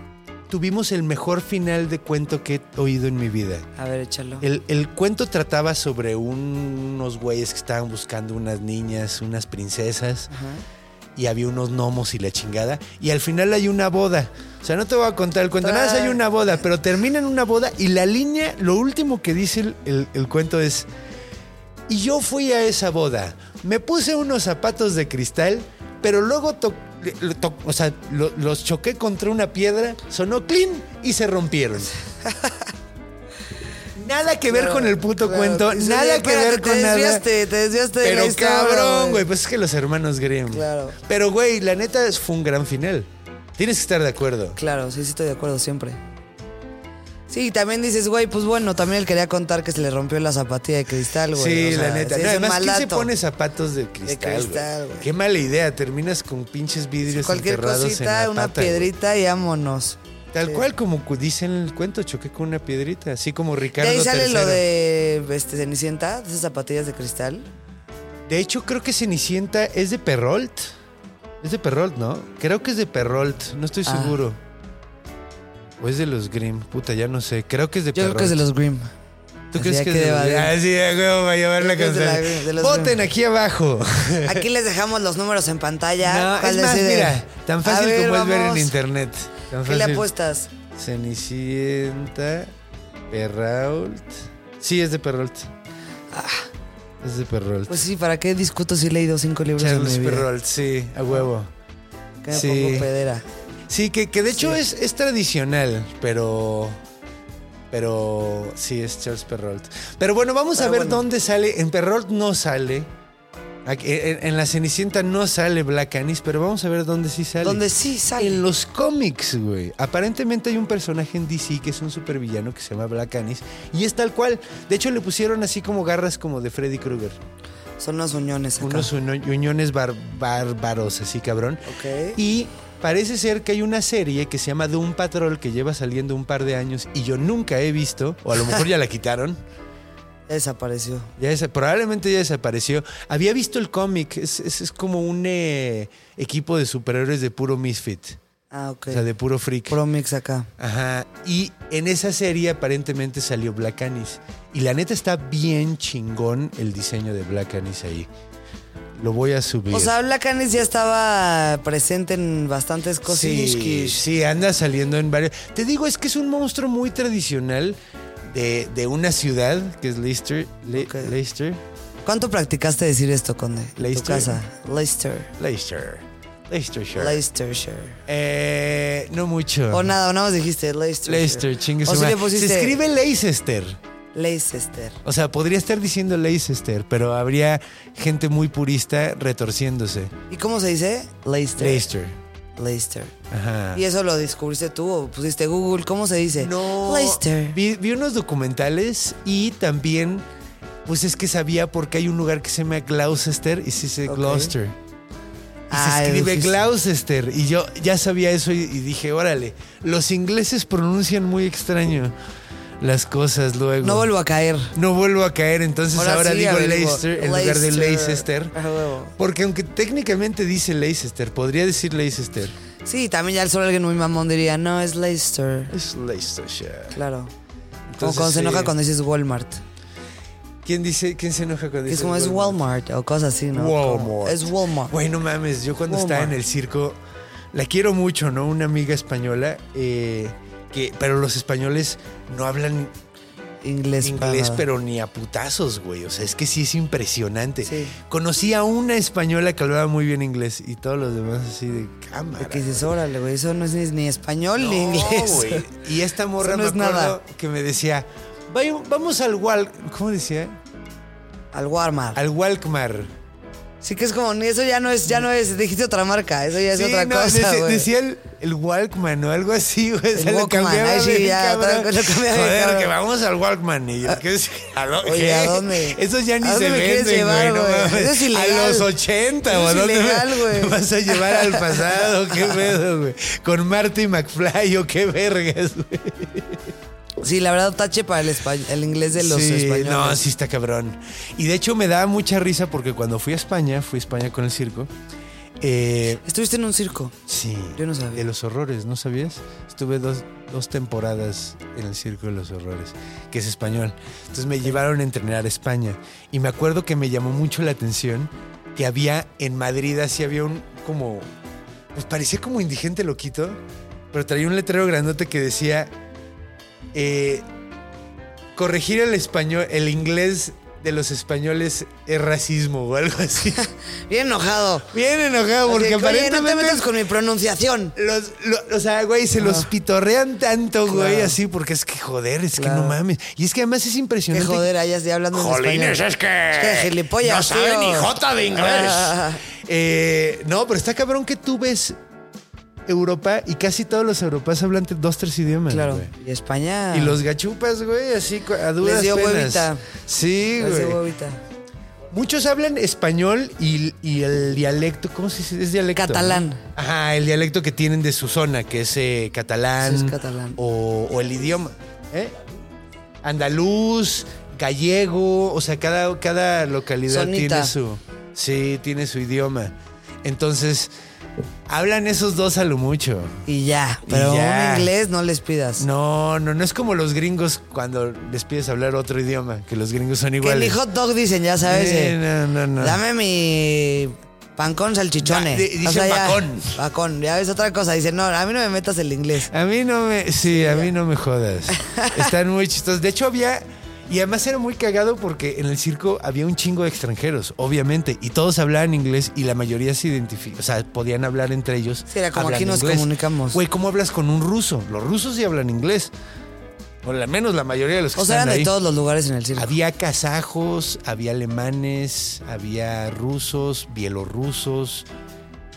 [SPEAKER 2] tuvimos el mejor final de cuento que he oído en mi vida.
[SPEAKER 4] A ver, échalo.
[SPEAKER 2] El, el cuento trataba sobre un- unos güeyes que estaban buscando unas niñas, unas princesas, y había unos gnomos y la chingada. Y al final hay una boda. O sea, no te voy a contar el cuento, nada más hay una boda, pero termina en una boda y la línea, lo último que dice el- el- el cuento es, y yo fui a esa boda. Me puse unos zapatos de cristal, pero luego to- lo- to- o sea, lo- los choqué contra una piedra, sonó clean y se rompieron. nada que ver
[SPEAKER 4] Claro,
[SPEAKER 2] con el puto
[SPEAKER 4] claro.
[SPEAKER 2] cuento,
[SPEAKER 4] Sí,
[SPEAKER 2] nada que
[SPEAKER 4] espérate,
[SPEAKER 2] ver con
[SPEAKER 4] te
[SPEAKER 2] nada.
[SPEAKER 4] desviaste, te desviaste de la
[SPEAKER 2] Pero
[SPEAKER 4] historia,
[SPEAKER 2] cabrón,
[SPEAKER 4] güey.
[SPEAKER 2] güey, pues es que los hermanos Grimm.
[SPEAKER 4] Claro.
[SPEAKER 2] Pero güey, la neta es- fue un gran final. Tienes que estar de acuerdo.
[SPEAKER 4] Claro, sí, sí estoy de acuerdo siempre. Sí, y también dices, güey, pues bueno, también él quería contar que se le rompió la zapatilla de cristal, güey.
[SPEAKER 2] Sí,
[SPEAKER 4] o sea,
[SPEAKER 2] la neta.
[SPEAKER 4] sí
[SPEAKER 2] No,
[SPEAKER 4] es un
[SPEAKER 2] además,
[SPEAKER 4] mal
[SPEAKER 2] ¿quién se
[SPEAKER 4] dato.
[SPEAKER 2] pone zapatos de cristal? güey?
[SPEAKER 4] cristal, güey.
[SPEAKER 2] Qué mala idea. Terminas con pinches vidrios
[SPEAKER 4] Cualquier
[SPEAKER 2] enterrados en
[SPEAKER 4] cosita,
[SPEAKER 2] la
[SPEAKER 4] una
[SPEAKER 2] pata, güey.
[SPEAKER 4] piedrita y vámonos.
[SPEAKER 2] Tal cual como cu- dice en el cuento, choqué con una piedrita, así como
[SPEAKER 4] De
[SPEAKER 2] Ricardo
[SPEAKER 4] ahí sale
[SPEAKER 2] III.
[SPEAKER 4] lo de este, Cenicienta, de esas zapatillas de cristal.
[SPEAKER 2] De hecho, creo que Cenicienta es de Perrault. Es de Perrault, ¿no? Creo que es de Perrault, no estoy
[SPEAKER 4] Ah.
[SPEAKER 2] seguro. O es de los Grimm, puta, ya no sé. Creo que es de
[SPEAKER 4] Yo creo
[SPEAKER 2] Perrault.
[SPEAKER 4] que es de los Grimm.
[SPEAKER 2] ¿Tú
[SPEAKER 4] Así
[SPEAKER 2] crees
[SPEAKER 4] ya
[SPEAKER 2] que
[SPEAKER 4] que
[SPEAKER 2] se-
[SPEAKER 4] va de-
[SPEAKER 2] Ah, sí, de huevo va a llevar la
[SPEAKER 4] Yo creo que
[SPEAKER 2] canción?
[SPEAKER 4] de la- de los-
[SPEAKER 2] Voten aquí abajo.
[SPEAKER 4] Aquí les dejamos los números en pantalla.
[SPEAKER 2] No,
[SPEAKER 4] ¿Cuál
[SPEAKER 2] es más,
[SPEAKER 4] decide?
[SPEAKER 2] mira, tan
[SPEAKER 4] A
[SPEAKER 2] fácil
[SPEAKER 4] ver,
[SPEAKER 2] como es ver en
[SPEAKER 4] vamos.
[SPEAKER 2] internet. Tan
[SPEAKER 4] ¿Qué le
[SPEAKER 2] fácil.
[SPEAKER 4] apuestas?
[SPEAKER 2] Cenicienta, Perrault. Sí, es de Perrault. Ah, Es de Perrault.
[SPEAKER 4] Pues sí, pues ¿para qué discuto si he leído cinco libros
[SPEAKER 2] Charles
[SPEAKER 4] en mi vida?
[SPEAKER 2] Perrault, sí, a huevo.
[SPEAKER 4] Que me
[SPEAKER 2] Sí.
[SPEAKER 4] pongo pedera.
[SPEAKER 2] Sí, que, que de hecho
[SPEAKER 4] Sí.
[SPEAKER 2] es, es tradicional, pero. Pero sí, es Charles Perrault. Pero bueno, vamos a
[SPEAKER 4] Pero
[SPEAKER 2] ver
[SPEAKER 4] Ah, bueno.
[SPEAKER 2] dónde sale. En Perrault no sale. Aquí- En, en La Cenicienta no sale Black Anis, pero vamos a ver dónde sí sale.
[SPEAKER 4] Donde sí sale.
[SPEAKER 2] En los cómics, güey. Aparentemente hay un personaje en DC que es un supervillano que se llama Black Anis y es tal cual. De hecho, le pusieron así como garras como de Freddy Krueger.
[SPEAKER 4] Son los uñones acá.
[SPEAKER 2] Unos uno- uñones bar- bárbaros, así cabrón.
[SPEAKER 4] Ok.
[SPEAKER 2] Y parece ser que hay una serie que se llama Doom Patrol que lleva saliendo un par de años y yo nunca he visto, o a lo mejor ya la quitaron.
[SPEAKER 4] Desapareció.
[SPEAKER 2] Ya desa- probablemente ya desapareció. Había visto el cómic, es, es- es como un eh, equipo de superhéroes de puro misfit,
[SPEAKER 4] Ah, ok.
[SPEAKER 2] o sea, de puro freak.
[SPEAKER 4] Promix acá.
[SPEAKER 2] Ajá. Y en esa serie aparentemente salió Black Anis. Y la neta está bien chingón el diseño de Black Anis ahí. Lo voy a subir.
[SPEAKER 4] O sea, Black Anis ya estaba presente en bastantes cosillas.
[SPEAKER 2] sí, sí, anda saliendo en varios. Te digo, es que es un monstruo muy tradicional de, de una ciudad que es Leicester. Le-
[SPEAKER 4] Ok.
[SPEAKER 2] Leicester.
[SPEAKER 4] ¿Cuánto practicaste decir esto, Conde? En tu
[SPEAKER 2] Leicester.
[SPEAKER 4] casa. Leicester.
[SPEAKER 2] Leicester. Leicestershire.
[SPEAKER 4] Leicestershire.
[SPEAKER 2] Eh, no mucho.
[SPEAKER 4] O nada, o nada más dijiste Leicester.
[SPEAKER 2] Leicester, chingue su
[SPEAKER 4] O si
[SPEAKER 2] madre.
[SPEAKER 4] le pusiste
[SPEAKER 2] Se escribe Leicester.
[SPEAKER 4] Leicester.
[SPEAKER 2] O sea, podría estar diciendo Leicester, pero habría gente muy purista retorciéndose.
[SPEAKER 4] ¿Y cómo se dice? Leicester.
[SPEAKER 2] Leicester.
[SPEAKER 4] Leicester.
[SPEAKER 2] Ajá.
[SPEAKER 4] ¿Y eso lo descubriste tú o pusiste Google? ¿Cómo se dice? Leicester.
[SPEAKER 2] Vi, vi unos documentales y también, pues es que sabía porque hay un lugar que se llama Gloucester y se dice
[SPEAKER 4] Ok.
[SPEAKER 2] Gloucester. Y
[SPEAKER 4] Ah,
[SPEAKER 2] se escribe
[SPEAKER 4] dijiste.
[SPEAKER 2] Gloucester. Y yo ya sabía eso y, y dije, órale, los ingleses pronuncian muy extraño las cosas luego.
[SPEAKER 4] No vuelvo a caer.
[SPEAKER 2] No vuelvo a caer, entonces ahora,
[SPEAKER 4] Ahora sí,
[SPEAKER 2] digo
[SPEAKER 4] averiguo.
[SPEAKER 2] Leicester en lugar de
[SPEAKER 4] Leicester.
[SPEAKER 2] Leicester.
[SPEAKER 4] A Ah, huevo.
[SPEAKER 2] Porque aunque técnicamente dice Leicester, podría decir Leicester.
[SPEAKER 4] Sí, también ya solo alguien muy mamón diría, no, es Leicester.
[SPEAKER 2] Es Leicestershire.
[SPEAKER 4] Claro. Como
[SPEAKER 2] Entonces,
[SPEAKER 4] cuando se enoja
[SPEAKER 2] sí.
[SPEAKER 4] cuando dices Walmart.
[SPEAKER 2] ¿Quién dice, quién se enoja cuando
[SPEAKER 4] Que
[SPEAKER 2] dice
[SPEAKER 4] es como es Walmart o cosas así, ¿no? Como,
[SPEAKER 2] Walmart.
[SPEAKER 4] Es Walmart.
[SPEAKER 2] Güey, no mames, yo cuando estaba en
[SPEAKER 4] Walmart.
[SPEAKER 2] el circo, la quiero mucho, ¿no? Una amiga española, eh, que, pero los españoles no hablan
[SPEAKER 4] Inglés.
[SPEAKER 2] inglés,
[SPEAKER 4] para-
[SPEAKER 2] pero ni a putazos, güey. O sea, es que sí es impresionante.
[SPEAKER 4] Sí.
[SPEAKER 2] Conocí a una española que hablaba muy bien inglés y todos los demás así de cámara.
[SPEAKER 4] Que dices, órale, güey, eso no es ni, ni español ni
[SPEAKER 2] No,
[SPEAKER 4] inglés.
[SPEAKER 2] güey. Y esta morra
[SPEAKER 4] Eso no
[SPEAKER 2] me
[SPEAKER 4] es
[SPEAKER 2] acuerdo
[SPEAKER 4] nada.
[SPEAKER 2] que me decía, "Vay- vamos al Wal... ¿Cómo decía?
[SPEAKER 4] Al Walmart.
[SPEAKER 2] Al Walmart.
[SPEAKER 4] Sí que es como, ni- eso ya no es, ya no es, dijiste otra marca, eso ya es otra
[SPEAKER 2] no,
[SPEAKER 4] cosa,
[SPEAKER 2] deci-
[SPEAKER 4] güey.
[SPEAKER 2] decía el, el Walkman o algo así, güey.
[SPEAKER 4] El
[SPEAKER 2] se lo
[SPEAKER 4] Walkman,
[SPEAKER 2] cambiaba
[SPEAKER 4] ahí sí,
[SPEAKER 2] bien,
[SPEAKER 4] ya,
[SPEAKER 2] cabrón.
[SPEAKER 4] otra cosa, lo cambiaba bien,
[SPEAKER 2] Joder,
[SPEAKER 4] cabrón.
[SPEAKER 2] que vamos al Walkman. Y yo, ¿qué? es? ¿A lo-
[SPEAKER 4] Oye,
[SPEAKER 2] qué?
[SPEAKER 4] ¿a dónde?
[SPEAKER 2] Esos ya ni
[SPEAKER 4] ¿A
[SPEAKER 2] se
[SPEAKER 4] dónde me quieres
[SPEAKER 2] venden, güey.
[SPEAKER 4] llevar,
[SPEAKER 2] no
[SPEAKER 4] güey?
[SPEAKER 2] mames.
[SPEAKER 4] Eso es ilegal.
[SPEAKER 2] a los 80,
[SPEAKER 4] Eso
[SPEAKER 2] o
[SPEAKER 4] es
[SPEAKER 2] ¿dónde me-
[SPEAKER 4] ilegal, güey.
[SPEAKER 2] me vas a llevar al pasado? ¿Qué pedo, güey? Con Marty McFly o qué vergas, güey.
[SPEAKER 4] Sí, la verdad, tache para el, espa- el inglés de los
[SPEAKER 2] sí,
[SPEAKER 4] españoles.
[SPEAKER 2] No, sí está cabrón. Y de hecho me da mucha risa porque cuando fui a España, fui a España con el circo. Eh,
[SPEAKER 4] Estuviste en un circo.
[SPEAKER 2] Sí.
[SPEAKER 4] Yo no sabía.
[SPEAKER 2] De los horrores, ¿no sabías? Estuve dos, dos temporadas en el Circo de los Horrores, que es español. Entonces me llevaron a entrenar a España. Y me acuerdo que me llamó mucho la atención que había en Madrid, así había un como. Pues parecía como indigente loquito, pero traía un letrero grandote que decía. eh, corregir el español, el inglés de los españoles es racismo o algo así.
[SPEAKER 4] Bien enojado.
[SPEAKER 2] Bien enojado, porque
[SPEAKER 4] Así que, oye,
[SPEAKER 2] aparentemente.
[SPEAKER 4] no te metas con mi pronunciación.
[SPEAKER 2] Los, lo- o sea, güey, se los pitorrean tanto, güey,
[SPEAKER 4] Ah. Claro.
[SPEAKER 2] así, porque es que joder, es
[SPEAKER 4] Claro.
[SPEAKER 2] que no mames. Y es que además es
[SPEAKER 4] Qué
[SPEAKER 2] impresionante.
[SPEAKER 4] joder, hayas de hablando en
[SPEAKER 5] Jolines,
[SPEAKER 4] español.
[SPEAKER 5] es que.
[SPEAKER 4] Es que gilipollas,
[SPEAKER 5] No sabe
[SPEAKER 4] tío.
[SPEAKER 5] ni jota de inglés.
[SPEAKER 4] Ah,
[SPEAKER 2] Eh, no, pero está cabrón que tú ves Europa y casi todos los europeos hablan t- dos, tres idiomas.
[SPEAKER 4] claro.
[SPEAKER 2] güey.
[SPEAKER 4] Y España.
[SPEAKER 2] Y los gachupas, güey, así cu- a duras
[SPEAKER 4] Les dio
[SPEAKER 2] penas.
[SPEAKER 4] huevita.
[SPEAKER 2] Sí,
[SPEAKER 4] Los de
[SPEAKER 2] güey.
[SPEAKER 4] huevita.
[SPEAKER 2] Muchos hablan español y, y el dialecto, ¿cómo se dice? Es dialecto.
[SPEAKER 4] Catalán.
[SPEAKER 2] ¿no? Ajá, el dialecto que tienen de su zona, que es eh, catalán.
[SPEAKER 4] Sí, es catalán.
[SPEAKER 2] O, o el idioma. ¿eh? Andaluz, gallego, o sea, cada, cada localidad
[SPEAKER 4] Sonita.
[SPEAKER 2] tiene su. Sí, tiene su idioma. Entonces, Hablan esos dos a lo mucho.
[SPEAKER 4] Y ya. Pero
[SPEAKER 2] ya.
[SPEAKER 4] un inglés no les pidas.
[SPEAKER 2] No, no, no es como los gringos cuando les pides hablar otro idioma, que los gringos son
[SPEAKER 4] que
[SPEAKER 2] iguales.
[SPEAKER 4] ni hot dog dicen, ya sabes.
[SPEAKER 2] Eh,
[SPEAKER 4] eh,
[SPEAKER 2] no, no, no.
[SPEAKER 4] Dame mi pan con salchichones.
[SPEAKER 2] Da- di- dicen
[SPEAKER 4] ya-
[SPEAKER 2] bacón.
[SPEAKER 4] Bacón, ya ves otra cosa. Dicen, no, a mí no me metas el inglés.
[SPEAKER 2] A mí no me, sí, a mí no me jodas. Están muy chistosos. De hecho había y además era muy cagado porque en el circo había un chingo de extranjeros, obviamente, y todos hablaban inglés y la mayoría se identificaban, o sea, podían hablar entre ellos.
[SPEAKER 4] Sí, era como
[SPEAKER 2] hablando
[SPEAKER 4] aquí nos
[SPEAKER 2] inglés.
[SPEAKER 4] comunicamos.
[SPEAKER 2] Güey, ¿cómo hablas con un ruso? Los rusos sí hablan inglés. O al menos la mayoría de los que
[SPEAKER 4] O sea, eran
[SPEAKER 2] están
[SPEAKER 4] de
[SPEAKER 2] ahí.
[SPEAKER 4] todos los lugares en el circo.
[SPEAKER 2] Había kazajos, había alemanes, había rusos, bielorrusos,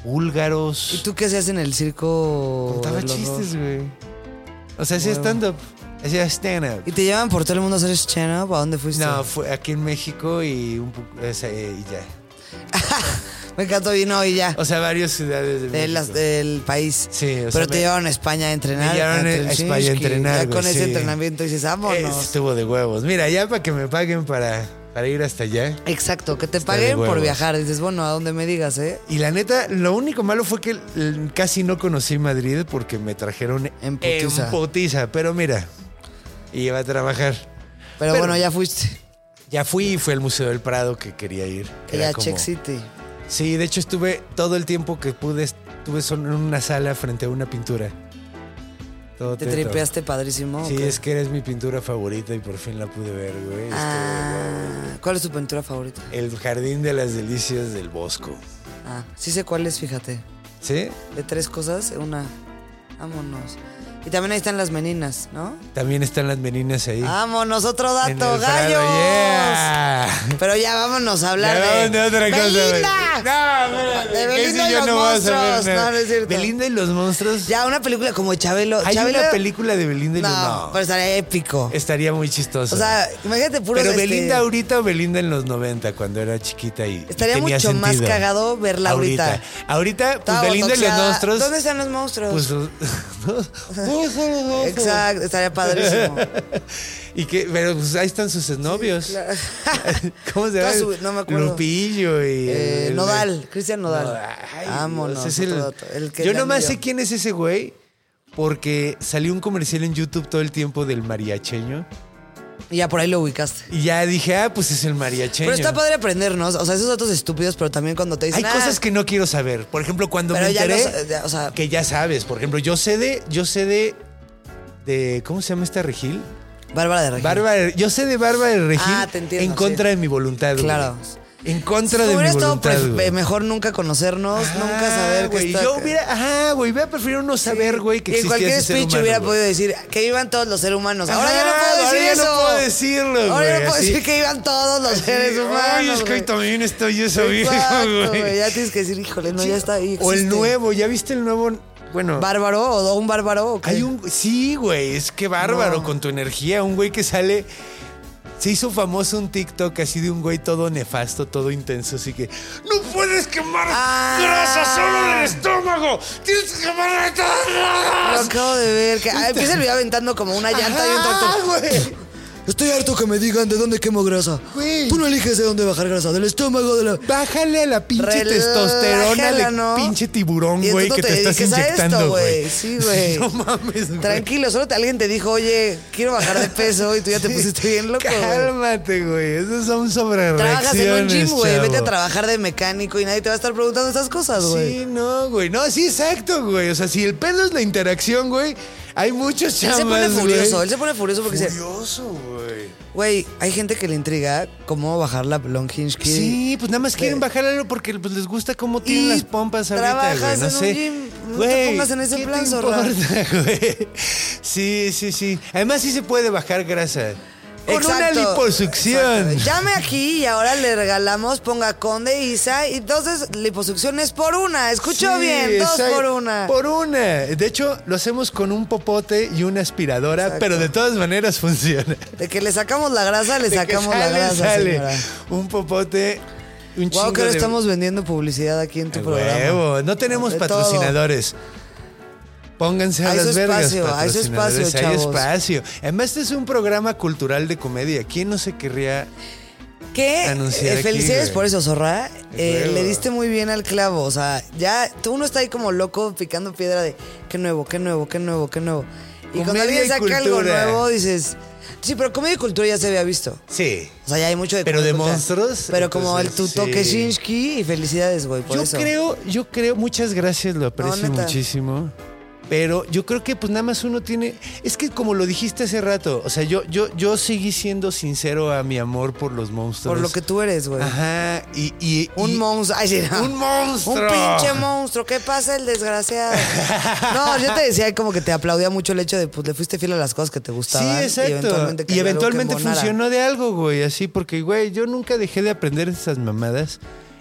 [SPEAKER 2] búlgaros.
[SPEAKER 4] ¿Y tú qué hacías en el circo?
[SPEAKER 2] Contaba
[SPEAKER 4] de los
[SPEAKER 2] chistes,
[SPEAKER 4] dos?
[SPEAKER 2] güey. O sea, hacía stand-up. Hacía stand-up.
[SPEAKER 4] ¿Y pues te llevan por todo el mundo a hacer channel? ¿A dónde fuiste?
[SPEAKER 2] No, fue aquí en México y un poco. o sea, eh, y ya.
[SPEAKER 4] Me encantó y no, y ya.
[SPEAKER 2] O sea, varias ciudades de,
[SPEAKER 4] de
[SPEAKER 2] México.
[SPEAKER 4] las- del país.
[SPEAKER 2] Sí, o sea,
[SPEAKER 4] Pero
[SPEAKER 2] me-
[SPEAKER 4] te llevaron a España a entrenar.
[SPEAKER 2] Me llevaron a
[SPEAKER 4] entren-
[SPEAKER 2] España a
[SPEAKER 4] sí,
[SPEAKER 2] entrenar,
[SPEAKER 4] Ya
[SPEAKER 2] güey,
[SPEAKER 4] con ese
[SPEAKER 2] sí.
[SPEAKER 4] entrenamiento dices,
[SPEAKER 2] Eh,
[SPEAKER 4] vámonos.
[SPEAKER 2] Estuvo de huevos. Mira, ya para que me paguen para, para ir hasta allá.
[SPEAKER 4] Exacto, que te
[SPEAKER 2] de
[SPEAKER 4] paguen por
[SPEAKER 2] huevos.
[SPEAKER 4] viajar. Dices, bueno, a donde me digas, ¿eh?
[SPEAKER 2] Y la neta, lo único malo fue que eh, casi no conocí Madrid porque me trajeron
[SPEAKER 4] En putiza.
[SPEAKER 2] en putiza. Pero mira, iba a trabajar.
[SPEAKER 4] Pero,
[SPEAKER 2] Pero-
[SPEAKER 4] bueno, ya fuiste.
[SPEAKER 2] Ya fui y fue al Museo del Prado que quería ir.
[SPEAKER 4] Que
[SPEAKER 2] Era
[SPEAKER 4] ya
[SPEAKER 2] como-
[SPEAKER 4] Check City.
[SPEAKER 2] Sí, de hecho estuve todo el tiempo que pude, estuve solo en una sala frente a una pintura. Todo
[SPEAKER 4] Te
[SPEAKER 2] teto.
[SPEAKER 4] tripeaste padrísimo.
[SPEAKER 2] Sí,
[SPEAKER 4] ¿o qué?
[SPEAKER 2] es que este, eres mi pintura favorita y por fin la pude ver, güey. Estuvo
[SPEAKER 4] Ah, ¿Cuál es tu pintura favorita?
[SPEAKER 2] guau. El jardín de las delicias del bosco.
[SPEAKER 4] Ah, sí sé cuál es, fíjate.
[SPEAKER 2] ¿Sí?
[SPEAKER 4] De tres cosas, una. Vámonos. Y también ahí están las meninas, ¿no?
[SPEAKER 2] También están las meninas ahí.
[SPEAKER 4] Ah, Vámonos, otro
[SPEAKER 2] En el
[SPEAKER 4] dato,
[SPEAKER 2] Prado,
[SPEAKER 4] gallos.
[SPEAKER 2] yeah.
[SPEAKER 4] Pero ya vámonos a hablar
[SPEAKER 2] Ya
[SPEAKER 4] de.
[SPEAKER 2] vamos de otra cosa, güey.
[SPEAKER 4] ¡Belinda!
[SPEAKER 2] No, espérate,
[SPEAKER 4] De
[SPEAKER 2] que
[SPEAKER 4] Belinda
[SPEAKER 2] si
[SPEAKER 4] y
[SPEAKER 2] yo
[SPEAKER 4] los
[SPEAKER 2] no voy a saber
[SPEAKER 4] monstruos.
[SPEAKER 2] nada.
[SPEAKER 4] No, no es cierto.
[SPEAKER 2] Belinda y los monstruos.
[SPEAKER 4] Ya, una película como Chabelo.
[SPEAKER 2] Hay
[SPEAKER 4] Chabelo.
[SPEAKER 2] una película de Belinda y
[SPEAKER 4] No,
[SPEAKER 2] los no.
[SPEAKER 4] pero estaría épico.
[SPEAKER 2] Estaría muy chistoso.
[SPEAKER 4] O sea, imagínate puros.
[SPEAKER 2] Pero
[SPEAKER 4] este,
[SPEAKER 2] Belinda ahorita o Belinda en los 90, cuando era chiquita y.
[SPEAKER 4] Estaría
[SPEAKER 2] y tenía
[SPEAKER 4] mucho más
[SPEAKER 2] sentido.
[SPEAKER 4] cagado verla ahorita.
[SPEAKER 2] Ahorita, pues
[SPEAKER 4] estaba
[SPEAKER 2] Belinda y los
[SPEAKER 4] botoxeada.
[SPEAKER 2] monstruos.
[SPEAKER 4] ¿Dónde están los monstruos?
[SPEAKER 2] Pues los. ¿Dónde están los monstruos?
[SPEAKER 4] Exacto, estaría padrísimo.
[SPEAKER 2] y que, pero pues ahí están sus novios.
[SPEAKER 4] claro.
[SPEAKER 2] ¿Cómo se llama?
[SPEAKER 4] Toda su- no me acuerdo.
[SPEAKER 2] Lupillo y.
[SPEAKER 4] Eh,
[SPEAKER 2] el-
[SPEAKER 4] Nodal, Cristian Nodal.
[SPEAKER 2] Ay,
[SPEAKER 4] Vámonos.
[SPEAKER 2] Dios, es el-
[SPEAKER 4] otro dato, el que
[SPEAKER 2] yo
[SPEAKER 4] le
[SPEAKER 2] nomás
[SPEAKER 4] anillo.
[SPEAKER 2] sé quién es ese güey porque salió un comercial en YouTube todo el tiempo del mariacheño
[SPEAKER 4] Y ya por ahí lo ubicaste.
[SPEAKER 2] y ya dije, ah, pues es el mariacheño.
[SPEAKER 4] Pero está padre aprendernos. O sea, esos datos estúpidos, pero también cuando te
[SPEAKER 2] Hay
[SPEAKER 4] dicen. "Ah,
[SPEAKER 2] cosas que no quiero saber. Por ejemplo, cuando
[SPEAKER 4] Pero
[SPEAKER 2] me
[SPEAKER 4] ya lo
[SPEAKER 2] enteré
[SPEAKER 4] sa- ya, o sea-
[SPEAKER 2] que ya sabes. Por ejemplo, yo sé de, yo sé de, de ¿cómo se llama esta Regil?
[SPEAKER 4] Bárbara de Regil.
[SPEAKER 2] Bárbara, yo sé de Bárbara de Regil
[SPEAKER 4] Ah, te entiendo,
[SPEAKER 2] en contra
[SPEAKER 4] sí.
[SPEAKER 2] de mi voluntad. güey.
[SPEAKER 4] Claro.
[SPEAKER 2] En contra de mi
[SPEAKER 4] Hubiera estado
[SPEAKER 2] voluntad.
[SPEAKER 4] pref-
[SPEAKER 2] güey.
[SPEAKER 4] mejor nunca conocernos, nunca saber
[SPEAKER 2] Ah,
[SPEAKER 4] que
[SPEAKER 2] güey,
[SPEAKER 4] está-
[SPEAKER 2] Yo hubiera, ajá, güey, hubiera preferido no saber, güey, que
[SPEAKER 4] Y en
[SPEAKER 2] existía
[SPEAKER 4] cualquier
[SPEAKER 2] ese ser
[SPEAKER 4] speech
[SPEAKER 2] humano,
[SPEAKER 4] hubiera
[SPEAKER 2] güey.
[SPEAKER 4] podido decir que iban todos los seres humanos. Ahora
[SPEAKER 2] Ajá,
[SPEAKER 4] ya no puedo
[SPEAKER 2] ahora
[SPEAKER 4] decir
[SPEAKER 2] ya no
[SPEAKER 4] eso.
[SPEAKER 2] puedo decirlo,
[SPEAKER 4] Ahora
[SPEAKER 2] güey,
[SPEAKER 4] ya no puedo
[SPEAKER 2] así.
[SPEAKER 4] decir que iban todos los seres humanos.
[SPEAKER 2] Ay, es que
[SPEAKER 4] güey.
[SPEAKER 2] hoy también estoy yo sabiendo,
[SPEAKER 4] Exacto, güey.
[SPEAKER 2] güey.
[SPEAKER 4] Ya tienes que decir, híjole, no, ya está. ahí
[SPEAKER 2] o el
[SPEAKER 4] existe.
[SPEAKER 2] nuevo, ¿ya viste el nuevo? Bueno,
[SPEAKER 4] ¿Bárbaro o un bárbaro? o qué?
[SPEAKER 2] Hay un. Sí, güey, es que bárbaro con tu energía. Un güey que sale. Se hizo famoso un TikTok así de un güey todo nefasto, todo intenso, así que. ¡No puedes quemar
[SPEAKER 4] Ah.
[SPEAKER 2] grasa solo del estómago! ¡Tienes que quemar de todas
[SPEAKER 4] Lo
[SPEAKER 2] las
[SPEAKER 4] acabo de ver. Que, ah, empieza el video aventando como una llanta y un tractor.
[SPEAKER 2] güey!
[SPEAKER 4] Estoy harto que me digan de dónde quemo grasa.
[SPEAKER 2] Güey.
[SPEAKER 4] Tú no eliges de dónde bajar grasa, del estómago, de la.
[SPEAKER 2] Bájale a la pinche testosterona
[SPEAKER 4] Relájala,
[SPEAKER 2] de
[SPEAKER 4] ¿no?
[SPEAKER 2] pinche tiburón,
[SPEAKER 4] Y
[SPEAKER 2] güey, que te,
[SPEAKER 4] entonces te
[SPEAKER 2] estás
[SPEAKER 4] dediques a esto,
[SPEAKER 2] inyectando, güey.
[SPEAKER 4] güey. Sí, güey.
[SPEAKER 2] No mames, güey.
[SPEAKER 4] Tranquilo, solo te- alguien te dijo, oye, quiero bajar de peso y tú ya te
[SPEAKER 2] Sí.
[SPEAKER 4] pusiste bien loco. güey.
[SPEAKER 2] Cálmate, güey. Esas son sobre
[SPEAKER 4] Trabajas en un gym, güey. Vete a
[SPEAKER 2] chavo.
[SPEAKER 4] trabajar de mecánico y nadie te va a estar preguntando esas cosas, güey.
[SPEAKER 2] Sí, no, güey. No, sí, exacto, güey. O sea, si el pedo es la interacción, güey, hay muchos
[SPEAKER 4] él
[SPEAKER 2] chamas,
[SPEAKER 4] se pone
[SPEAKER 2] güey.
[SPEAKER 4] furioso, él se pone furioso porque dice,
[SPEAKER 2] Furioso, güey.
[SPEAKER 4] güey, hay gente que le intriga cómo bajar la Longhinge Kid.
[SPEAKER 2] Sí, pues nada más quieren bajar algo porque pues, les gusta cómo tienen
[SPEAKER 4] Y
[SPEAKER 2] las pompas ahorita, güey.
[SPEAKER 4] trabajas
[SPEAKER 2] No
[SPEAKER 4] en un
[SPEAKER 2] sé.
[SPEAKER 4] gym, no te
[SPEAKER 2] Güey,
[SPEAKER 4] pongas en ese
[SPEAKER 2] ¿qué
[SPEAKER 4] plan,
[SPEAKER 2] te
[SPEAKER 4] zorra?
[SPEAKER 2] importa, güey? Sí, sí, sí. Además, sí se puede bajar grasa. Con
[SPEAKER 4] Exacto,
[SPEAKER 2] una liposucción.
[SPEAKER 4] exacto. Llame aquí y ahora le regalamos, ponga Conde Isa y entonces liposucciones por una. Escuchó
[SPEAKER 2] Sí,
[SPEAKER 4] bien, dos
[SPEAKER 2] exacto.
[SPEAKER 4] por una.
[SPEAKER 2] Por una. De hecho, lo hacemos con un popote y una aspiradora,
[SPEAKER 4] Exacto.
[SPEAKER 2] pero de todas maneras funciona.
[SPEAKER 4] De que le sacamos la grasa, le
[SPEAKER 2] De que
[SPEAKER 4] sacamos la
[SPEAKER 2] sale,
[SPEAKER 4] grasa,
[SPEAKER 2] sale.
[SPEAKER 4] señora.
[SPEAKER 2] Un popote, un chingo
[SPEAKER 4] Wow, que ahora
[SPEAKER 2] de-
[SPEAKER 4] estamos vendiendo publicidad aquí en tu
[SPEAKER 2] A
[SPEAKER 4] programa.
[SPEAKER 2] huevo, No tenemos
[SPEAKER 4] De todo.
[SPEAKER 2] patrocinadores. Pónganse a
[SPEAKER 4] Hay su
[SPEAKER 2] las vergas.
[SPEAKER 4] espacio, hay su
[SPEAKER 2] patrocinadores.
[SPEAKER 4] espacio,
[SPEAKER 2] Hay
[SPEAKER 4] chavos.
[SPEAKER 2] espacio. Además, este es un programa cultural de comedia. ¿Quién no se querría
[SPEAKER 4] ¿Qué?
[SPEAKER 2] anunciar
[SPEAKER 4] eh,
[SPEAKER 2] aquí,
[SPEAKER 4] felicidades
[SPEAKER 2] güey.
[SPEAKER 4] por eso, Zorra. Eh,
[SPEAKER 2] huevo.
[SPEAKER 4] le diste muy bien al clavo. O sea, ya tú uno está ahí como loco picando piedra de qué nuevo, qué nuevo, qué nuevo, qué nuevo. Y cuando
[SPEAKER 2] Comedia
[SPEAKER 4] alguien
[SPEAKER 2] y
[SPEAKER 4] saca algo
[SPEAKER 2] cultura.
[SPEAKER 4] nuevo, dices. Sí, pero comedia y cultura ya se había visto.
[SPEAKER 2] Sí.
[SPEAKER 4] O sea, ya hay mucho de
[SPEAKER 2] Pero
[SPEAKER 4] comedia
[SPEAKER 2] de
[SPEAKER 4] y cultura.
[SPEAKER 2] monstruos,
[SPEAKER 4] Pero como el
[SPEAKER 2] entonces,
[SPEAKER 4] tu
[SPEAKER 2] sí.
[SPEAKER 4] toque Shinsky y felicidades, güey. por
[SPEAKER 2] Yo
[SPEAKER 4] eso.
[SPEAKER 2] creo, yo creo, muchas gracias, lo aprecio
[SPEAKER 4] neta.
[SPEAKER 2] muchísimo. Pero yo creo que pues nada más uno tiene, es que como lo dijiste hace rato, o sea, yo yo yo seguí siendo sincero a mi amor por los monstruos.
[SPEAKER 4] Por lo que tú eres, güey.
[SPEAKER 2] Ajá, y, y-
[SPEAKER 4] Un
[SPEAKER 2] y-
[SPEAKER 4] monstruo. Ay, sí, no.
[SPEAKER 2] Un monstruo.
[SPEAKER 4] Un pinche monstruo. ¿Qué pasa el desgraciado? No, yo te decía como que te aplaudía mucho el hecho de pues le fuiste fiel a las cosas que te
[SPEAKER 2] Sí,
[SPEAKER 4] gustaban.
[SPEAKER 2] exacto. Y eventualmente,
[SPEAKER 4] cambió algo que embonara.
[SPEAKER 2] funcionó de algo, güey, así, porque, güey, yo nunca dejé de aprender esas mamadas.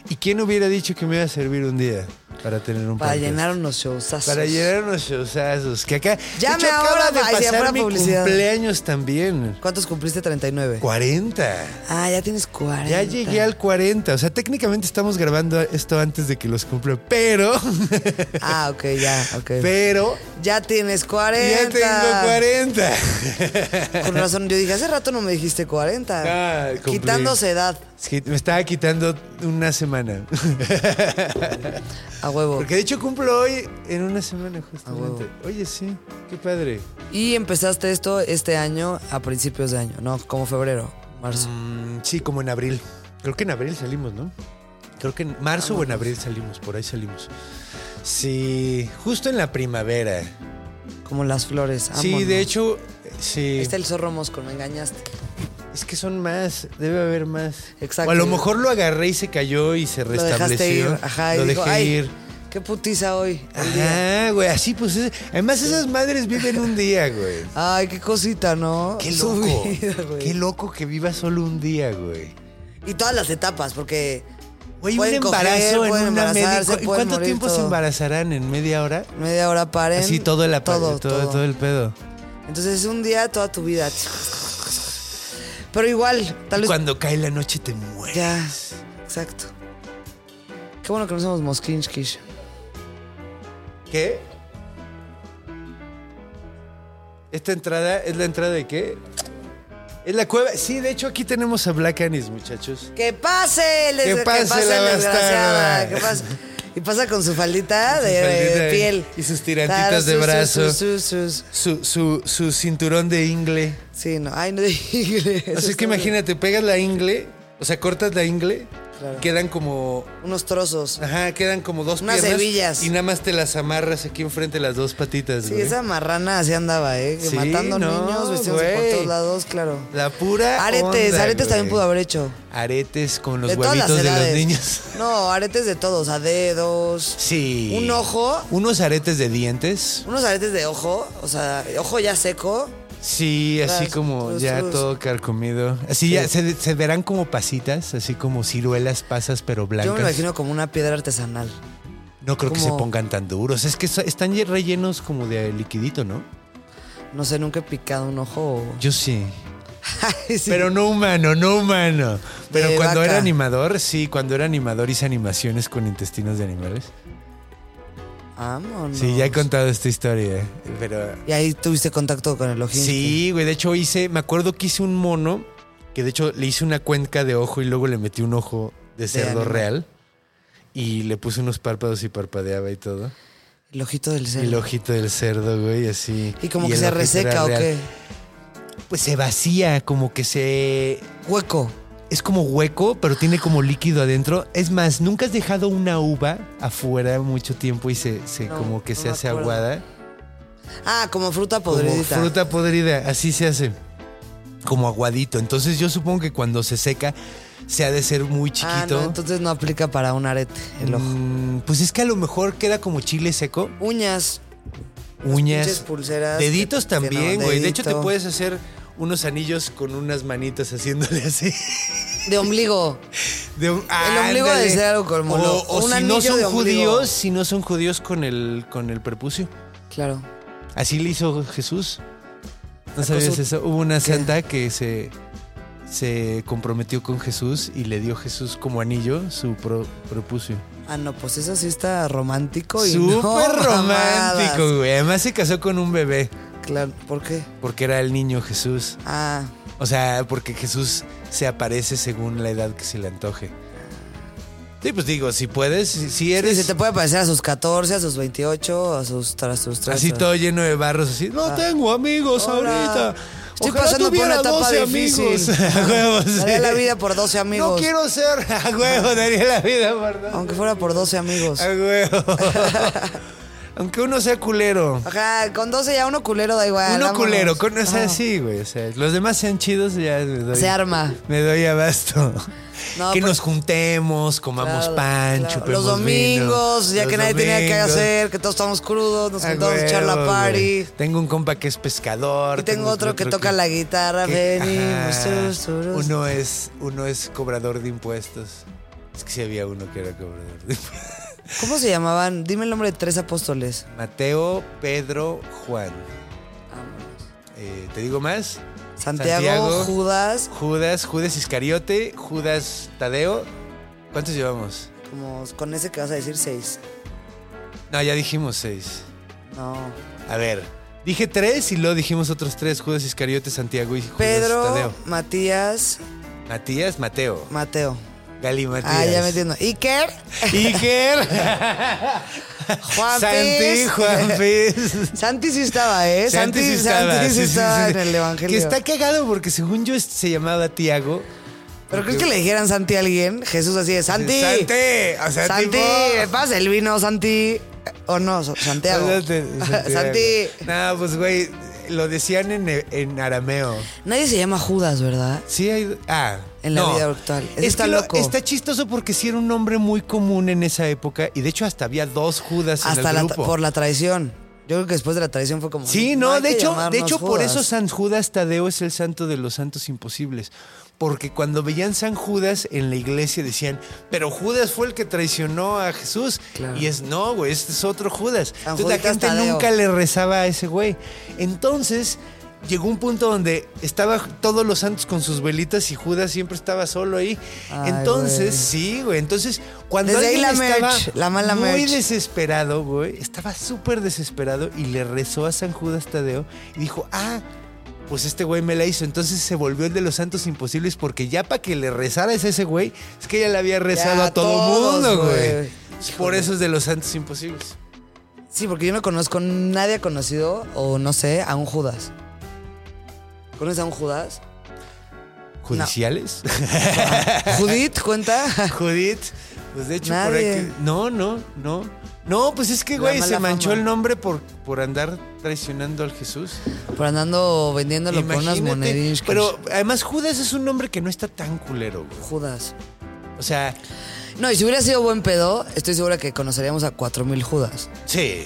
[SPEAKER 2] ¿Y quién hubiera dicho que me iba a servir un día para tener un
[SPEAKER 4] Para
[SPEAKER 2] podcast?
[SPEAKER 4] llenar unos shows.
[SPEAKER 2] Para llenar unos showzazos. Que acá. de
[SPEAKER 4] Llame
[SPEAKER 2] hecho,
[SPEAKER 4] ahora,
[SPEAKER 2] acaba de
[SPEAKER 4] ay, si fuera
[SPEAKER 2] pasar mi
[SPEAKER 4] publicidad.
[SPEAKER 2] cumpleaños también.
[SPEAKER 4] ¿Cuántos cumpliste? 39.
[SPEAKER 2] 40.
[SPEAKER 4] Ah, ya tienes 40.
[SPEAKER 2] Ya llegué al 40. O sea, técnicamente estamos grabando esto antes de que los cumpla. Pero.
[SPEAKER 4] Ah, ok, ya, ok.
[SPEAKER 2] pero.
[SPEAKER 4] ya tienes 40.
[SPEAKER 2] Ya tengo 40.
[SPEAKER 4] Con razón, yo dije, hace rato no me dijiste 40.
[SPEAKER 2] Ah, cumplí.
[SPEAKER 4] Quitándose edad
[SPEAKER 2] Es que me estaba quitando una semana.
[SPEAKER 4] a huevo.
[SPEAKER 2] Porque de hecho cumplo hoy en una semana, justamente.
[SPEAKER 4] Ah,
[SPEAKER 2] Oye, sí. Qué padre.
[SPEAKER 4] Y empezaste esto este año a principios de año, ¿no? Como febrero, marzo.
[SPEAKER 2] Mm, Sí, como en abril. Creo que en abril salimos, ¿no? Creo que en
[SPEAKER 4] Ah,
[SPEAKER 2] marzo o en abril salimos, por ahí salimos. Sí, justo en la primavera.
[SPEAKER 4] Como las flores.
[SPEAKER 2] Sí,
[SPEAKER 4] vámonos.
[SPEAKER 2] de hecho, sí.
[SPEAKER 4] Ah, Ahí Está el zorro mosco, me engañaste.
[SPEAKER 2] Es que son más, debe haber más.
[SPEAKER 4] Exacto.
[SPEAKER 2] O a lo mejor lo agarré y se cayó y se
[SPEAKER 4] Lo
[SPEAKER 2] restableció.
[SPEAKER 4] dejaste ir. Ajá, y
[SPEAKER 2] lo
[SPEAKER 4] dijo,
[SPEAKER 2] dejé
[SPEAKER 4] "Ay,
[SPEAKER 2] ir.
[SPEAKER 4] Qué putiza hoy. el día".
[SPEAKER 2] Ajá, güey, así pues. es- Además, esas madres viven un día, güey.
[SPEAKER 4] Ay, qué cosita, ¿no?
[SPEAKER 2] Qué
[SPEAKER 4] Su
[SPEAKER 2] loco.
[SPEAKER 4] vida, güey.
[SPEAKER 2] Qué loco que viva solo un día, güey.
[SPEAKER 4] Y todas las etapas, porque
[SPEAKER 2] Güey, un
[SPEAKER 4] Pueden coger,
[SPEAKER 2] embarazo
[SPEAKER 4] pueden
[SPEAKER 2] en una media.
[SPEAKER 4] embarazarse,
[SPEAKER 2] ¿cu-
[SPEAKER 4] pueden
[SPEAKER 2] ¿Cuánto
[SPEAKER 4] morir,
[SPEAKER 2] tiempo se
[SPEAKER 4] todo.
[SPEAKER 2] embarazarán? ¿En media hora?
[SPEAKER 4] media hora paren.
[SPEAKER 2] Así todo el aparato,
[SPEAKER 4] todo, todo.
[SPEAKER 2] todo el pedo.
[SPEAKER 4] Entonces es un día toda tu vida. Pero igual, tal vez.
[SPEAKER 2] Cuando cae la noche te mueres.
[SPEAKER 4] Ya, exacto. Qué bueno que no somos mosquinskish.
[SPEAKER 2] ¿Qué? Esta entrada es la entrada de qué? Es la cueva. Sí, de hecho aquí tenemos a Black Anis, muchachos.
[SPEAKER 4] Que pase, el des-
[SPEAKER 2] Que
[SPEAKER 4] que
[SPEAKER 2] pase
[SPEAKER 4] pase
[SPEAKER 2] la
[SPEAKER 4] el desgraciada.
[SPEAKER 2] bastarda.
[SPEAKER 4] Que pase. Y pasa con su faldita de,
[SPEAKER 2] faldita
[SPEAKER 4] de piel.
[SPEAKER 2] y sus tirantitas de
[SPEAKER 4] sus,
[SPEAKER 2] brazo.
[SPEAKER 4] sus, sus, sus.
[SPEAKER 2] Su, su, su cinturón de ingle.
[SPEAKER 4] Sí, no. Ay, no dije.
[SPEAKER 2] Así es que imagínate, pegas la ingle, o sea, cortas la ingle,
[SPEAKER 4] Claro.
[SPEAKER 2] quedan como.
[SPEAKER 4] Unos trozos.
[SPEAKER 2] Ajá, quedan como dos
[SPEAKER 4] Unas
[SPEAKER 2] piernas.
[SPEAKER 4] hebillas.
[SPEAKER 2] Y nada más te las amarras aquí enfrente las dos patitas,
[SPEAKER 4] Sí,
[SPEAKER 2] güey.
[SPEAKER 4] esa marrana así andaba, ¿eh? Que
[SPEAKER 2] Sí,
[SPEAKER 4] matando
[SPEAKER 2] no,
[SPEAKER 4] niños, vestidos por
[SPEAKER 2] güey.
[SPEAKER 4] todos lados, claro.
[SPEAKER 2] La pura.
[SPEAKER 4] Aretes,
[SPEAKER 2] onda,
[SPEAKER 4] aretes también
[SPEAKER 2] güey.
[SPEAKER 4] pudo haber hecho.
[SPEAKER 2] Aretes con los
[SPEAKER 4] De todas las
[SPEAKER 2] huevitos de
[SPEAKER 4] edades.
[SPEAKER 2] los niños.
[SPEAKER 4] No, aretes de todos, a dedos.
[SPEAKER 2] Sí.
[SPEAKER 4] Un ojo.
[SPEAKER 2] Unos aretes de dientes.
[SPEAKER 4] Unos aretes de ojo, o sea, ojo ya seco.
[SPEAKER 2] Sí, así
[SPEAKER 4] Tras,
[SPEAKER 2] como
[SPEAKER 4] trus,
[SPEAKER 2] ya
[SPEAKER 4] trus.
[SPEAKER 2] todo carcomido. Así ya se, se verán como pasitas, así como ciruelas pasas, pero blancas.
[SPEAKER 4] Yo me lo imagino como una piedra artesanal.
[SPEAKER 2] no creo que se
[SPEAKER 4] como-
[SPEAKER 2] pongan tan duros. Es que so- están ye- rellenos como de liquidito, ¿no?
[SPEAKER 4] No sé, nunca he picado un ojo. o-
[SPEAKER 2] Yo sí.
[SPEAKER 4] Ay, sí.
[SPEAKER 2] Pero no humano, no humano. Pero
[SPEAKER 4] De
[SPEAKER 2] cuando
[SPEAKER 4] vaca.
[SPEAKER 2] era animador, sí, cuando era animador hice animaciones con intestinos de animales.
[SPEAKER 4] Vámonos.
[SPEAKER 2] Sí, ya he contado esta historia. Pero
[SPEAKER 4] Y ahí tuviste contacto con el ojín.
[SPEAKER 2] Sí, güey. De hecho, hice. Me acuerdo que hice un mono que, de hecho, le hice una cuenca de ojo y luego le metí un ojo de cerdo
[SPEAKER 4] animal.
[SPEAKER 2] real. Y le puse unos párpados y parpadeaba y todo.
[SPEAKER 4] El ojito del
[SPEAKER 2] Y el
[SPEAKER 4] cerdo.
[SPEAKER 2] ojito del cerdo, güey, así.
[SPEAKER 4] Y como
[SPEAKER 2] Y
[SPEAKER 4] que
[SPEAKER 2] el
[SPEAKER 4] se
[SPEAKER 2] ojito era
[SPEAKER 4] reseca o
[SPEAKER 2] real.
[SPEAKER 4] qué.
[SPEAKER 2] Pues se vacía, como que se.
[SPEAKER 4] Hueco.
[SPEAKER 2] Es como hueco, pero tiene como líquido adentro. Es más, nunca has dejado una uva afuera mucho tiempo y se, se
[SPEAKER 4] No,
[SPEAKER 2] como que
[SPEAKER 4] no
[SPEAKER 2] se
[SPEAKER 4] me
[SPEAKER 2] hace
[SPEAKER 4] acuerdo.
[SPEAKER 2] aguada.
[SPEAKER 4] Ah, como fruta
[SPEAKER 2] Como
[SPEAKER 4] podridita.
[SPEAKER 2] fruta podrida, así se hace. Como aguadito. Entonces yo supongo que cuando se seca se ha de ser muy
[SPEAKER 4] Ah, no,
[SPEAKER 2] chiquito.
[SPEAKER 4] entonces no aplica para un arete el ojo.
[SPEAKER 2] Mm, pues es que a lo mejor queda como chile seco,
[SPEAKER 4] Uñas. pinches
[SPEAKER 2] uñas,
[SPEAKER 4] pulseras que-
[SPEAKER 2] deditos
[SPEAKER 4] que
[SPEAKER 2] también,
[SPEAKER 4] no,
[SPEAKER 2] güey. De hecho te
[SPEAKER 4] dedito.
[SPEAKER 2] puedes hacer unos anillos con unas manitas haciéndole así.
[SPEAKER 4] De ombligo.
[SPEAKER 2] De un-
[SPEAKER 4] ombligo
[SPEAKER 2] ándale.
[SPEAKER 4] debe ser algo como
[SPEAKER 2] o,
[SPEAKER 4] lo-
[SPEAKER 2] o
[SPEAKER 4] un
[SPEAKER 2] si no
[SPEAKER 4] anillo
[SPEAKER 2] son
[SPEAKER 4] de ombligo.
[SPEAKER 2] judíos, si no son judíos con el con el prepucio.
[SPEAKER 4] Claro.
[SPEAKER 2] Así le hizo Jesús. ¿No sabías
[SPEAKER 4] su-
[SPEAKER 2] eso? Hubo una santa que se, se comprometió con Jesús y le dio Jesús como anillo su pro- prepucio.
[SPEAKER 4] Ah, no, pues eso sí está romántico y
[SPEAKER 2] Súper
[SPEAKER 4] no mamadas.
[SPEAKER 2] romántico, güey. Además se casó con un bebé
[SPEAKER 4] Claro, ¿por qué?
[SPEAKER 2] porque era el niño Jesús.
[SPEAKER 4] Ah,
[SPEAKER 2] O sea, porque Jesús se aparece según la edad que se le antoje. Sí, pues digo, si puedes, si, si eres
[SPEAKER 4] se te puede aparecer a sus 14, a sus 28, a sus tras sus tras-
[SPEAKER 2] así
[SPEAKER 4] tras-
[SPEAKER 2] todo lleno de barros, así, no tengo amigos
[SPEAKER 4] Ah. Hola.
[SPEAKER 2] ahorita.
[SPEAKER 4] Estoy
[SPEAKER 2] Ojalá
[SPEAKER 4] pasando por
[SPEAKER 2] tuviera
[SPEAKER 4] una etapa
[SPEAKER 2] 12
[SPEAKER 4] difícil.
[SPEAKER 2] amigos. A huevo, sí.
[SPEAKER 4] Daría la vida por 12 amigos.
[SPEAKER 2] No quiero ser. A huevo, daría la vida, perdón.
[SPEAKER 4] Aunque fuera por 12 amigos.
[SPEAKER 2] A huevo. Aunque uno sea culero.
[SPEAKER 4] Ajá, con 12 ya uno culero da igual.
[SPEAKER 2] Uno
[SPEAKER 4] Ah, vámonos.
[SPEAKER 2] culero, con, o sea,
[SPEAKER 4] Ah.
[SPEAKER 2] sí, güey. O sea, los demás sean chidos, ya me doy.
[SPEAKER 4] Se arma.
[SPEAKER 2] Me doy abasto.
[SPEAKER 4] No,
[SPEAKER 2] que
[SPEAKER 4] pero-
[SPEAKER 2] nos juntemos, comamos
[SPEAKER 4] Claro,
[SPEAKER 2] pan,
[SPEAKER 4] claro.
[SPEAKER 2] chupemos
[SPEAKER 4] Los domingos,
[SPEAKER 2] vino. pues,
[SPEAKER 4] ya
[SPEAKER 2] Los
[SPEAKER 4] que nadie tenía que
[SPEAKER 2] domingos.
[SPEAKER 4] hacer, que todos estamos crudos, nos
[SPEAKER 2] A
[SPEAKER 4] sentamos a echar la
[SPEAKER 2] huevo,
[SPEAKER 4] party.
[SPEAKER 2] güey. Tengo un compa que es pescador.
[SPEAKER 4] Y tengo otro que toca la guitarra,
[SPEAKER 2] que-
[SPEAKER 4] venimos,
[SPEAKER 2] Ajá.
[SPEAKER 4] turus, turus.
[SPEAKER 2] Uno es, uno es cobrador de impuestos. Es que sí había uno que era cobrador de impuestos.
[SPEAKER 4] ¿Cómo se llamaban? Dime el nombre de tres apóstoles.
[SPEAKER 2] Mateo, Pedro, Juan. Eh, ¿Te digo más?
[SPEAKER 4] Santiago, Judas,
[SPEAKER 2] Judas, Judas Iscariote, Judas Tadeo. ¿Cuántos llevamos?
[SPEAKER 4] como con ese que vas a decir seis.
[SPEAKER 2] No, ya dijimos seis.
[SPEAKER 4] No.
[SPEAKER 2] A ver, dije tres y luego dijimos otros tres: Judas Iscariote, Santiago y Judas
[SPEAKER 4] Pedro,
[SPEAKER 2] Tadeo.
[SPEAKER 4] Matías,
[SPEAKER 2] Matías, Mateo.
[SPEAKER 4] Mateo.
[SPEAKER 2] Gali Matías.
[SPEAKER 4] Ah, ya me entiendo. Iker,
[SPEAKER 2] Iker.
[SPEAKER 4] Juan
[SPEAKER 2] Santi,
[SPEAKER 4] Piz.
[SPEAKER 2] Juan Piz.
[SPEAKER 4] Santi sí estaba, ¿eh? Santi, Santi,
[SPEAKER 2] sí estaba, sí, sí,
[SPEAKER 4] estaba
[SPEAKER 2] sí.
[SPEAKER 4] en el Evangelio.
[SPEAKER 2] Que está cagado porque según yo se llamaba Tiago.
[SPEAKER 4] Pero crees que le dijeran Santi a alguien, Jesús así de Santi.
[SPEAKER 2] Santi, o sea,
[SPEAKER 4] Santi,
[SPEAKER 2] tipo-
[SPEAKER 4] me pasa el vino, Santi. O no, Sa- Santiago. Santi.
[SPEAKER 2] Nada, pues güey, lo decían en, en arameo.
[SPEAKER 4] Nadie se llama Judas, ¿verdad?
[SPEAKER 2] Sí hay... Ah.
[SPEAKER 4] En la
[SPEAKER 2] no.
[SPEAKER 4] vida actual. Eso
[SPEAKER 2] Es
[SPEAKER 4] está
[SPEAKER 2] que lo-
[SPEAKER 4] loco.
[SPEAKER 2] está chistoso porque sí era un nombre muy común en esa época y de hecho hasta había dos Judas en
[SPEAKER 4] Hasta
[SPEAKER 2] el
[SPEAKER 4] la,
[SPEAKER 2] grupo.
[SPEAKER 4] por la traición. Yo creo que después de la traición fue como.
[SPEAKER 2] Sí, no,
[SPEAKER 4] hay
[SPEAKER 2] de
[SPEAKER 4] que
[SPEAKER 2] hecho, de
[SPEAKER 4] llamarnos
[SPEAKER 2] hecho por
[SPEAKER 4] Judas".
[SPEAKER 2] eso San Judas Tadeo es el santo de los santos imposibles. Porque cuando veían San Judas en la iglesia decían, pero Judas fue el que traicionó a Jesús.
[SPEAKER 4] Claro.
[SPEAKER 2] Y es, no, güey, este es otro Judas.
[SPEAKER 4] San
[SPEAKER 2] Entonces la
[SPEAKER 4] Juditas
[SPEAKER 2] gente
[SPEAKER 4] Tadeo.
[SPEAKER 2] nunca le rezaba a ese güey. Entonces llegó un punto donde estaba todos los santos con sus velitas y Judas siempre estaba solo ahí.
[SPEAKER 4] Ay,
[SPEAKER 2] entonces,
[SPEAKER 4] güey.
[SPEAKER 2] sí, güey, entonces cuando
[SPEAKER 4] Desde ahí
[SPEAKER 2] alguien
[SPEAKER 4] la
[SPEAKER 2] estaba
[SPEAKER 4] merch, la mala
[SPEAKER 2] muy
[SPEAKER 4] merch.
[SPEAKER 2] desesperado, güey. Estaba súper desesperado y le rezó a San Judas Tadeo y dijo, ah, pues este güey me la hizo. Entonces se volvió el de los santos imposibles porque ya para que le rezaras a ese güey, es que ya le había rezado
[SPEAKER 4] Ya,
[SPEAKER 2] a todo
[SPEAKER 4] todos,
[SPEAKER 2] mundo,
[SPEAKER 4] güey.
[SPEAKER 2] güey. Pues Por eso es de los santos imposibles.
[SPEAKER 4] Sí, porque yo no conozco, nadie ha conocido, o no sé, a un Judas. ¿Conoces a un Judas?
[SPEAKER 2] ¿Judiciales?
[SPEAKER 4] ¿Judith cuenta?
[SPEAKER 2] Judith. Pues de hecho, por
[SPEAKER 4] Nadie.
[SPEAKER 2] aquí. No, no, no. No, pues es que,
[SPEAKER 4] La
[SPEAKER 2] güey,
[SPEAKER 4] mala
[SPEAKER 2] se manchó
[SPEAKER 4] fama.
[SPEAKER 2] el nombre por, por andar traicionando al Jesús.
[SPEAKER 4] Por andando vendiéndolo
[SPEAKER 2] Imagínate,
[SPEAKER 4] con unas monedillas.
[SPEAKER 2] Pero además, Judas es un nombre que no está tan culero, güey.
[SPEAKER 4] Judas.
[SPEAKER 2] O sea,
[SPEAKER 4] No, y si hubiera sido buen pedo, estoy segura que conoceríamos a 4000 Judas.
[SPEAKER 2] sí.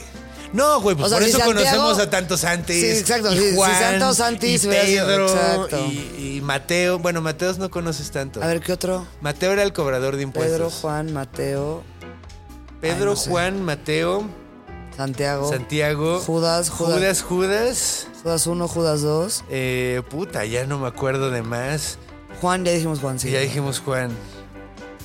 [SPEAKER 2] No, güey, pues
[SPEAKER 4] O sea,
[SPEAKER 2] por
[SPEAKER 4] si
[SPEAKER 2] eso
[SPEAKER 4] Santiago-
[SPEAKER 2] conocemos a tantos Santis.
[SPEAKER 4] Sí, exacto,
[SPEAKER 2] Y
[SPEAKER 4] sí, si
[SPEAKER 2] Juan,
[SPEAKER 4] Santo
[SPEAKER 2] y
[SPEAKER 4] Santis hubiera sido-
[SPEAKER 2] Pedro,
[SPEAKER 4] exacto.
[SPEAKER 2] Y, y Mateo. Bueno, Mateos no conoces tanto.
[SPEAKER 4] A ver, ¿qué otro?
[SPEAKER 2] Mateo era el cobrador de impuestos.
[SPEAKER 4] Pedro, Juan, Mateo,
[SPEAKER 2] Pedro,
[SPEAKER 4] Ay, no sé.
[SPEAKER 2] Juan, Mateo,
[SPEAKER 4] Santiago.
[SPEAKER 2] Santiago.
[SPEAKER 4] Judas, Judas.
[SPEAKER 2] Judas, Judas.
[SPEAKER 4] Judas 1, Judas 2.
[SPEAKER 2] Eh, puta, ya no me acuerdo de más.
[SPEAKER 4] Juan, ya dijimos Juan, sí.
[SPEAKER 2] Sí, ya dijimos Juan.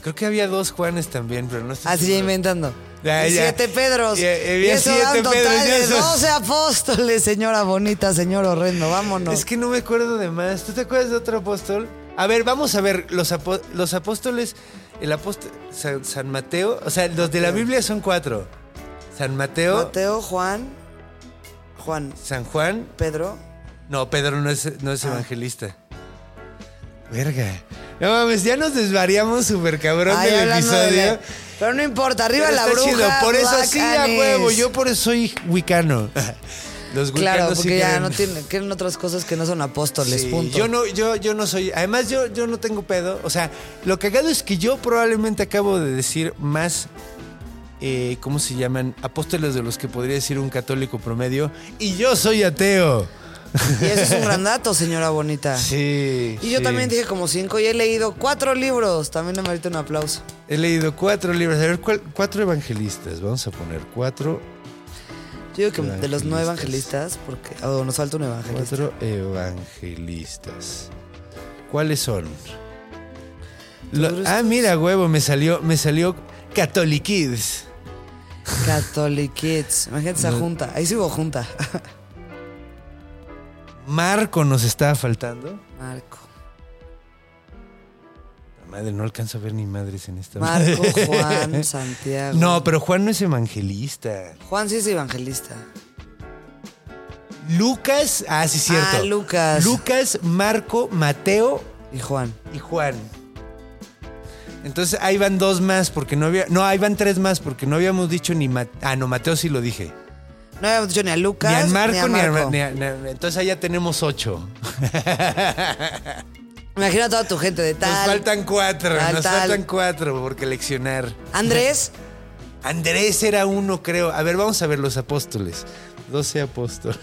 [SPEAKER 2] Creo que había dos Juanes también, pero no estoy
[SPEAKER 4] Así Ah, ya
[SPEAKER 2] seguro.
[SPEAKER 4] inventando.
[SPEAKER 2] Ya,
[SPEAKER 4] Y
[SPEAKER 2] ya.
[SPEAKER 4] Siete Pedros.
[SPEAKER 2] Ya, ya había
[SPEAKER 4] y eso
[SPEAKER 2] siete
[SPEAKER 4] da un total
[SPEAKER 2] Pedros, ya
[SPEAKER 4] de
[SPEAKER 2] son-
[SPEAKER 4] 12 apóstoles, señora bonita, señor horrendo. Vámonos.
[SPEAKER 2] Es que no me acuerdo de más. ¿Tú te acuerdas de otro apóstol? A ver, vamos a ver, los, apo- los apóstoles, el apóstol San, San Mateo, o sea, los de la Biblia son cuatro. San Mateo,
[SPEAKER 4] Mateo, Juan, Juan,
[SPEAKER 2] San Juan,
[SPEAKER 4] Pedro.
[SPEAKER 2] no, Pedro no es,
[SPEAKER 4] Ah.
[SPEAKER 2] no es evangelista. Verga. No mames, ya nos desvariamos súper cabrón
[SPEAKER 4] Ay,
[SPEAKER 2] del
[SPEAKER 4] hablando de la-
[SPEAKER 2] episodio.
[SPEAKER 4] Pero no importa, arriba
[SPEAKER 2] Pero
[SPEAKER 4] la
[SPEAKER 2] está
[SPEAKER 4] bruja.
[SPEAKER 2] chido. Por eso
[SPEAKER 4] Black
[SPEAKER 2] sí, a
[SPEAKER 4] Anis.
[SPEAKER 2] huevo, yo por eso soy wicano. Los wicanos
[SPEAKER 4] Claro,
[SPEAKER 2] sí
[SPEAKER 4] porque ya
[SPEAKER 2] creen.
[SPEAKER 4] no tienen, quieren otras cosas que no son apóstoles,
[SPEAKER 2] Sí,
[SPEAKER 4] punto.
[SPEAKER 2] Yo no, yo, yo no soy. Además, yo, yo no tengo pedo. O sea, lo cagado es que yo probablemente acabo de decir más. eh, ¿Cómo se llaman? Apóstoles de los que podría decir un católico promedio. Y yo soy ateo.
[SPEAKER 4] Y eso es un gran dato, señora bonita.
[SPEAKER 2] Sí.
[SPEAKER 4] Ah. Y yo
[SPEAKER 2] sí.
[SPEAKER 4] también dije como cinco y he leído cuatro libros. También me merece un aplauso.
[SPEAKER 2] He leído cuatro libros. A ver, ¿cuál- cuatro evangelistas. Vamos a poner cuatro.
[SPEAKER 4] Yo digo que de los no
[SPEAKER 2] Evangelistas.
[SPEAKER 4] evangelistas, porque oh, nos falta un evangelista.
[SPEAKER 2] Cuatro evangelistas. ¿Cuáles son? Lo-
[SPEAKER 4] Todos
[SPEAKER 2] ah, mira, huevo, me salió, me salió Catolikids.
[SPEAKER 4] Catholic Kids. Imagínate esa junta. Ahí sigo junta.
[SPEAKER 2] Marco nos estaba faltando.
[SPEAKER 4] Marco.
[SPEAKER 2] Madre, no alcanza a ver ni madres en esta.
[SPEAKER 4] Marco, Juan, Santiago.
[SPEAKER 2] No, pero Juan no es evangelista.
[SPEAKER 4] Juan sí es evangelista.
[SPEAKER 2] Lucas, ah, sí, cierto.
[SPEAKER 4] Ah, Lucas.
[SPEAKER 2] Lucas, Marco, Mateo
[SPEAKER 4] Y Juan.
[SPEAKER 2] y Juan. Entonces ahí van dos más porque no había. No, ahí van tres más porque no habíamos dicho ni. Ma- ah, no, Mateo sí lo dije.
[SPEAKER 4] No habíamos dicho ni a Lucas.
[SPEAKER 2] ni al Marco ni,
[SPEAKER 4] a
[SPEAKER 2] al
[SPEAKER 4] Marco.
[SPEAKER 2] Ma- ni a- ni a- Entonces allá tenemos ocho.
[SPEAKER 4] Imagina a toda tu gente de tal.
[SPEAKER 2] Nos faltan cuatro.
[SPEAKER 4] tal,
[SPEAKER 2] nos
[SPEAKER 4] tal.
[SPEAKER 2] faltan cuatro porque leccionar.
[SPEAKER 4] Andrés.
[SPEAKER 2] Andrés era uno, creo. A ver, vamos a ver los apóstoles. Doce apóstoles.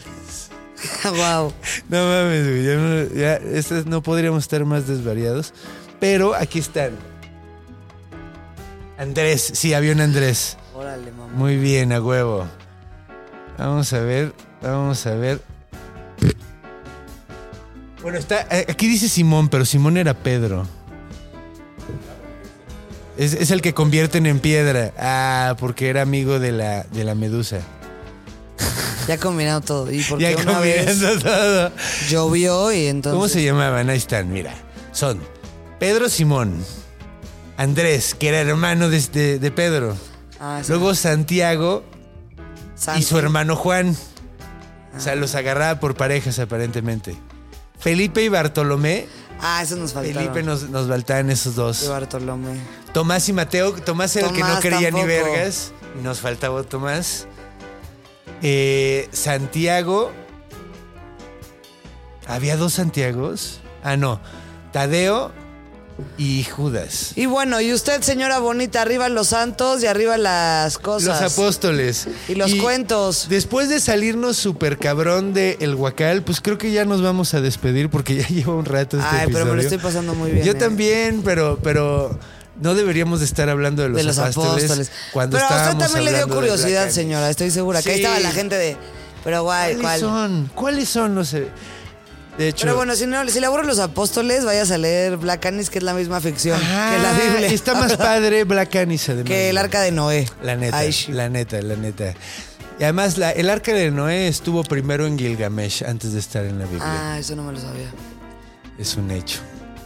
[SPEAKER 4] wow.
[SPEAKER 2] No mames, güey. Ya, no- ya, estas no podríamos estar más desvariados. Pero aquí están. Andrés, sí, había un Andrés.
[SPEAKER 4] Órale, mamá.
[SPEAKER 2] Muy bien, a huevo. Vamos a ver, vamos a ver. Bueno, está. eh, Aquí dice Simón, pero Simón era Pedro. Es, es el que convierten en piedra. Ah, porque era amigo de la, de la medusa.
[SPEAKER 4] Ya combinado todo. Y porque
[SPEAKER 2] Ya
[SPEAKER 4] una vez
[SPEAKER 2] combinando todo.
[SPEAKER 4] llovió y entonces.
[SPEAKER 2] ¿Cómo se llamaban? Ahí están, mira. Son Pedro Simón, Andrés, que era hermano de, de- de Pedro.
[SPEAKER 4] Ah, sí.
[SPEAKER 2] Luego Santiago
[SPEAKER 4] Santi.
[SPEAKER 2] y su hermano Juan. O
[SPEAKER 4] Ah.
[SPEAKER 2] sea, los agarraba por parejas aparentemente. Felipe y Bartolomé.
[SPEAKER 4] Ah, eso nos faltaba.
[SPEAKER 2] Felipe nos, nos faltaban esos
[SPEAKER 4] Y
[SPEAKER 2] dos.
[SPEAKER 4] Bartolomé.
[SPEAKER 2] Tomás y Mateo. Tomás era el que no
[SPEAKER 4] Tomás
[SPEAKER 2] creía
[SPEAKER 4] tampoco.
[SPEAKER 2] ni vergas. Y nos faltaba Tomás. Eh, Santiago. ¿Había dos Santiagos? Ah, no. Tadeo y Judas.
[SPEAKER 4] Y bueno, y usted, señora bonita, arriba los santos y arriba las cosas.
[SPEAKER 2] Los apóstoles.
[SPEAKER 4] Y los cuentos.
[SPEAKER 2] Después de salirnos súper cabrón de El Huacal, pues creo que ya nos vamos a despedir porque ya lleva un rato este
[SPEAKER 4] Ay, pero me lo
[SPEAKER 2] episodio.
[SPEAKER 4] estoy pasando muy bien,
[SPEAKER 2] Yo
[SPEAKER 4] eh.
[SPEAKER 2] también, pero, pero no deberíamos de estar hablando de los,
[SPEAKER 4] de los apóstoles.
[SPEAKER 2] Cuando
[SPEAKER 4] pero a usted
[SPEAKER 2] estábamos
[SPEAKER 4] también le dio
[SPEAKER 2] hablando de
[SPEAKER 4] curiosidad,
[SPEAKER 2] Black
[SPEAKER 4] señora, estoy segura. Que ahí
[SPEAKER 2] Sí.
[SPEAKER 4] estaba la gente de. Pero guay,
[SPEAKER 2] Andes.
[SPEAKER 4] ¿cuál?
[SPEAKER 2] ¿Cuáles son? ¿Cuáles son? No sé. De hecho.
[SPEAKER 4] Pero bueno, si, no, si le aburren los apóstoles, vayas a leer Black Anis, que es la misma ficción
[SPEAKER 2] Ah,
[SPEAKER 4] que la Biblia.
[SPEAKER 2] Está más padre Black Anis, además.
[SPEAKER 4] que el arca de Noé.
[SPEAKER 2] La neta,
[SPEAKER 4] Ay, sí.
[SPEAKER 2] la neta, la neta. Y además, la- el arca de Noé estuvo primero en Gilgamesh antes de estar en la Biblia.
[SPEAKER 4] Ah, eso no me lo sabía.
[SPEAKER 2] Es un hecho.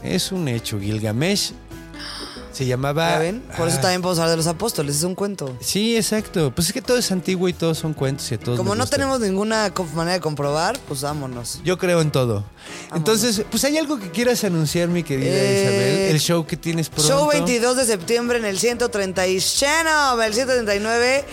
[SPEAKER 2] Es un hecho. Gilgamesh se llamaba.
[SPEAKER 4] ¿Ya ven? Por eso
[SPEAKER 2] Ah,
[SPEAKER 4] también podemos hablar de los apóstoles, es un cuento.
[SPEAKER 2] Sí, exacto. Pues es que todo es antiguo y todos son cuentos y a todos.
[SPEAKER 4] Como
[SPEAKER 2] les
[SPEAKER 4] no
[SPEAKER 2] gusta.
[SPEAKER 4] tenemos ninguna co- manera de comprobar, pues vámonos.
[SPEAKER 2] Yo creo en todo. Entonces, pues hay algo que quieras anunciar, mi querida
[SPEAKER 4] Eh,
[SPEAKER 2] Isabel. El show que tienes pronto.
[SPEAKER 4] Show 22 de septiembre en el 130 y Channel, el 139.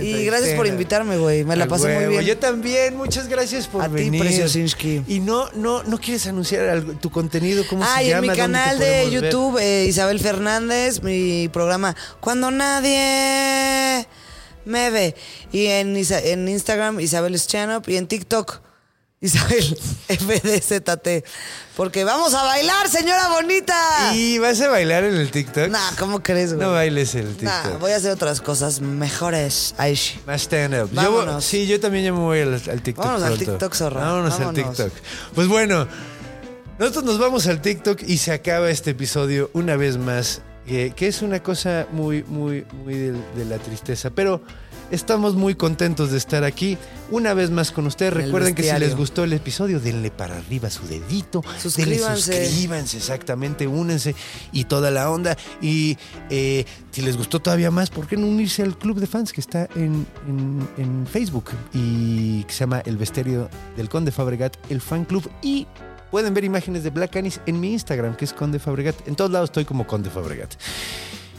[SPEAKER 4] Y gracias por invitarme, güey. Me la
[SPEAKER 2] A
[SPEAKER 4] pasé muy
[SPEAKER 2] huevo.
[SPEAKER 4] bien.
[SPEAKER 2] Yo también, muchas gracias por
[SPEAKER 4] A ti,
[SPEAKER 2] venir.
[SPEAKER 4] Preciosinski.
[SPEAKER 2] Y no, no, no quieres anunciar algo- tu contenido, cómo
[SPEAKER 4] Ah,
[SPEAKER 2] se
[SPEAKER 4] y en
[SPEAKER 2] llama.
[SPEAKER 4] mi
[SPEAKER 2] ¿Dónde te
[SPEAKER 4] canal de
[SPEAKER 2] podemos ver?
[SPEAKER 4] YouTube, eh, Isabel Fernández, mi programa Cuando Nadie Me Ve. Y en, Isa- en Instagram, Isabel Stanhope. Y en TikTok, Isabel FDZT. Porque vamos a bailar, señora bonita.
[SPEAKER 2] ¿Y vas a bailar en el TikTok?
[SPEAKER 4] Nah, ¿cómo crees, güey?
[SPEAKER 2] No bailes en el
[SPEAKER 4] Nah,
[SPEAKER 2] TikTok.
[SPEAKER 4] voy a hacer otras cosas mejores. Ay, sí.
[SPEAKER 2] Más stand-up. Yo-
[SPEAKER 4] Vámonos.
[SPEAKER 2] sí, yo también ya me voy al, al TikTok.
[SPEAKER 4] Vámonos al
[SPEAKER 2] pronto.
[SPEAKER 4] TikTok, zorra.
[SPEAKER 2] Vámonos,
[SPEAKER 4] Vámonos.
[SPEAKER 2] al TikTok. Pues bueno, nosotros nos vamos al TikTok y se acaba este episodio una vez más, que, que es una cosa muy, muy, muy de, de la tristeza. Pero estamos muy contentos de estar aquí una vez más con ustedes.
[SPEAKER 4] En el
[SPEAKER 2] Recuerden que si
[SPEAKER 4] bestiario.
[SPEAKER 2] les gustó el episodio, denle para arriba su dedito.
[SPEAKER 4] Suscríbanse.
[SPEAKER 2] Denle suscríbanse, exactamente. Únense y toda la onda. Y eh, si les gustó todavía más, ¿por qué no unirse al club de fans que está en, en- en Facebook y que se llama El Vesterio del Conde Fabregat, el fan club? Y pueden ver imágenes de Black Anis en mi Instagram, que es Conde Fabregat. En todos lados estoy como Conde Fabregat.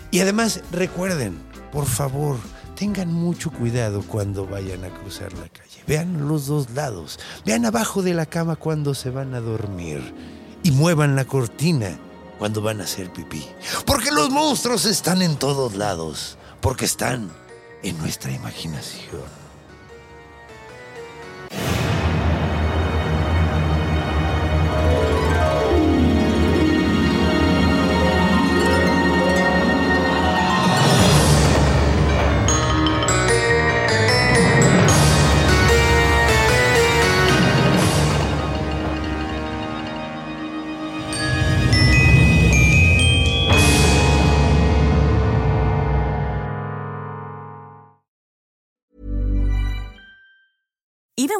[SPEAKER 2] Y además, recuerden, por favor, tengan mucho cuidado cuando vayan a cruzar la calle. Vean los dos lados. Vean abajo de la cama cuando se van a dormir. Y muevan la cortina cuando van a hacer pipí. Porque los monstruos están en todos lados. Porque están en nuestra imaginación.
[SPEAKER 6] Even